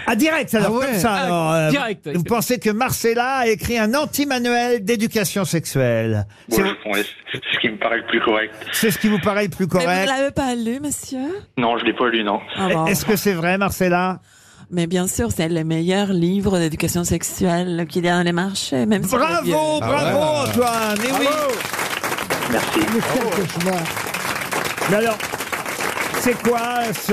S1: Ah direct, alors
S5: Ah ouais.
S1: comme ça.
S5: Ah,
S1: alors, euh,
S5: direct.
S1: Vous pensez que Marcella a écrit un anti-manuel d'éducation sexuelle
S5: Bon, je- ouais, c'est ce qui me paraît le plus correct.
S1: C'est ce qui vous paraît le plus
S7: Mais vous ne
S1: correct.
S7: l'avez pas lu, monsieur
S5: Non, je l'ai pas lu, non.
S7: Ah bon.
S1: Eh, Est-ce que c'est vrai, Marcella
S7: Mais bien sûr, c'est le meilleur livre d'éducation sexuelle qu'il y a dans les marchés, même si
S1: Bravo, bravo
S7: Ah
S1: Antoine. Et oui.
S5: Merci.
S1: Mais alors, c'est quoi ce,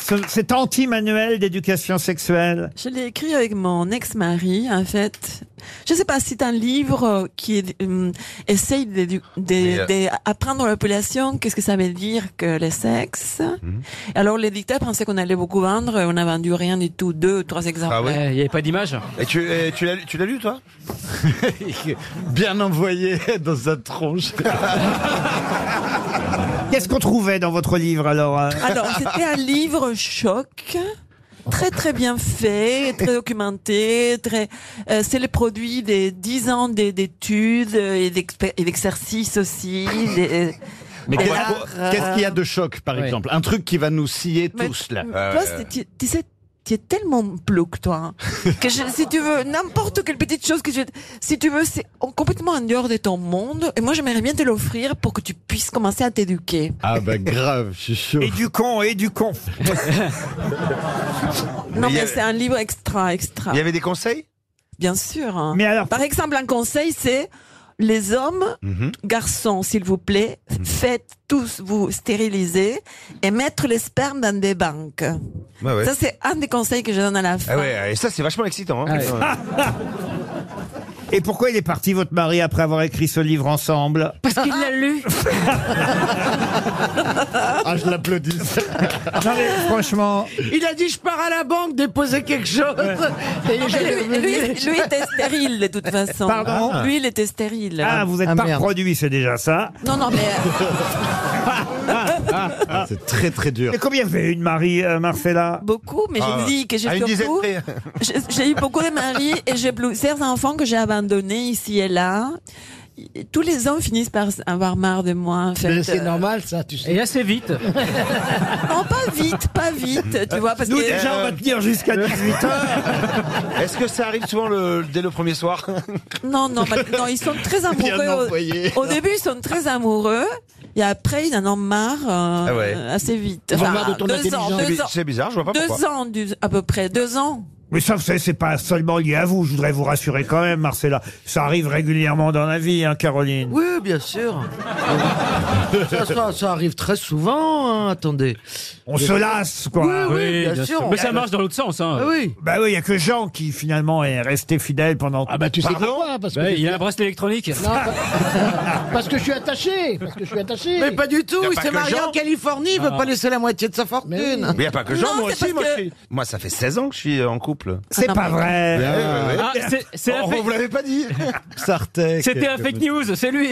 S1: ce- cet anti-manuel d'éducation sexuelle
S7: Je l'ai écrit avec mon ex-mari, en fait. Je ne sais pas si c'est un livre euh, qui euh, essaye d'édu-
S3: Mais,
S7: de-
S3: euh,
S7: d'apprendre à la population qu'est-ce que ça veut dire que le sexe.
S3: Mhm.
S7: Alors, les dictateurs pensaient qu'on allait beaucoup vendre. On n'a vendu rien du tout, deux ou trois exemplaires.
S3: Ah ouais
S7: Eh, Il n'y avait pas d'image
S3: Et tu, euh, tu l'as tu l'as lu, toi
S38: Bien envoyé dans sa tronche.
S1: Qu'est-ce qu'on trouvait dans votre livre alors euh
S7: Alors, c'était un livre choc. Très très bien fait, très documenté, très. euh, c'est le produit des 10 ans d'é- d'études et d'expé- et d'exercices aussi. des- euh,
S38: Mais
S7: des
S38: qu'est-ce
S7: arts,
S38: qu'est-ce qu'il y a de choc, par
S7: Ouais.
S38: exemple Un truc qui va nous scier
S7: Mais
S38: tous, là.
S7: Toi, c'est- tu, tu sais, tu es tellement plouc, toi. hein, que je- si tu veux, n'importe quelle petite chose que tu... Si tu veux, c'est en- complètement en dehors de ton monde. Et moi, j'aimerais bien te l'offrir pour que tu puisses commencer à t'éduquer.
S5: Ah bah grave, je suis chaud.
S1: Et du con, et du con.
S7: Non,
S18: il y
S7: mais
S18: avait-
S7: c'est un livre extra, extra.
S18: Il y avait des conseils
S7: Bien sûr. hein.
S1: Mais alors...
S7: Par exemple, un conseil, c'est les hommes,
S18: Mhm.
S7: garçons, s'il vous plaît, faites tous vous stériliser et mettre les spermes dans des banques.
S18: Ah ouais.
S7: Ça, c'est un des conseils que je donne à la fin.
S18: Ah ouais, et ça c'est vachement excitant. hein.
S1: Et pourquoi il est parti, votre mari, après avoir écrit ce livre ensemble
S7: Parce qu'il l'a lu.
S1: Ah, je l'applaudis. non, mais franchement...
S11: Il a dit je pars à la banque déposer quelque chose. Et les gens
S7: Lui,
S11: devaient
S7: lui-
S11: venir.
S7: lui était stérile de toute façon.
S1: Pardon
S7: Lui, il était stérile.
S1: Ah, vous n'êtes pas reproduit, c'est déjà ça.
S7: Non, non, mais
S1: c'est très très dur. Mais combien vous avez eu de mari, euh, Marcella
S7: Beaucoup, mais
S18: Ah,
S7: je vous dis que j'ai surtout- j'ai- j'ai eu beaucoup de maris et j'ai plusieurs enfants que j'ai abandonnés ici et là. Tous les hommes finissent par avoir marre de moi. En fait.
S37: Mais c'est
S7: Euh,
S37: normal, ça, tu sais.
S23: Et assez vite.
S7: Non, pas vite, pas vite, tu vois, parce
S1: Nous,
S7: que...
S1: déjà, on va tenir jusqu'à 18 heures.
S18: Est-ce que ça arrive souvent le- dès le premier soir
S7: Non, non, bah- non, ils sont très
S18: Bien
S7: amoureux.
S18: envoyé.
S7: Au, au début, ils sont très amoureux. Et après, ils en ont marre euh,
S18: Ah ouais.
S7: assez vite.
S18: Ils en ont marre de ton
S7: deux
S18: intelligence.
S7: ans,
S18: C'est
S7: deux
S18: bi-
S7: ans.
S18: c'est bizarre, je vois pas
S7: deux
S18: pourquoi.
S7: ans, du- à peu près, deux ans.
S1: Mais ça, vous savez, c'est pas seulement lié à vous. Je voudrais vous rassurer quand même, Marcella. Ça arrive régulièrement dans la vie, hein, Caroline.
S11: Oui, bien sûr. ça, ça- ça arrive très souvent, hein, attendez.
S1: On se lasse, quoi.
S11: Oui, oui, bien, sûr. on-
S23: Mais ça marche dans l'autre sens. Hein.
S11: Ah oui.
S1: Bah oui, il y a que Jean qui finalement est resté fidèle pendant. Ah bah
S37: tu sais pourquoi, parce que- Bah, il a un
S1: bracelet électronique.
S37: Non, pas- parce que je suis attaché, parce que je suis attaché.
S11: Mais pas du tout,
S18: Y a
S11: il
S18: pas
S11: s'est
S18: que
S11: marié
S18: Jean.
S11: en Californie, il veut
S18: Ah.
S11: pas laisser la moitié de sa fortune.
S18: Mais il a pas que Jean, moi aussi. Moi, je suis- moi, ça fait 16 ans que je suis euh, en couple.
S1: C'est
S23: Ah non, mais-
S1: pas vrai.
S18: Ouais, ouais, ouais.
S23: Ah, c'est- c'est la
S18: Oh,
S23: fake-
S18: on vous l'avait pas dit.
S21: Sartek.
S23: C'était un fake news, c'est lui.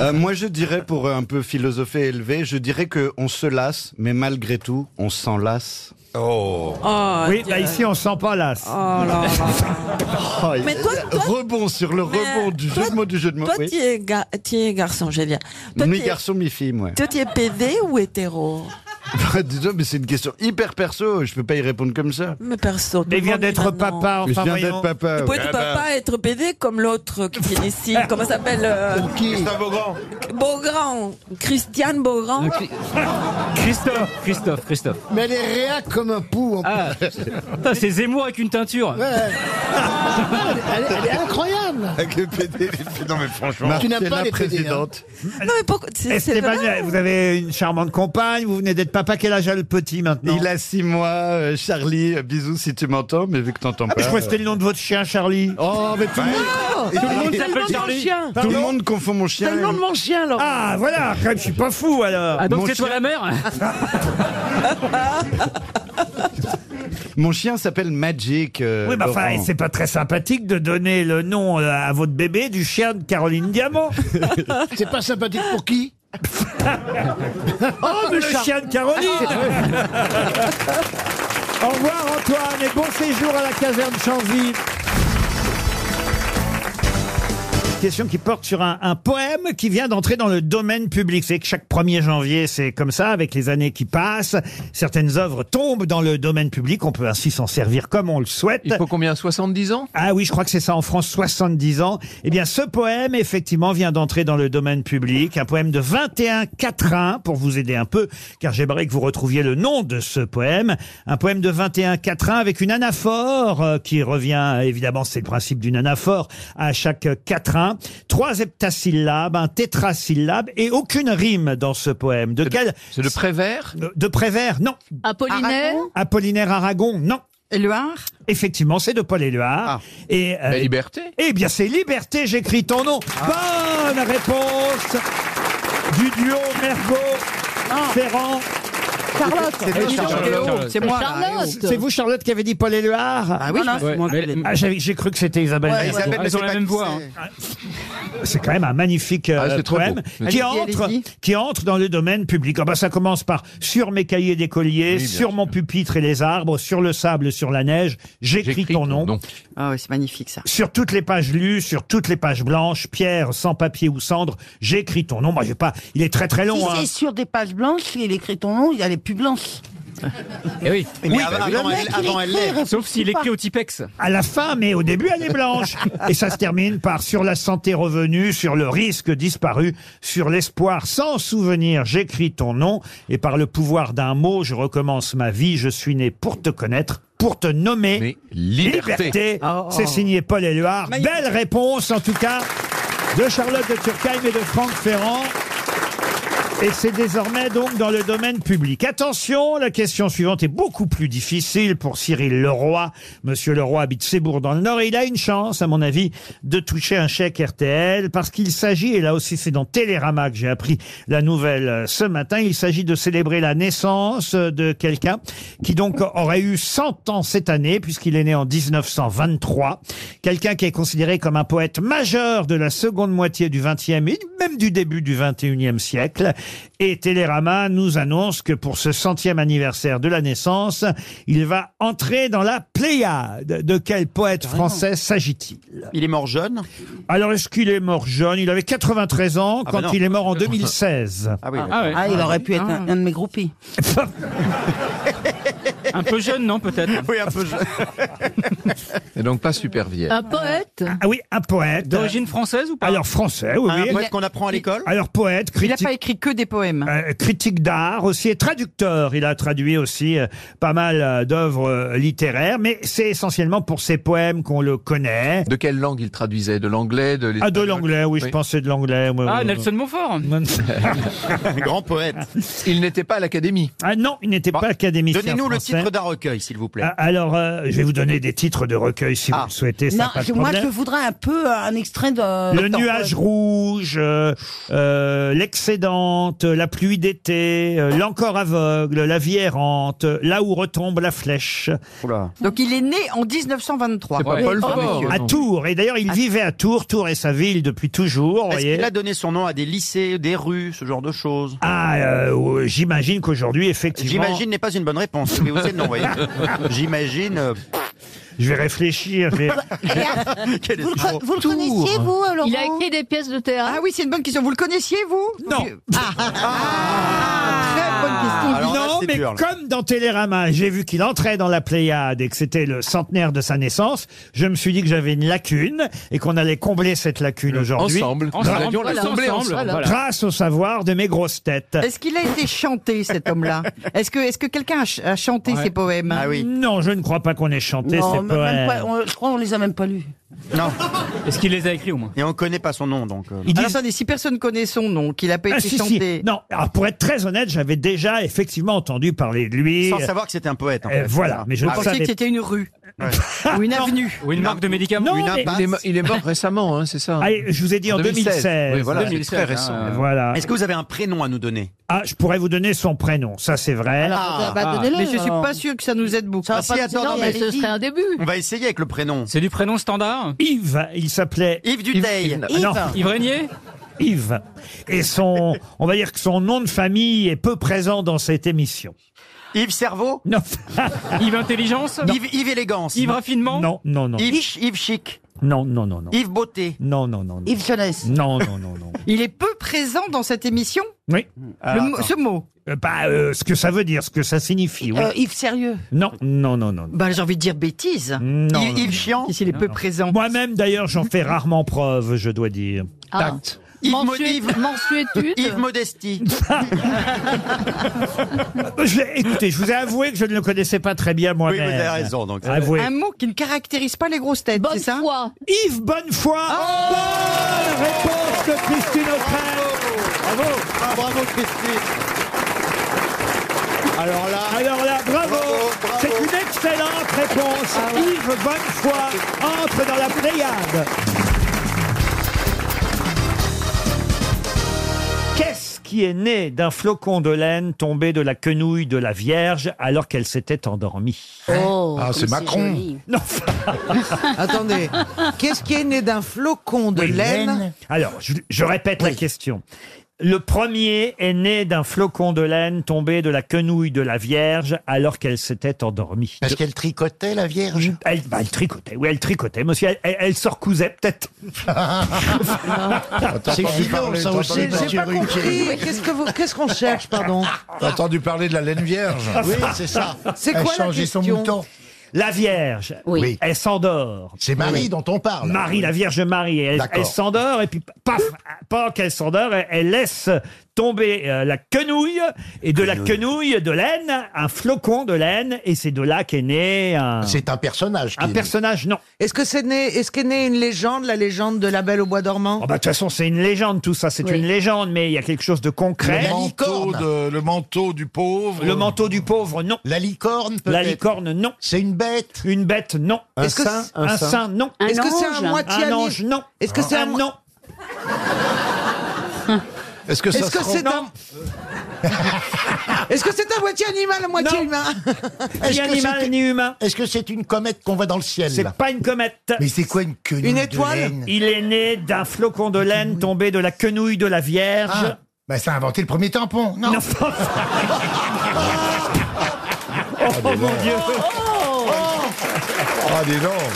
S21: Euh, moi, je dirais, pour euh, un peu philosopher élevé, je dirais que on se lasse, mais malgré tout, on s'en lasse.
S18: Oh.
S7: Oh,
S1: oui,
S7: Dieu.
S1: bah ici on sent pas lasse.
S7: Oh là là.
S21: Oh,
S7: Mais toi- toi-
S21: Ah, euh, rebond sur le
S7: Mais
S21: rebond du jeu de mots du jeu de mots.
S7: Toi,
S21: oui.
S7: tu es, gar- tu es garçon, je viens. Toi, tu
S21: Mi
S7: es-
S21: garçon, mi fille, moi.
S7: Toi, tu es PD ou hétéro
S21: Désolé, mais c'est une question hyper perso. Je peux pas y répondre comme ça.
S7: Mais personne.
S1: Mais il vient d'être papa,
S21: Mais je
S1: enfin,
S21: viens d'être
S1: voyons. Ah ben.
S21: papa.
S7: Tu
S21: ouais.
S7: peux être papa et être PD comme l'autre qui vient ici. Comment ça s'appelle euh,
S18: Christophe Beaugrand.
S7: Beaugrand. Christiane Beaugrand.
S23: Christophe, Christophe, Christophe.
S37: Mais elle est réac comme un pou. en plus.
S23: Ah, putain, c'est Zemmour avec une teinture.
S37: Elle, est- elle est incroyable.
S18: Avec les PD, les PD. Non mais franchement.
S37: Tu n'as pas les PD, hein.
S7: Non, mais pourquoi c'est- c'est
S1: Esteban,
S7: vrai
S1: vous avez une charmante compagne, vous venez d'être papa, quel âge a le petit maintenant
S21: Il a six mois, euh, Charlie. euh, Bisous si tu m'entends, mais vu que t'entends
S1: Ah,
S21: pas.
S1: mais je crois que c'était le nom de votre chien, Charlie.
S21: Oh, mais tout le monde, tout le monde-
S11: C'est le nom de mon chien.
S21: tout le monde confond mon chien.
S11: C'est le nom de mon chien, Laurent.
S1: Ah, voilà, quand même, je suis pas fou alors.
S23: Ah, donc
S21: Mon
S23: c'est toi la mère
S21: Mon chien s'appelle Magic. euh,
S1: Oui, mais enfin,
S21: Laurent.
S1: c'est pas très sympathique de donner le nom euh, à votre bébé du chien de Caroline Diamant.
S37: C'est pas sympathique pour qui
S1: Oh, le chien de Caroline Au revoir Antoine et bon séjour à la caserne Chanzy. Question qui porte sur un, un poème qui vient d'entrer dans le domaine public. C'est que chaque 1er janvier, c'est comme ça, avec les années qui passent, certaines œuvres tombent dans le domaine public. On peut ainsi s'en servir comme on le souhaite.
S20: Il faut combien 70 ans
S1: Ah oui, je crois que c'est ça en France, 70 ans. Eh bien, ce poème, effectivement, vient d'entrer dans le domaine public. Un poème de 21 quatrains, pour vous aider un peu, car j'aimerais que vous retrouviez le nom de ce poème. Un poème de 21 quatrains avec une anaphore euh, qui revient, évidemment, c'est le principe d'une anaphore, à chaque quatrain. Trois heptasyllabes, un tétrasyllabe et aucune rime dans ce poème. De quel
S20: C'est le prévert
S1: De de Prévert, non.
S2: Apollinaire
S1: Apollinaire Aragon, non.
S2: Éluard
S1: Effectivement, c'est de Paul Éluard. Et euh,
S20: Liberté
S1: eh bien, c'est Liberté, j'écris ton nom. Bonne réponse du duo Mergot Ferrand.
S2: Charlotte.
S1: Ah. Eh, dis donc,
S2: Charlotte.
S1: c'est moi.
S2: Charlotte.
S1: C'est vous, Charlotte, qui avez dit Paul Éluard
S2: Ah oui, je- Ouais. moi, je l'ai dit.
S1: Ah, j'avais- j'ai cru que c'était Isabelle.
S2: Ouais,
S1: Mergo.
S2: Isabelle,
S1: Ah,
S2: mais
S1: ils ont
S2: c'est
S1: la
S2: pas
S1: même
S2: qui
S1: voix, hein. Ah, C'est quand même un magnifique euh,
S20: Ah, c'est trop
S1: poème
S20: beau.
S1: qui
S2: Allez-y,
S1: entre,
S2: allez-y.
S1: qui entre dans le domaine public. Ah bah, ça commence par sur mes cahiers d'écolier, sur mon pupitre et les arbres, sur le sable, sur la neige, j'écris ton nom.
S2: Ah oui, c'est magnifique ça.
S1: Sur toutes les pages lues, sur toutes les pages blanches, pierre, sans papier ou cendre, j'écris ton nom. Moi, j'ai pas. Il est très très long.
S2: si
S1: hein.
S2: c'est sur des pages blanches, il écrit ton nom, il y a les plus blanches.
S1: Eh oui.
S6: Mais
S2: Ah
S6: avant-
S2: bah,
S6: avant elle- avant elle l'est. Sauf s'il écrit au
S1: Tipex. À la fin, mais au début, elle est blanche. Et ça se termine par sur la santé revenue, sur le risque disparu, sur l'espoir sans souvenir, j'écris ton nom. Et par le pouvoir d'un mot, je recommence ma vie, je suis né pour te connaître. Pour te nommer
S5: liberté. Oh.
S1: C'est signé Paul Éluard. Belle réponse, en tout cas, de Charlotte de Turckheim et de Franck Ferrand. Et c'est désormais donc dans le domaine public. Attention, la question suivante est beaucoup plus difficile pour Cyril Leroy. Monsieur Leroy habite Sébourg dans le Nord et il a une chance, à mon avis, de toucher un chèque RTL parce qu'il s'agit, et là aussi c'est dans Télérama que j'ai appris la nouvelle euh, ce matin, il s'agit de célébrer la naissance euh, de quelqu'un qui donc aurait eu 100 ans cette année puisqu'il est né en 1923. Quelqu'un qui est considéré comme un poète majeur de la seconde moitié du 20e et même du début du 21e siècle. Et Télérama nous annonce que pour ce centième anniversaire de la naissance, il va entrer dans la Pléiade. De quel poète français s'agit-il Il est mort jeune Alors est-ce qu'il est mort jeune Il avait 93 ans
S6: Ah
S1: quand
S6: bah non.
S1: il est mort en 2016.
S6: Ah oui, Ah d'accord. ouais. Ah, il aurait pu être un-
S1: de mes groupies.
S23: Un peu jeune, non, peut-être Oui, un peu jeune.
S20: Et donc pas super vieille.
S1: poète Ah oui, un poète.
S23: D'origine française ou pas Ah,
S1: Alors français, oui.
S23: Un
S1: oui.
S23: poète qu'on apprend à l'école
S1: Alors poète,
S23: Il a
S1: critique.
S23: pas
S1: écrit que des poèmes. critique d'art aussi et traducteur. Il a traduit aussi euh, pas mal euh, d'œuvres euh, littéraires, mais c'est essentiellement pour ses poèmes qu'on le connaît.
S20: De quelle langue il traduisait De l'anglais de
S1: Ah, de l'anglais, oui, je pensais de l'anglais. oui,
S20: Ah,
S1: oui, oui.
S20: Nelson
S23: Montfort
S20: Grand poète. Il n'était pas à l'académie.
S1: Ah non, il n'était pas académicien
S6: Donnez-nous le
S1: français.
S6: titre d'un recueil, s'il vous plaît.
S1: Ah, Alors, euh, je vais vous donner des titres de recueil si
S23: Ah.
S1: vous le souhaitez. ça,
S6: Non,
S1: pas de
S6: je- moi,
S1: problème.
S6: je
S17: voudrais un peu euh, un extrait de.
S1: Le nuage rouge, euh, euh, l'excédente, la pluie d'été, euh, l'encore aveugle, la vie errante, là où retombe la flèche.
S2: Donc il est né en 1923. Oui. Oh, monsieur.
S1: à Tours. Et d'ailleurs, il vivait à Tours. Tours est sa ville depuis toujours. vous
S6: Ah. Est-ce
S1: voyez.
S6: qu'il a donné son nom à des lycées, des rues, ce genre de choses
S1: Ah, euh, ouais, j'imagine qu'aujourd'hui, effectivement.
S6: J'imagine n'est pas une bonne réponse. Mais vous êtes non, vous voyez. J'imagine. euh,
S1: Je vais réfléchir. je vais-
S6: Quel est
S17: Vous le,
S6: le
S17: co-
S6: nom
S17: vous le connaissiez, vous, Laurent
S2: Il a écrit des pièces de théâtre. Ah oui, c'est une bonne question. Vous le connaissiez, vous Ah.
S1: Non. Ah.
S6: Ah, alors là,
S1: non,
S6: c'est
S1: mais
S6: dur, là.
S1: comme dans Télérama, j'ai vu qu'il entrait dans la Pléiade et que c'était le centenaire de sa naissance, je me suis dit que j'avais une lacune et qu'on allait combler cette lacune aujourd'hui.
S20: Euh, Ensemble.
S1: Gra-
S20: Nous allions la combler ensemble. Voilà.
S1: Grâce au savoir de mes grosses têtes.
S2: Est-ce qu'il a été chanté, cet homme-là Est-ce que, est-ce que quelqu'un a, ch- a chanté ses poèmes
S1: Ah
S6: Ah
S1: Non, je ne crois pas qu'on ait chanté
S2: Non,
S1: ces
S2: même
S1: poèmes.
S2: pas-
S6: on-
S17: Je crois qu'on les a même pas lus.
S6: Non.
S23: Est-ce qu'il les a écrits au moins
S6: Et on connaît pas son nom, donc. euh.
S2: Alors, attendez, si personne connaît son nom, qu'il n'a Ah, pas
S1: Ah,
S2: été
S1: si, si.
S2: chanté.
S1: Non, alors pour être très honnête, j'avais déjà effectivement entendu parler de lui.
S6: Sans savoir que c'était un poète. En
S1: Euh,
S6: fait. Ah.
S1: voilà, mais je
S2: Vous
S1: ne
S2: pensez
S1: savais
S2: que c'était une rue ou une avenue
S23: Ou une marque de médicaments
S1: Non,
S23: Une
S1: mais-
S23: impasse.
S1: Il est mo-
S20: il est mort récemment, hein, c'est ça
S1: Allez, je vous ai dit en 2016.
S20: Oui, voilà, c'est
S1: 2016,
S20: très récent.
S1: hein. Voilà.
S6: Est-ce que vous avez un prénom à nous donner
S1: Ah, je pourrais vous donner son prénom, ça c'est vrai.
S6: Ah, bah, donnez-le,
S2: mais je suis
S6: alors.
S2: pas sûr que ça nous aide beaucoup.
S6: Ah, si, attends, non, mais
S2: ce serait un début.
S6: On va essayer avec le prénom.
S23: C'est du prénom standard
S1: Yves, il s'appelait
S6: Yves Duteil. Yves.
S1: Non.
S6: Yves
S23: Régnier
S1: Yves. Et son, on va dire que son nom de famille est peu présent dans cette émission.
S6: Yves Cerveau
S1: Non.
S23: Yves Intelligence
S6: Yves, Yves Élégance
S23: Yves Raffinement
S1: Non, non, non.
S6: Yves, Ch- Yves Chic
S1: Non, non, non, non.
S6: Yves Beauté
S1: Non, non, non. non.
S2: Yves Jeunesse.
S1: Non, non, non, non.
S2: Il est peu présent dans cette émission.
S1: Oui.
S2: Le mot- ce mot.
S1: Euh, bah, euh, ce que ça veut dire, ce que ça signifie. oui.
S2: Euh, Yves Sérieux.
S1: Non, non, non, non.
S2: Bah, j'ai envie de dire bêtise.
S1: Non, non, non.
S2: Chiant. S'il est peu présent.
S1: Moi-même, d'ailleurs, j'en fais rarement preuve, je dois dire.
S2: Ah.
S1: Tact.
S6: Yves, Mo-
S2: Mensuétude.
S6: Yves- Yves Modesty.
S1: Euh, Je l'ai- écoutez, je vous ai avoué que je ne le connaissais pas très bien moi-même.
S6: vous avez raison, donc.
S1: Avoué.
S2: Un mot qui ne caractérise pas les grosses têtes, c'est ça Ah.
S1: Yves Bonnefoy Bonne réponse de Christine O'Krell Bravo
S6: Bravo, Christine
S1: Alors là, Alors là bravo, C'est une excellente réponse.
S2: Ah
S1: Yves Bonnefoy entre dans la Pléiade. Qu'est-ce qui est né d'un flocon de laine tombé de la quenouille de la Vierge alors qu'elle s'était endormie
S2: Hein
S11: Oh, Ah, c'est comme c'est Macron. joli.
S1: Non.
S11: Attendez, qu'est-ce qui est né d'un flocon de
S1: Oui,
S11: laine
S1: Alors, je, je répète la question. Le premier est né d'un flocon de laine tombé de la quenouille de la Vierge alors qu'elle s'était endormie. Parce qu'elle tricotait, la Vierge elle, bah, elle tricotait, oui, elle tricotait, monsieur. Elle, elle, elle se recousait, peut-être.
S12: C'est filon, ça aussi,
S11: J'ai
S12: c'est
S11: j'ai pas
S12: perruqué.
S11: compris. Mais Qu'est-ce que vous- qu'est-ce qu'on cherche, pardon
S12: T'as entendu parler de la laine vierge
S1: Oui, c'est Ah, ça.
S11: C'est quoi la question
S1: La Vierge, oui. elle s'endort. C'est
S5: Marie dont on parle.
S1: Marie,
S5: Oui.
S1: la Vierge Marie, elle,
S5: D'accord.
S1: elle s'endort et puis paf, pas qu'elle s'endort, elle, elle laisse tomber euh, la quenouille et de la quenouille de laine, un flocon de laine et c'est de là qu'est né un. C'est un personnage. Un personnage, non.
S11: Est-ce que c'est né, est-ce qu'est née une légende, la légende de la Belle au bois dormant
S1: Oh, bah, de toute façon, c'est une légende, tout ça, c'est une légende, mais il y a quelque chose de concret.
S11: Le manteau
S1: de, le manteau du pauvre. Le manteau du pauvre, non. La licorne, La licorne, non. C'est une bête. Une bête, non.
S11: Un Est-ce que saint, c'est-
S1: un,
S11: un
S1: saint,
S11: saint.
S1: non.
S11: Un Est-ce que c'est ange. Ah. un moitié
S1: Un
S11: ami-
S1: ange, non.
S11: Est-ce que c'est un mo-
S1: non
S11: Est-ce que ça Est-ce que se c'est rend- un- Est-ce que c'est à moitié animal, à moitié humain
S5: Est-ce que
S1: animal,
S5: c'est-
S1: ni humain.
S5: Est-ce que c'est une comète qu'on voit dans le ciel
S1: C'est pas une comète.
S5: Mais c'est quoi une quenouille de laine
S1: Il est né d'un flocon de laine tombé de la quenouille de la Vierge.
S5: Ah, bah ça a inventé le premier tampon, non,
S1: Oh mon Dieu Oh.
S5: Ah, des noms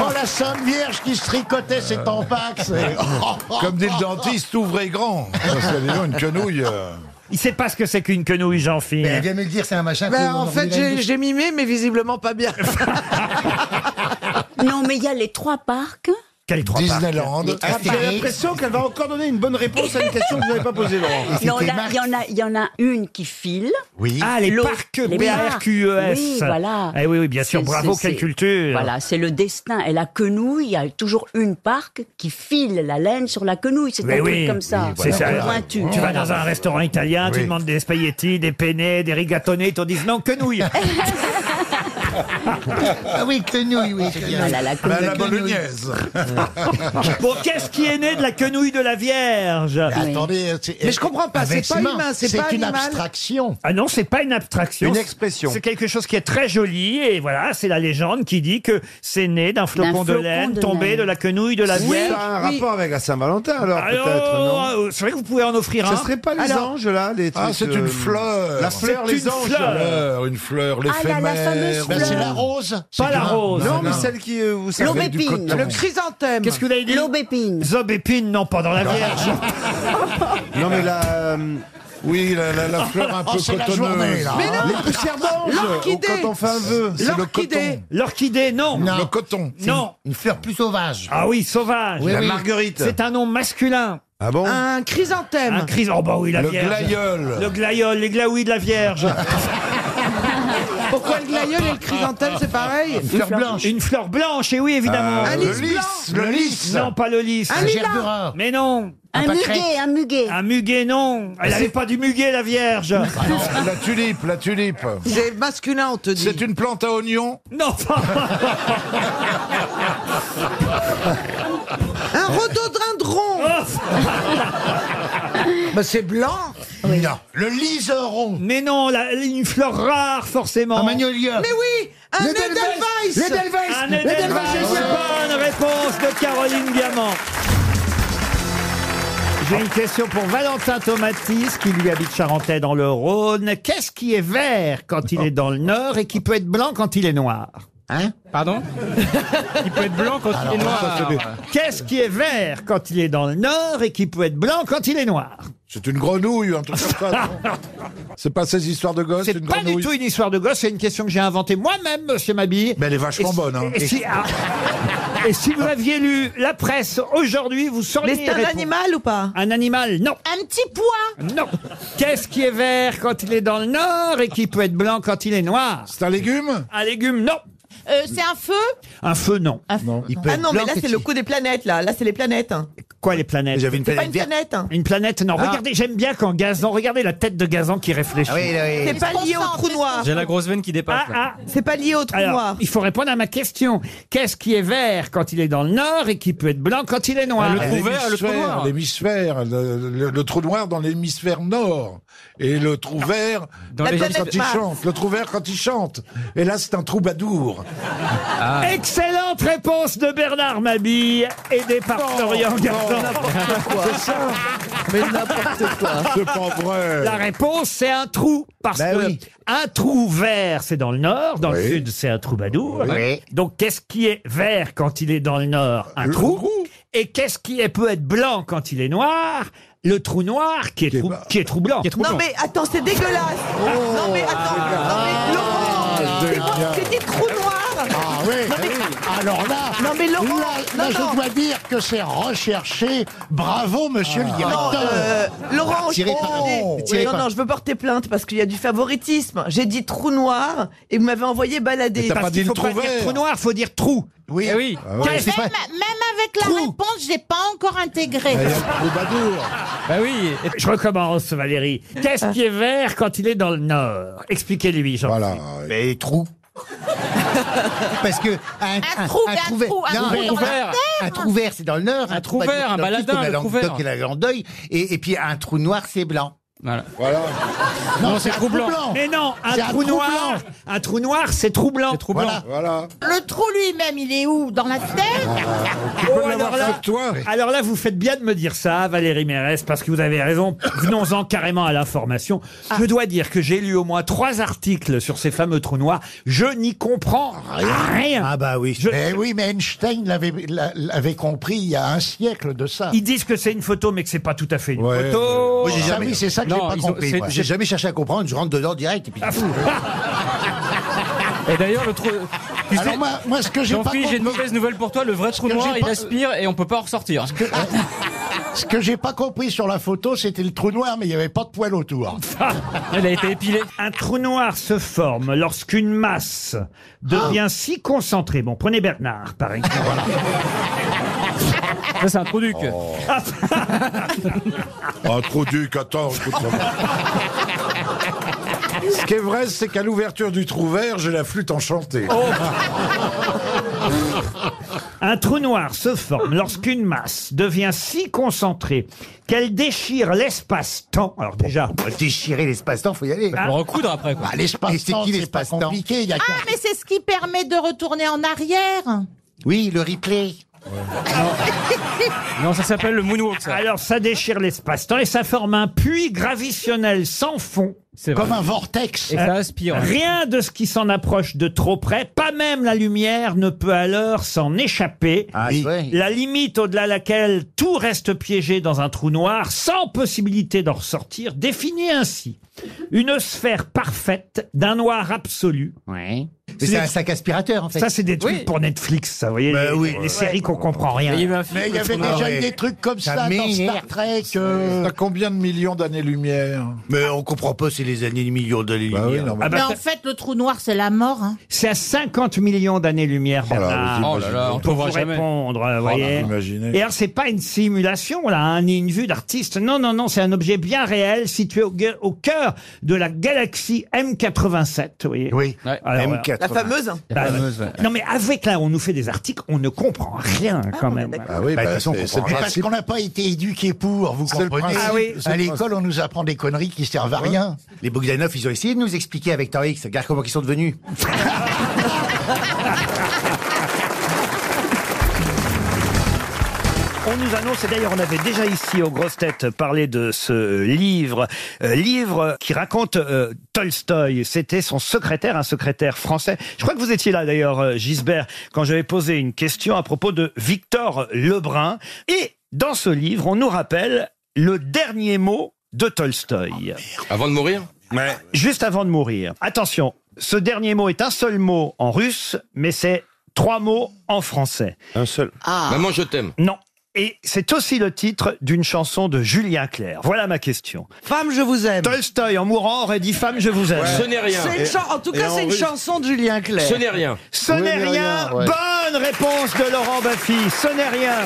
S5: Oh, la Sainte Vierge qui se tricotait ses tampax
S1: Euh,
S5: Ah,
S1: Comme dit le
S5: dentiste,
S1: ouvrez grand.
S5: une quenouille. euh.
S1: Il sait pas ce que c'est qu'une quenouille, Jean-Philippe.
S5: Elle vient me le dire, c'est un machin.
S11: Ben, en fait, j'ai- j'ai mimé, mais visiblement pas bien.
S10: Non, mais il y a les trois parcs.
S1: Quel trois
S5: Disneyland.
S14: Ah bah,
S11: Ah,
S3: J'ai l'impression qu'elle va encore donner une bonne réponse à une question que vous n'avez pas posée, Laurent.
S14: Ah,
S10: Non, là, il y, en a- il y en a une qui file.
S1: Oui. Ah, les
S10: L'autre-
S1: parcs,
S10: les
S1: P-A-R-Q-E-S.
S10: Oui, voilà.
S1: E Eh oui, oui, bien sûr,
S10: C'est-
S1: bravo,
S10: c'est-
S1: quelle
S10: c'est-
S1: culture.
S10: Voilà, c'est le destin. Et la quenouille, il y a toujours une parc qui file la laine sur la quenouille. C'est
S1: Mais
S10: un
S1: oui,
S10: truc comme ça.
S1: c'est ça.
S10: pointu.
S5: Oh.
S1: Tu vas dans un restaurant italien, tu demandes des spaghettis, des penne, des rigatoni, ils te disent non, quenouille.
S5: Ah oui, quenouille, Bah, oui. c'est bien.
S1: Voilà, la La- la quenouille. bolognaise. bon, qu'est-ce qui est né de la quenouille de la Vierge
S5: Bah, attendez, c'est- Mais je comprends pas, c'est pas Investissement. humain, c'est C'est pas une animal. abstraction.
S1: Ah non, c'est pas une abstraction.
S5: Une
S1: C'est-
S5: expression.
S1: C'est quelque chose qui est très joli et voilà, c'est la légende qui dit que c'est né d'un flocon de
S3: flocon
S1: laine
S3: de
S1: tombé
S3: laine.
S1: de la quenouille de la
S3: Oui,
S1: Vierge.
S3: ça a un rapport avec la Saint-Valentin, alors
S1: Alors,
S3: peut-être, non
S1: euh, c'est vrai que vous pouvez en offrir
S3: Ce
S1: un.
S3: serait pas les anges, là, les
S1: Ah,
S3: trucs,
S1: c'est une
S3: euh,
S1: fleur.
S3: La
S1: C'est
S3: fleur,
S1: une
S3: les anges.
S1: fleur.
S12: une fleur,
S3: Ah, la- la fameuse Ben, c'est fleur. la
S5: rose.
S1: Pas la rose.
S3: Non, mais celle qui euh, vous servez du
S1: L'aubépine.
S3: coton.
S1: Le chrysanthème. Qu'est-ce que vous avez dit
S10: L'aubépine.
S1: Zobépine, non, pas dans la Vierge.
S3: Non, mais la... euh, Oui, la, la- la fleur un
S1: Oh,
S3: peu
S1: c'est la
S3: cotonneuse.
S1: journée, là. Mais non.
S3: Les poussières d'ange
S1: L'orchidée.
S3: Quand on fait un vœu, c'est le
S1: L'orchidée.
S3: coton.
S1: L'orchidée, non.
S3: Le coton.
S1: Non.
S5: Une fleur plus sauvage.
S1: Ah oui, sauvage.
S5: Oui,
S3: La
S5: oui.
S3: marguerite.
S1: C'est un nom masculin.
S3: Ah bon
S11: Un chrysanthème.
S1: Un crise. Oh bah oui, la
S3: Le
S1: Vierge.
S3: glaïeul.
S1: Le glaïeul, les glaouis de la Vierge.
S11: Pourquoi le glaïeul et le chrysanthème, c'est pareil
S1: Une fleur blanche, et oui, évidemment.
S11: Euh, Un le lys blanc. lys,
S1: Le
S11: le
S1: lys.
S11: lys.
S1: Non, pas le lys.
S11: Un Un lilas. gerbera.
S1: Mais non.
S10: Un Un pâquerette. muguet, un muguet.
S1: Un muguet, non. Elle n'avait pas du muguet, la Vierge.
S12: La tulipe, la tulipe.
S11: C'est masculin, on te dit.
S12: C'est une plante à oignons
S1: Non,
S11: Un rhododendron
S1: Bah c'est blanc. Non. Le liseron. Mais non, la- une fleur rare forcément. Un magnolia.
S11: Mais oui Un Edelweiss
S1: Un Edelweiss. C'est pas une réponse de Caroline Diamant. J'ai une question pour Valentin Tomatis qui lui habite Charentais dans le Rhône. Qu'est-ce qui est vert quand il est dans le Nord et qui peut être blanc quand il est noir Hein Pardon
S40: Il peut être blanc quand il est noir.
S1: Qu'est-ce qui est vert quand il est dans le Nord et qui peut être blanc quand il est noir
S12: C'est une grenouille, un truc comme ça. non C'est pas ces histoires de gosses,
S1: C'est
S12: une
S1: pas du
S12: grenouille.
S1: tout une histoire de gosse, c'est une question que j'ai inventée moi-même, monsieur Mabille. Mais
S12: elle est vachement bonne, hein.
S1: Et si, ah. Et si vous aviez lu la presse aujourd'hui, vous sauriez.
S11: Mais c'est un
S1: animal ou pas Un animal, non.
S10: Un petit pois.
S1: Non. Qu'est-ce qui est vert quand il est dans le nord et qui peut être blanc quand il est noir C'est un légume Un légume, non.
S14: Euh,
S1: Ben,
S14: c'est un feu
S1: Un feu, non.
S14: Ah non, mais là, c'est le coup des planètes, là. Là, c'est les planètes.
S11: hein.
S1: Quoi, les planètes J'avais
S14: une C'est pas planète une verte. planète, hein.
S1: Une planète, non.
S14: Ah.
S1: Regardez, j'aime bien quand Gazan, regardez la tête de Gazan qui réfléchit.
S14: C'est pas lié au trou noir.
S1: J'ai
S41: la grosse veine qui dépasse.
S1: Ah, ah.
S14: C'est pas lié au trou
S1: Alors,
S14: noir.
S1: il faut répondre à ma question. Qu'est-ce qui est vert quand il est dans le nord et qui peut être blanc quand il est
S41: Ah,
S1: noir
S12: Ah, L'hémisphère, L'hémisphère, le, le- le trou noir dans l'hémisphère nord. Et le trou vert
S1: Dans
S12: comme
S1: l'hémisphère-
S12: quand il
S1: Mars.
S12: chante. Le trou vert quand il chante. Et là, c'est un troubadour.
S1: Ah. Excellente Oh, réponse de Bernard Mabille, aidé par Florian Gazan.
S12: C'est ça.
S1: Mais n'importe quoi. C'est pas vrai. La réponse, c'est un trou. Parce que un trou vert, c'est dans le nord. Dans le sud, c'est un troubadour.
S42: Oui.
S1: Donc, qu'est-ce qui est vert quand il est dans le nord Un trou. Et qu'est-ce qui est- peut être blanc quand il est noir Le trou noir qui est, trou, qui est troublant.
S14: Non mais attends, c'est dégueulasse. non mais attends, non mais
S1: Ah,
S14: Laurent, c'est quoi- c'était trou noir.
S5: Ah oui, alors là,
S14: Non, mais Laurent,
S5: Ah, là,
S14: non,
S5: là, je
S14: non.
S5: dois dire que c'est recherché. Bravo, monsieur le directeur.
S14: Non, euh, Laurent, je
S5: Tirez
S14: peux
S5: pas.
S14: demander-
S5: Oh,
S14: Oui,
S5: tirez
S14: non,
S5: pas.
S14: non, je veux porter plainte parce qu'il y a du favoritisme. J'ai dit trou noir et vous m'avez envoyé balader.
S1: Parce qu'il faut pas dire trou noir, faut dire trou.
S5: Oui.
S1: oui. Ah
S2: Même, même avec la réponse, j'ai pas encore intégré.
S1: Bah oui. Je recommence, Valérie. Qu'est-ce qui est vert quand il est dans le nord Expliquez-lui, jean Voilà.
S43: Mais trou.
S24: Parce que un,
S2: un trou, un
S24: vert-
S2: trou, un
S24: non,
S2: trou dans la terre.
S24: un trou vert, c'est dans le nord. hein, Un,
S2: trou
S24: troubadour,
S2: vert, un
S24: dans le sud,
S2: baladin,
S24: comme la
S2: le trou
S24: Languedoc
S2: vert.
S24: et la Grandeuil. Et, et puis un trou noir, c'est blanc.
S15: Voilà.
S24: Non,
S1: Non,
S24: c'est
S1: c'est
S24: un trou
S1: troublant.
S24: blanc.
S1: Mais non, un
S24: C'est
S1: trou, noir, un trou noir, c'est troublant. C'est
S24: troublant.
S1: Voilà.
S2: Le trou lui-même, il est où Dans la
S1: Ah,
S2: terre
S1: Oh, alors, là, alors là, vous faites bien de me dire ça, Valérie Mérès, parce que vous avez raison. Venons-en carrément à l'information. Je dois dire que j'ai lu au moins trois articles sur ces fameux trous noirs. Je n'y comprends rien.
S5: Ah bah oui. Mais oui, mais Einstein l'avait l'a- l'avait compris il y a un siècle de ça.
S1: Ah. Ils disent que c'est une photo, mais que c'est pas tout à fait une
S5: Ouais.
S1: photo.
S5: Moi, j'ai Ah jamais- oui, c'est ça que j'ai Non, pas ils ont- compris, c'est- moi.
S24: J'ai jamais cherché à comprendre, je rentre dedans direct et puis.
S15: Et d'ailleurs, le trou. tu
S5: Alors moi- moi, ce que j'ai pas
S15: Jean-Philippe, j'ai une
S5: compris-
S15: mauvaise nouvelle pour toi. Le vrai trou
S5: que
S15: noir,
S5: j'ai
S15: il
S5: pas-
S15: aspire et on peut pas en ressortir.
S5: Ce que j'ai pas compris sur la photo, c'était le trou noir, mais il n'y avait pas de poils autour.
S1: Elle a été épilée. Ah. Un trou noir se forme lorsqu'une masse devient
S5: Ah.
S1: si concentrée. Bon, prenez Bernard, par exemple. Ça, c'est un trou
S7: Oh.
S1: duc.
S12: Ah, trop duc, attends, écoute, ça va. Ce qui est vrai, c'est qu'à l'ouverture du trou vert, j'ai la flûte enchantée.
S1: Oh, Un trou noir se forme lorsqu'une masse devient si concentrée qu'elle déchire l'espace-temps. Alors déjà,
S24: déchirer l'espace-temps, faut y aller.
S1: Ah. Faut le
S15: recoudre après. Quoi.
S24: l'espace-temps,
S5: Bah, c'est
S24: c'est pas compliqué. il y a
S2: Ah, mais c'est ce qui permet de retourner en arrière.
S1: Ah,
S24: Oui, le replay.
S1: Non, ça s'appelle le moonwalk. Alors ça déchire l'espace-temps et ça forme un puits gravitationnel sans fond.
S5: vrai. Comme un vortex. Et ça aspire.
S1: Rien de ce qui s'en approche de trop près, pas même la lumière ne peut alors s'en échapper.
S24: Oui. ouais.
S1: La limite au-delà laquelle tout reste piégé dans un trou noir sans possibilité d'en ressortir, définie ainsi. Une sphère parfaite d'un noir absolu.
S24: Mais c'est un sac aspirateur, en fait.
S1: Ça, c'est des trucs pour Netflix, ça, vous voyez, les, les séries qu'on comprend rien.
S5: Mais il y avait déjà eu des trucs comme ça, dans Star Trek. euh,
S12: T'as combien de millions d'années-lumière Mais on comprend pas, c'est les années millions d'années-lumière.
S1: Ah bah,
S2: mais en fait, le trou noir, c'est la mort. hein.
S1: C'est à 50 millions d'années-lumière,
S12: là,
S1: Bernard.
S12: vous imaginez. Oh là là, on
S1: pour
S12: trouvera
S1: vous
S12: jamais.
S1: répondre, euh,
S12: Oh là,
S1: voyez.
S12: vous imaginez.
S1: Et alors, c'est pas une simulation, là, hein, ni une vue d'artiste. Non, non, non, c'est un objet bien réel situé au, gue- au cœur de la galaxie M87, vous voyez. Oui,
S24: M87. La fameuse. La fameuse, ouais.
S1: Non, mais avec, là, on nous fait des articles, on ne comprend rien, quand même.
S12: Ah oui,
S5: Bah,
S12: bah,
S5: de toute façon,
S12: c'est
S5: c'est
S12: c'est le
S5: parce
S12: principe.
S5: qu'on n'a pas été éduqué pour, vous
S24: C'est le
S5: comprenez
S24: principe. Ah oui. C'est
S5: À
S24: le
S5: l'école, on nous apprend des conneries qui servent à rien.
S24: Les Bogdanov, ils ont essayé de nous expliquer avec Torix. Regarde comment ils sont devenus.
S44: On nous annonce, et d'ailleurs on avait déjà ici aux grosses têtes parlé de ce livre, euh, livre qui raconte euh, Tolstoï. C'était son secrétaire, un secrétaire français. Je crois que vous étiez là d'ailleurs, euh, Gisbert, quand j'avais posé une question à propos de Victor Lebrun. Et dans ce livre, on nous rappelle le dernier mot de Tolstoï.
S8: Ah, Avant de mourir
S44: Juste avant de mourir. Attention, ce dernier mot est un seul mot en russe, mais c'est trois mots en français.
S45: Un seul.
S8: Ah. Maman, je t'aime.
S44: Non. Et c'est aussi le titre d'une chanson de Julien Clerc. Voilà ma question. Femme, je vous aime. Tolstoy, en mourant, aurait dit Femme, je vous aime.
S8: Ouais. Ce n'est rien.
S11: C'est une
S8: Et-
S11: chan- en tout
S8: et
S11: cas,
S8: en
S11: c'est une
S8: russe.
S11: chanson de Julien Clerc.
S8: Ce n'est rien.
S1: Ce n'est rien. Bonne réponse de Laurent Baffy. Ce n'est rien.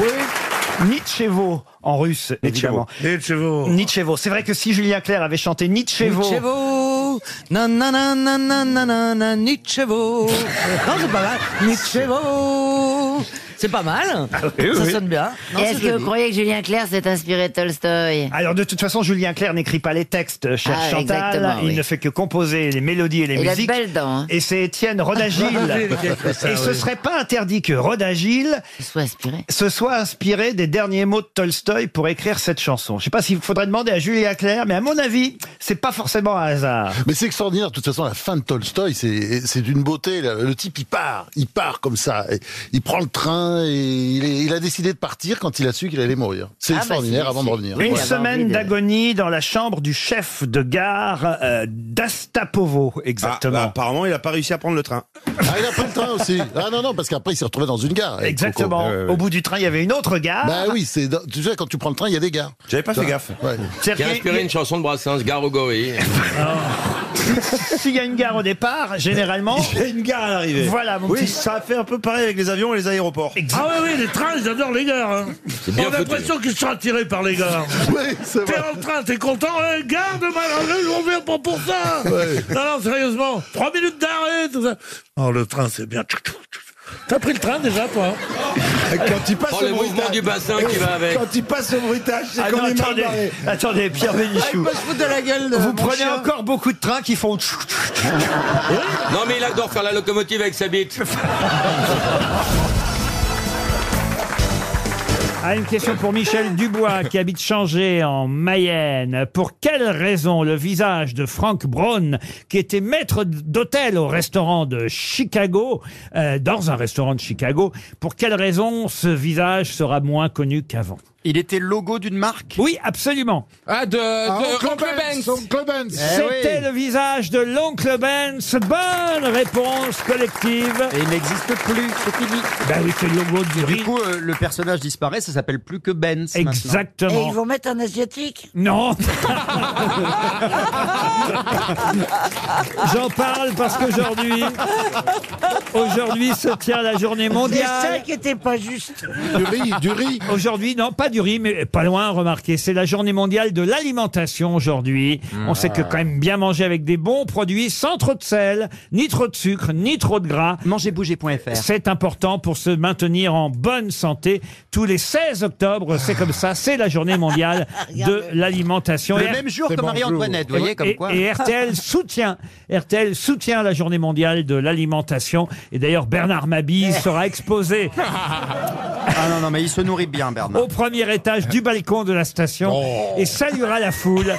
S1: Oui. Nietzschevo en russe, évidemment.
S24: Nietzschevo.
S44: Nietzschevo. C'est vrai que si Julien Clerc avait chanté Nietzschevo.
S11: Nietzschevo. Nanana, nanana, Nietzschevo. Non, c'est pas mal. Nietzschevo. C'est pas mal.
S1: Ah oui,
S11: ça
S1: oui.
S11: sonne bien.
S1: Non,
S46: Est-ce
S1: c'est
S46: que
S1: joli.
S46: vous croyez que Julien Clerc s'est inspiré de Tolstoï
S1: Alors de toute façon, Julien Clerc n'écrit pas les textes, euh, cher
S46: Ah,
S1: Chantal.
S46: exactement,
S1: Il
S46: oui.
S1: ne fait que composer les mélodies et les
S46: Il a de
S1: musiques.
S46: belles dents, hein.
S1: Et c'est Étienne Rodagil.
S46: Rodagil qui a écrit ça,
S1: et ce
S46: oui.
S1: serait pas interdit que Rodagil
S46: soit inspiré.
S1: se soit inspiré des derniers mots de Tolstoï pour écrire cette chanson. Je sais pas s'il faudrait demander à Julien Clerc, mais à mon avis, c'est pas forcément un hasard.
S12: Mais c'est extraordinaire. De toute façon, la fin de Tolstoï, c'est c'est d'une beauté. Le le type, il part. Il part comme ça. Et Il prend le train et il, est- il a décidé de partir quand il a su qu'il allait mourir. C'est
S1: Ah, bah,
S12: extraordinaire
S1: c'est-
S12: avant de revenir.
S1: Une
S12: Voilà.
S1: semaine
S5: Ah,
S1: d'agonie dans la chambre du chef de gare euh, d'Astapovo,
S3: Ah,
S1: exactement.
S3: bah,
S12: apparemment, il n'a pas réussi à prendre le train. Ah, il a pris le train aussi. Ah non, non, parce qu'après, il s'est retrouvé dans une gare. avec
S1: Exactement.
S12: Coco. Ouais, ouais,
S1: Au
S12: ouais.
S1: bout du train, il y avait une autre gare.
S12: Bah oui, c'est dans- tu sais, quand tu prends le train, il y a des gares.
S47: J'avais pas
S12: Tu
S47: fait
S12: vois
S47: gaffe.
S12: Ouais.
S1: C'est-à-dire
S8: Qui a
S1: qu'il-
S8: inspiré une chanson de Brassens, Gare au Gorille.
S47: Ah.
S1: S'il y a une gare au départ, généralement.
S47: Il y a une gare à l'arrivée.
S1: Voilà, mon
S47: oui,
S1: petit-
S47: ça fait un peu pareil avec les avions et les aéroports.
S24: Ah ouais, oui, les trains, ils adorent les gares. hein.
S47: C'est bien
S24: On a
S47: foutu.
S24: l'impression qu'ils sont attirés par les gares. T'es en train, t'es content, eh, gare de Malheureux, on vient pas pour ça. Non, non, sérieusement, trois minutes d'arrêt, tout ça. Oh, le train, c'est bien. T'as pris le train déjà, toi
S47: Quand il passe
S24: Oh,
S47: au
S24: le
S47: bruitage-
S24: mouvement du bassin qui va avec.
S47: Quand il passe au bruitage, c'est
S1: Ah
S47: comme
S1: non,
S47: les
S1: attendez, attendez, Pierre Bénichou.
S47: euh,
S1: Vous prenez encore beaucoup de trains qui font.
S8: Non, mais il adore faire la locomotive avec sa bite.
S1: Ah, une question pour Michel Dubois qui habite Changé en Mayenne. Pour quelle raison le visage de Frank Braun, qui était maître d'hôtel au restaurant de Chicago, euh, dans un restaurant de Chicago, pour quelle raison ce visage sera moins connu qu'avant
S5: Il était logo d'une marque
S1: Oui, absolument.
S5: Ah, de, de Oncle Benz. Eh
S1: C'était le visage de l'oncle Benz. Bonne réponse collective.
S5: Et il n'existe plus, c'est fini.
S24: Ben
S1: Bah oui, c'est le logo du
S5: Du coup, euh, le personnage disparaît, ça s'appelle plus que Benz. maintenant.
S1: Exactement.
S5: Et,
S1: vont
S5: mettre un asiatique
S1: Non J'en parle parce qu'aujourd'hui, aujourd'hui se tient la journée mondiale.
S5: qui était pas juste.
S1: Du riz, du riz. Aujourd'hui, non, pas du riz, mais pas loin, remarquez. C'est la journée mondiale de l'alimentation aujourd'hui. On sait
S5: Ah.
S1: que quand même bien manger avec des bons produits, sans trop de sel, ni trop de sucre, ni trop de gras.
S5: Mangerbouger.fr.
S1: C'est important pour se maintenir en bonne santé. Tous les 16 octobre, c'est comme ça, c'est la journée mondiale de l'alimentation.
S5: Le
S1: Et-
S5: même jour que C'est Marie-Antoinette, bonjour. vous voyez, comme
S1: Et-
S5: quoi.
S1: Et RTL soutient, RTL soutient la journée mondiale de l'alimentation. Et d'ailleurs, Bernard
S5: Eh.
S1: Mabille sera exposé
S5: Ah non, non, mais il se nourrit bien, Bernard. Oh.
S1: au premier étage du balcon de la station et saluera la foule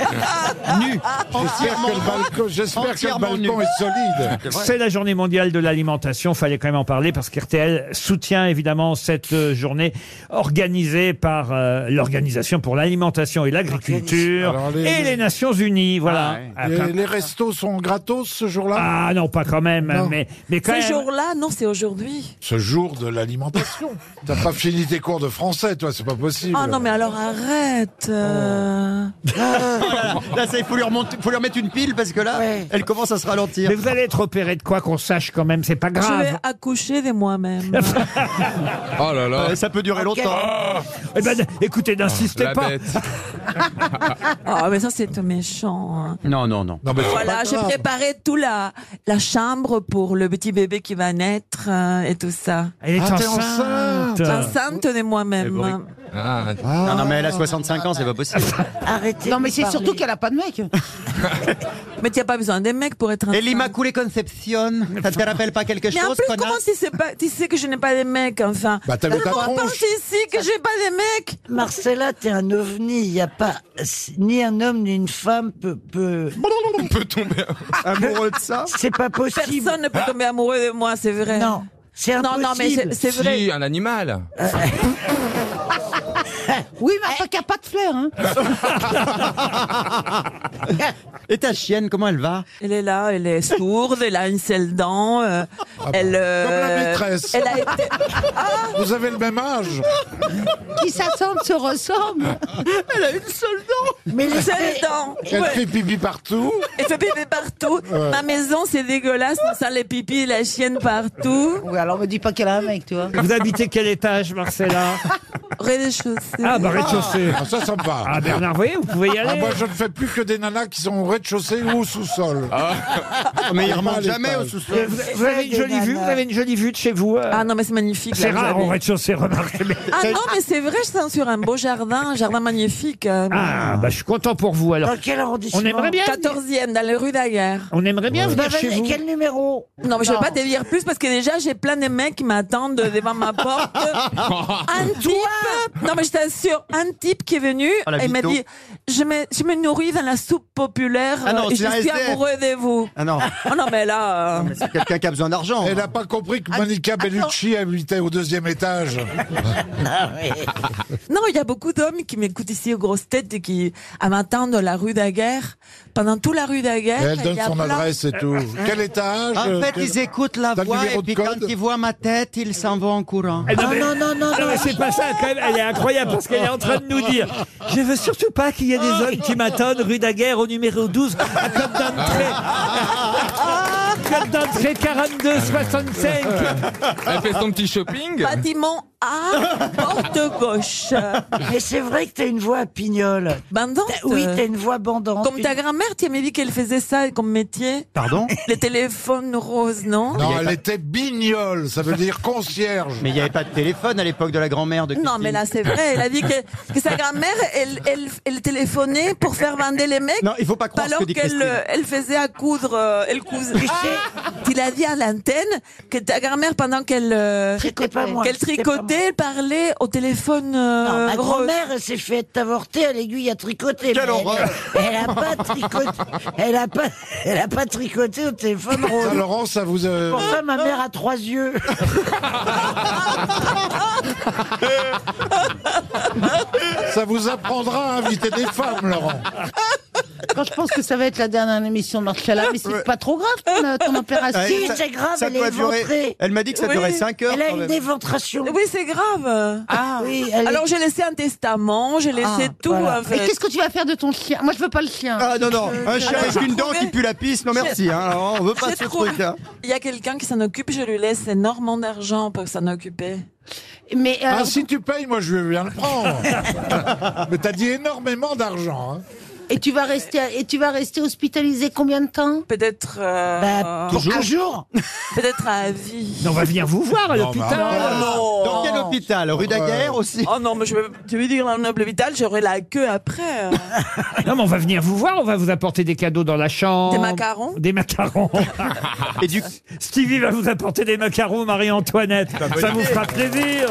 S1: nue.
S5: Entièrement
S3: J'espère que le balcon, j'espère que le
S5: Ah, Entièrement
S3: balcon
S5: nu.
S3: est solide.
S1: C'est la journée mondiale de l'alimentation, fallait quand même en parler parce qu'RTL soutient évidemment cette euh, journée organisée par euh, l'Organisation pour l'alimentation et l'agriculture
S3: Alors, les-
S1: et les Nations Unies, voilà. Ah,
S3: Et
S1: plein-
S3: les restos sont gratos ce jour-là
S1: Ah non, pas quand même,
S3: Non.
S1: mais, mais quand
S7: Ce
S1: même.
S7: jour-là, non, c'est aujourd'hui.
S3: Ce jour de l'alimentation. T'as pas fini tes cours de français, toi, c'est pas possible.
S7: Oh non, mais alors arrête. euh.
S3: Oh.
S5: là, là, ça, il faut lui, remonter- faut lui remettre une pile parce que là, elle commence à se ralentir.
S1: Mais vous allez être opéré de quoi qu'on sache quand même, c'est pas
S5: Je
S1: grave.
S5: vais-
S7: J'ai accouché de moi-même.
S5: Oh là là. ça peut durer longtemps.
S1: Eh ben, écoutez, n'insistez
S5: La
S1: pas.
S5: bête.
S7: oh, mais ça, c'est méchant. hein.
S5: Non, non, non.
S3: Ah, mais c'est
S7: Voilà,
S3: pas
S7: j'ai
S3: grave.
S7: préparé tout la, la chambre pour le petit bébé qui va naître euh, et tout ça.
S1: Elle
S5: est Ah, t'es enceinte. enceinte.
S7: Enceinte de
S3: Eh ben,
S5: bruit.
S7: moi-même.
S3: Ah.
S5: Ah. Non, non, mais elle a 65 ans, c'est pas possible.
S7: Arrêtez.
S48: Non, mais c'est surtout qu'elle a pas de mec.
S7: Mais tu n'as pas besoin des mecs pour être
S5: Et
S7: enceinte.
S5: l'Immaculée Conception, ça te rappelle pas quelque
S7: Mais en
S5: chose,
S7: plus,
S5: connard
S7: comment tu sais, pas, tu sais que je n'ai pas de mecs, enfin
S5: Bah, t'avais ta
S7: Comment
S5: tronche.
S7: penses ici que j'ai pas de mecs
S2: Marcella, t'es un ovni. Il n'y a pas. Ni un homme ni une femme peut. peut...
S5: On peut tomber amoureux de ça Ah.
S2: C'est pas possible.
S7: Personne ne peut tomber amoureux de moi, c'est vrai. Non,
S2: c'est
S7: Non, non, mais c'est-
S2: impossible.
S7: c'est vrai. Ah,
S8: Si, un animal.
S48: Oui, mais enfin, qu'il n'y a pas de fleurs. Hein.
S5: Et ta chienne, comment elle va
S7: Elle est là, elle est sourde, elle a une seule dent. euh, elle,
S3: Ah bah, Comme la
S7: euh,
S3: maîtresse.
S7: Elle a été...
S3: Vous avez le même âge.
S48: Qui s'assemblent se ressemblent.
S5: Elle a une seule dent.
S7: Mais les dents.
S12: Elle
S7: Ouais.
S12: fait pipi partout.
S7: Elle fait pipi partout.
S12: Ouais.
S7: Ma maison, c'est dégueulasse. On sent les pipis, la chienne partout.
S49: Ouais, alors me dis pas qu'elle a un mec, tu vois.
S1: Vous habitez quel étage, Marcella
S7: Rez-de-chaussée.
S1: Ah, bah, rez-de-chaussée.
S12: Ah, ça, ça me va.
S1: Ah, Bernard, vous voyez, vous pouvez y aller.
S12: Ah, moi, je ne fais plus que des nanas qui sont au rez-de-chaussée ou au sous-sol.
S5: Ah.
S50: Mais ils
S12: Pas
S50: remontent
S12: à
S50: jamais au
S12: l'étage.
S50: sous-sol.
S1: Vous- vous avez une jolie vue, vous avez une jolie vue de chez vous. euh.
S7: Ah non, mais c'est magnifique.
S1: C'est
S7: là,
S1: rare
S7: vous
S1: au
S7: avez-
S1: rez-de-chaussée, remarquez. mais-
S7: Ah non, mais c'est vrai, je sens sur un beau jardin, un jardin magnifique. euh,
S1: Ah, bah, je suis content pour vous, alors. On aimerait bien.
S7: 14e, dans la rue Daguerre.
S1: On aimerait bien
S2: Bah
S1: venir chez vous.
S7: Quel numéro Non, mais je ne
S49: Non.
S7: veux pas dévier plus parce que déjà, j'ai plein de mecs qui m'attendent devant ma porte. un type. Non, mais je t'assure, un type qui est venu
S5: Oh, la
S7: et m'a
S5: mytho.
S7: dit Je me, je me nourris dans la soupe populaire
S5: Ah non,
S7: et
S5: c'est
S7: je
S5: un
S7: suis
S5: SDF.
S7: amoureux de vous.
S5: Ah non.
S7: Oh non, mais là. euh,
S5: C'est quelqu'un qui a besoin d'argent.
S12: Elle n'a pas compris que Monica Bellucci habitait au deuxième étage.
S7: Ah, Non, il y a beaucoup d'hommes qui m'écoutent ici aux grosses têtes et qui à m'attendre la rue Daguerre pendant toute la rue Daguerre.
S12: Et elle
S7: il
S12: donne
S7: y a
S12: son
S7: plein-
S12: adresse et tout. Quel étage
S5: Euh, En fait,
S12: quel-
S5: ils écoutent la
S12: T'as le
S5: voix
S12: numéro
S5: et
S12: de
S5: puis
S12: code
S5: quand ils voient ma tête, ils s'en vont en courant.
S7: Ah,
S1: Eh, mais- mais c'est pas ça, quand même. Elle est incroyable parce qu'elle est en train de nous dire Je veux surtout pas qu'il y ait des hommes qui m'attendent rue Daguerre au numéro 12, à code
S7: Ah,
S1: d'entrée. Code d'entrée 4265.
S8: Elle fait son petit shopping.
S7: Bâtiment A, porte gauche.
S2: Mais c'est vrai que t'as une voix à pignole.
S7: Bandante.
S2: T'as- Oui, t'as une voix bandante.
S7: Comme ta grand-mère, tu m'as dit qu'elle faisait ça comme métier.
S5: Pardon
S7: Les téléphones roses, non
S12: Non, elle était bignole, ça veut dire concierge.
S5: Mais il n'y avait pas de téléphone à l'époque de la grand-mère de
S7: Non,
S5: Christine.
S7: mais là, c'est vrai. Elle a dit que, que sa grand-mère, elle, elle, elle téléphonait pour faire vendre les mecs.
S5: Non, il faut pas croire ce
S7: Alors
S5: que dit
S7: qu'elle
S5: Christine.
S7: euh, elle faisait à coudre, euh, elle cousait. Il a dit à l'antenne que ta grand-mère, pendant qu'elle euh,
S2: pas moi,
S7: qu'elle
S2: c'était pas moi.
S7: tricotait, elle parlait au téléphone. euh,
S2: Non, ma
S7: rose.
S2: grand-mère elle s'est fait avorter à l'aiguille à tricoter.
S5: Quelle
S2: mais elle-
S5: horreur.
S2: Elle a pas tricoté. Elle a pas. Elle a pas tricoté au téléphone
S12: Ça,
S2: rose.
S12: Laurent, ça vous. euh,
S2: Pour ça, ma mère a trois yeux.
S12: Ça vous apprendra à inviter des femmes, Laurent.
S49: Quand je pense que ça va être la dernière émission de Marcella, mais c'est pas trop grave ton, ton
S2: Ah,
S49: opération.
S5: Ouais, Ah, Euh, ça- ça doit durer- Elle m'a dit que ça
S7: Oui.
S5: durait 5 heures. quand même.
S7: Oui, c'est grave.
S2: Ah oui, elle est- Ah,
S7: Alors j'ai laissé un testament, j'ai laissé tout en
S49: Et
S7: fait.
S49: qu'est-ce que tu vas faire de ton chien Moi, je veux pas le chien. Euh,
S5: Ah non, non, un chien
S7: Alors,
S5: avec
S7: j'ai
S5: une dent
S7: trouvé-
S5: qui pue la pisse, non merci, hein, alors, on veut pas
S7: J'ai
S5: ce
S7: trouvé-
S5: truc. Hein.
S7: Il y a quelqu'un qui s'en occupe, je lui laisse énormément d'argent pour s'en occuper.
S49: Mais euh,
S7: euh,
S12: Ah, si tu payes, moi je vais bien le prendre. Mais t'as dit énormément d'argent. hein.
S49: Et tu vas rester et tu vas rester hospitalisé combien de temps
S7: Peut-être euh,
S49: Bah,
S7: pour
S2: toujours.
S7: un jour. Peut-être à vie.
S1: Mais on va venir vous voir à
S12: Non,
S1: l'hôpital.
S12: mais-
S7: non.
S5: Dans quel hôpital Rue
S1: Euh,
S5: Daguerre aussi
S7: Oh non, mais je veux, tu veux dire un noble hôpital, j'aurai la queue après. euh.
S1: Non, mais on va venir vous voir, on va vous apporter des cadeaux dans la chambre.
S7: Des macarons
S1: Des macarons.
S5: Et du
S1: Stevie va vous apporter des macarons, Marie-Antoinette.
S5: bonne
S1: Ça vous
S5: idée.
S1: fera plaisir.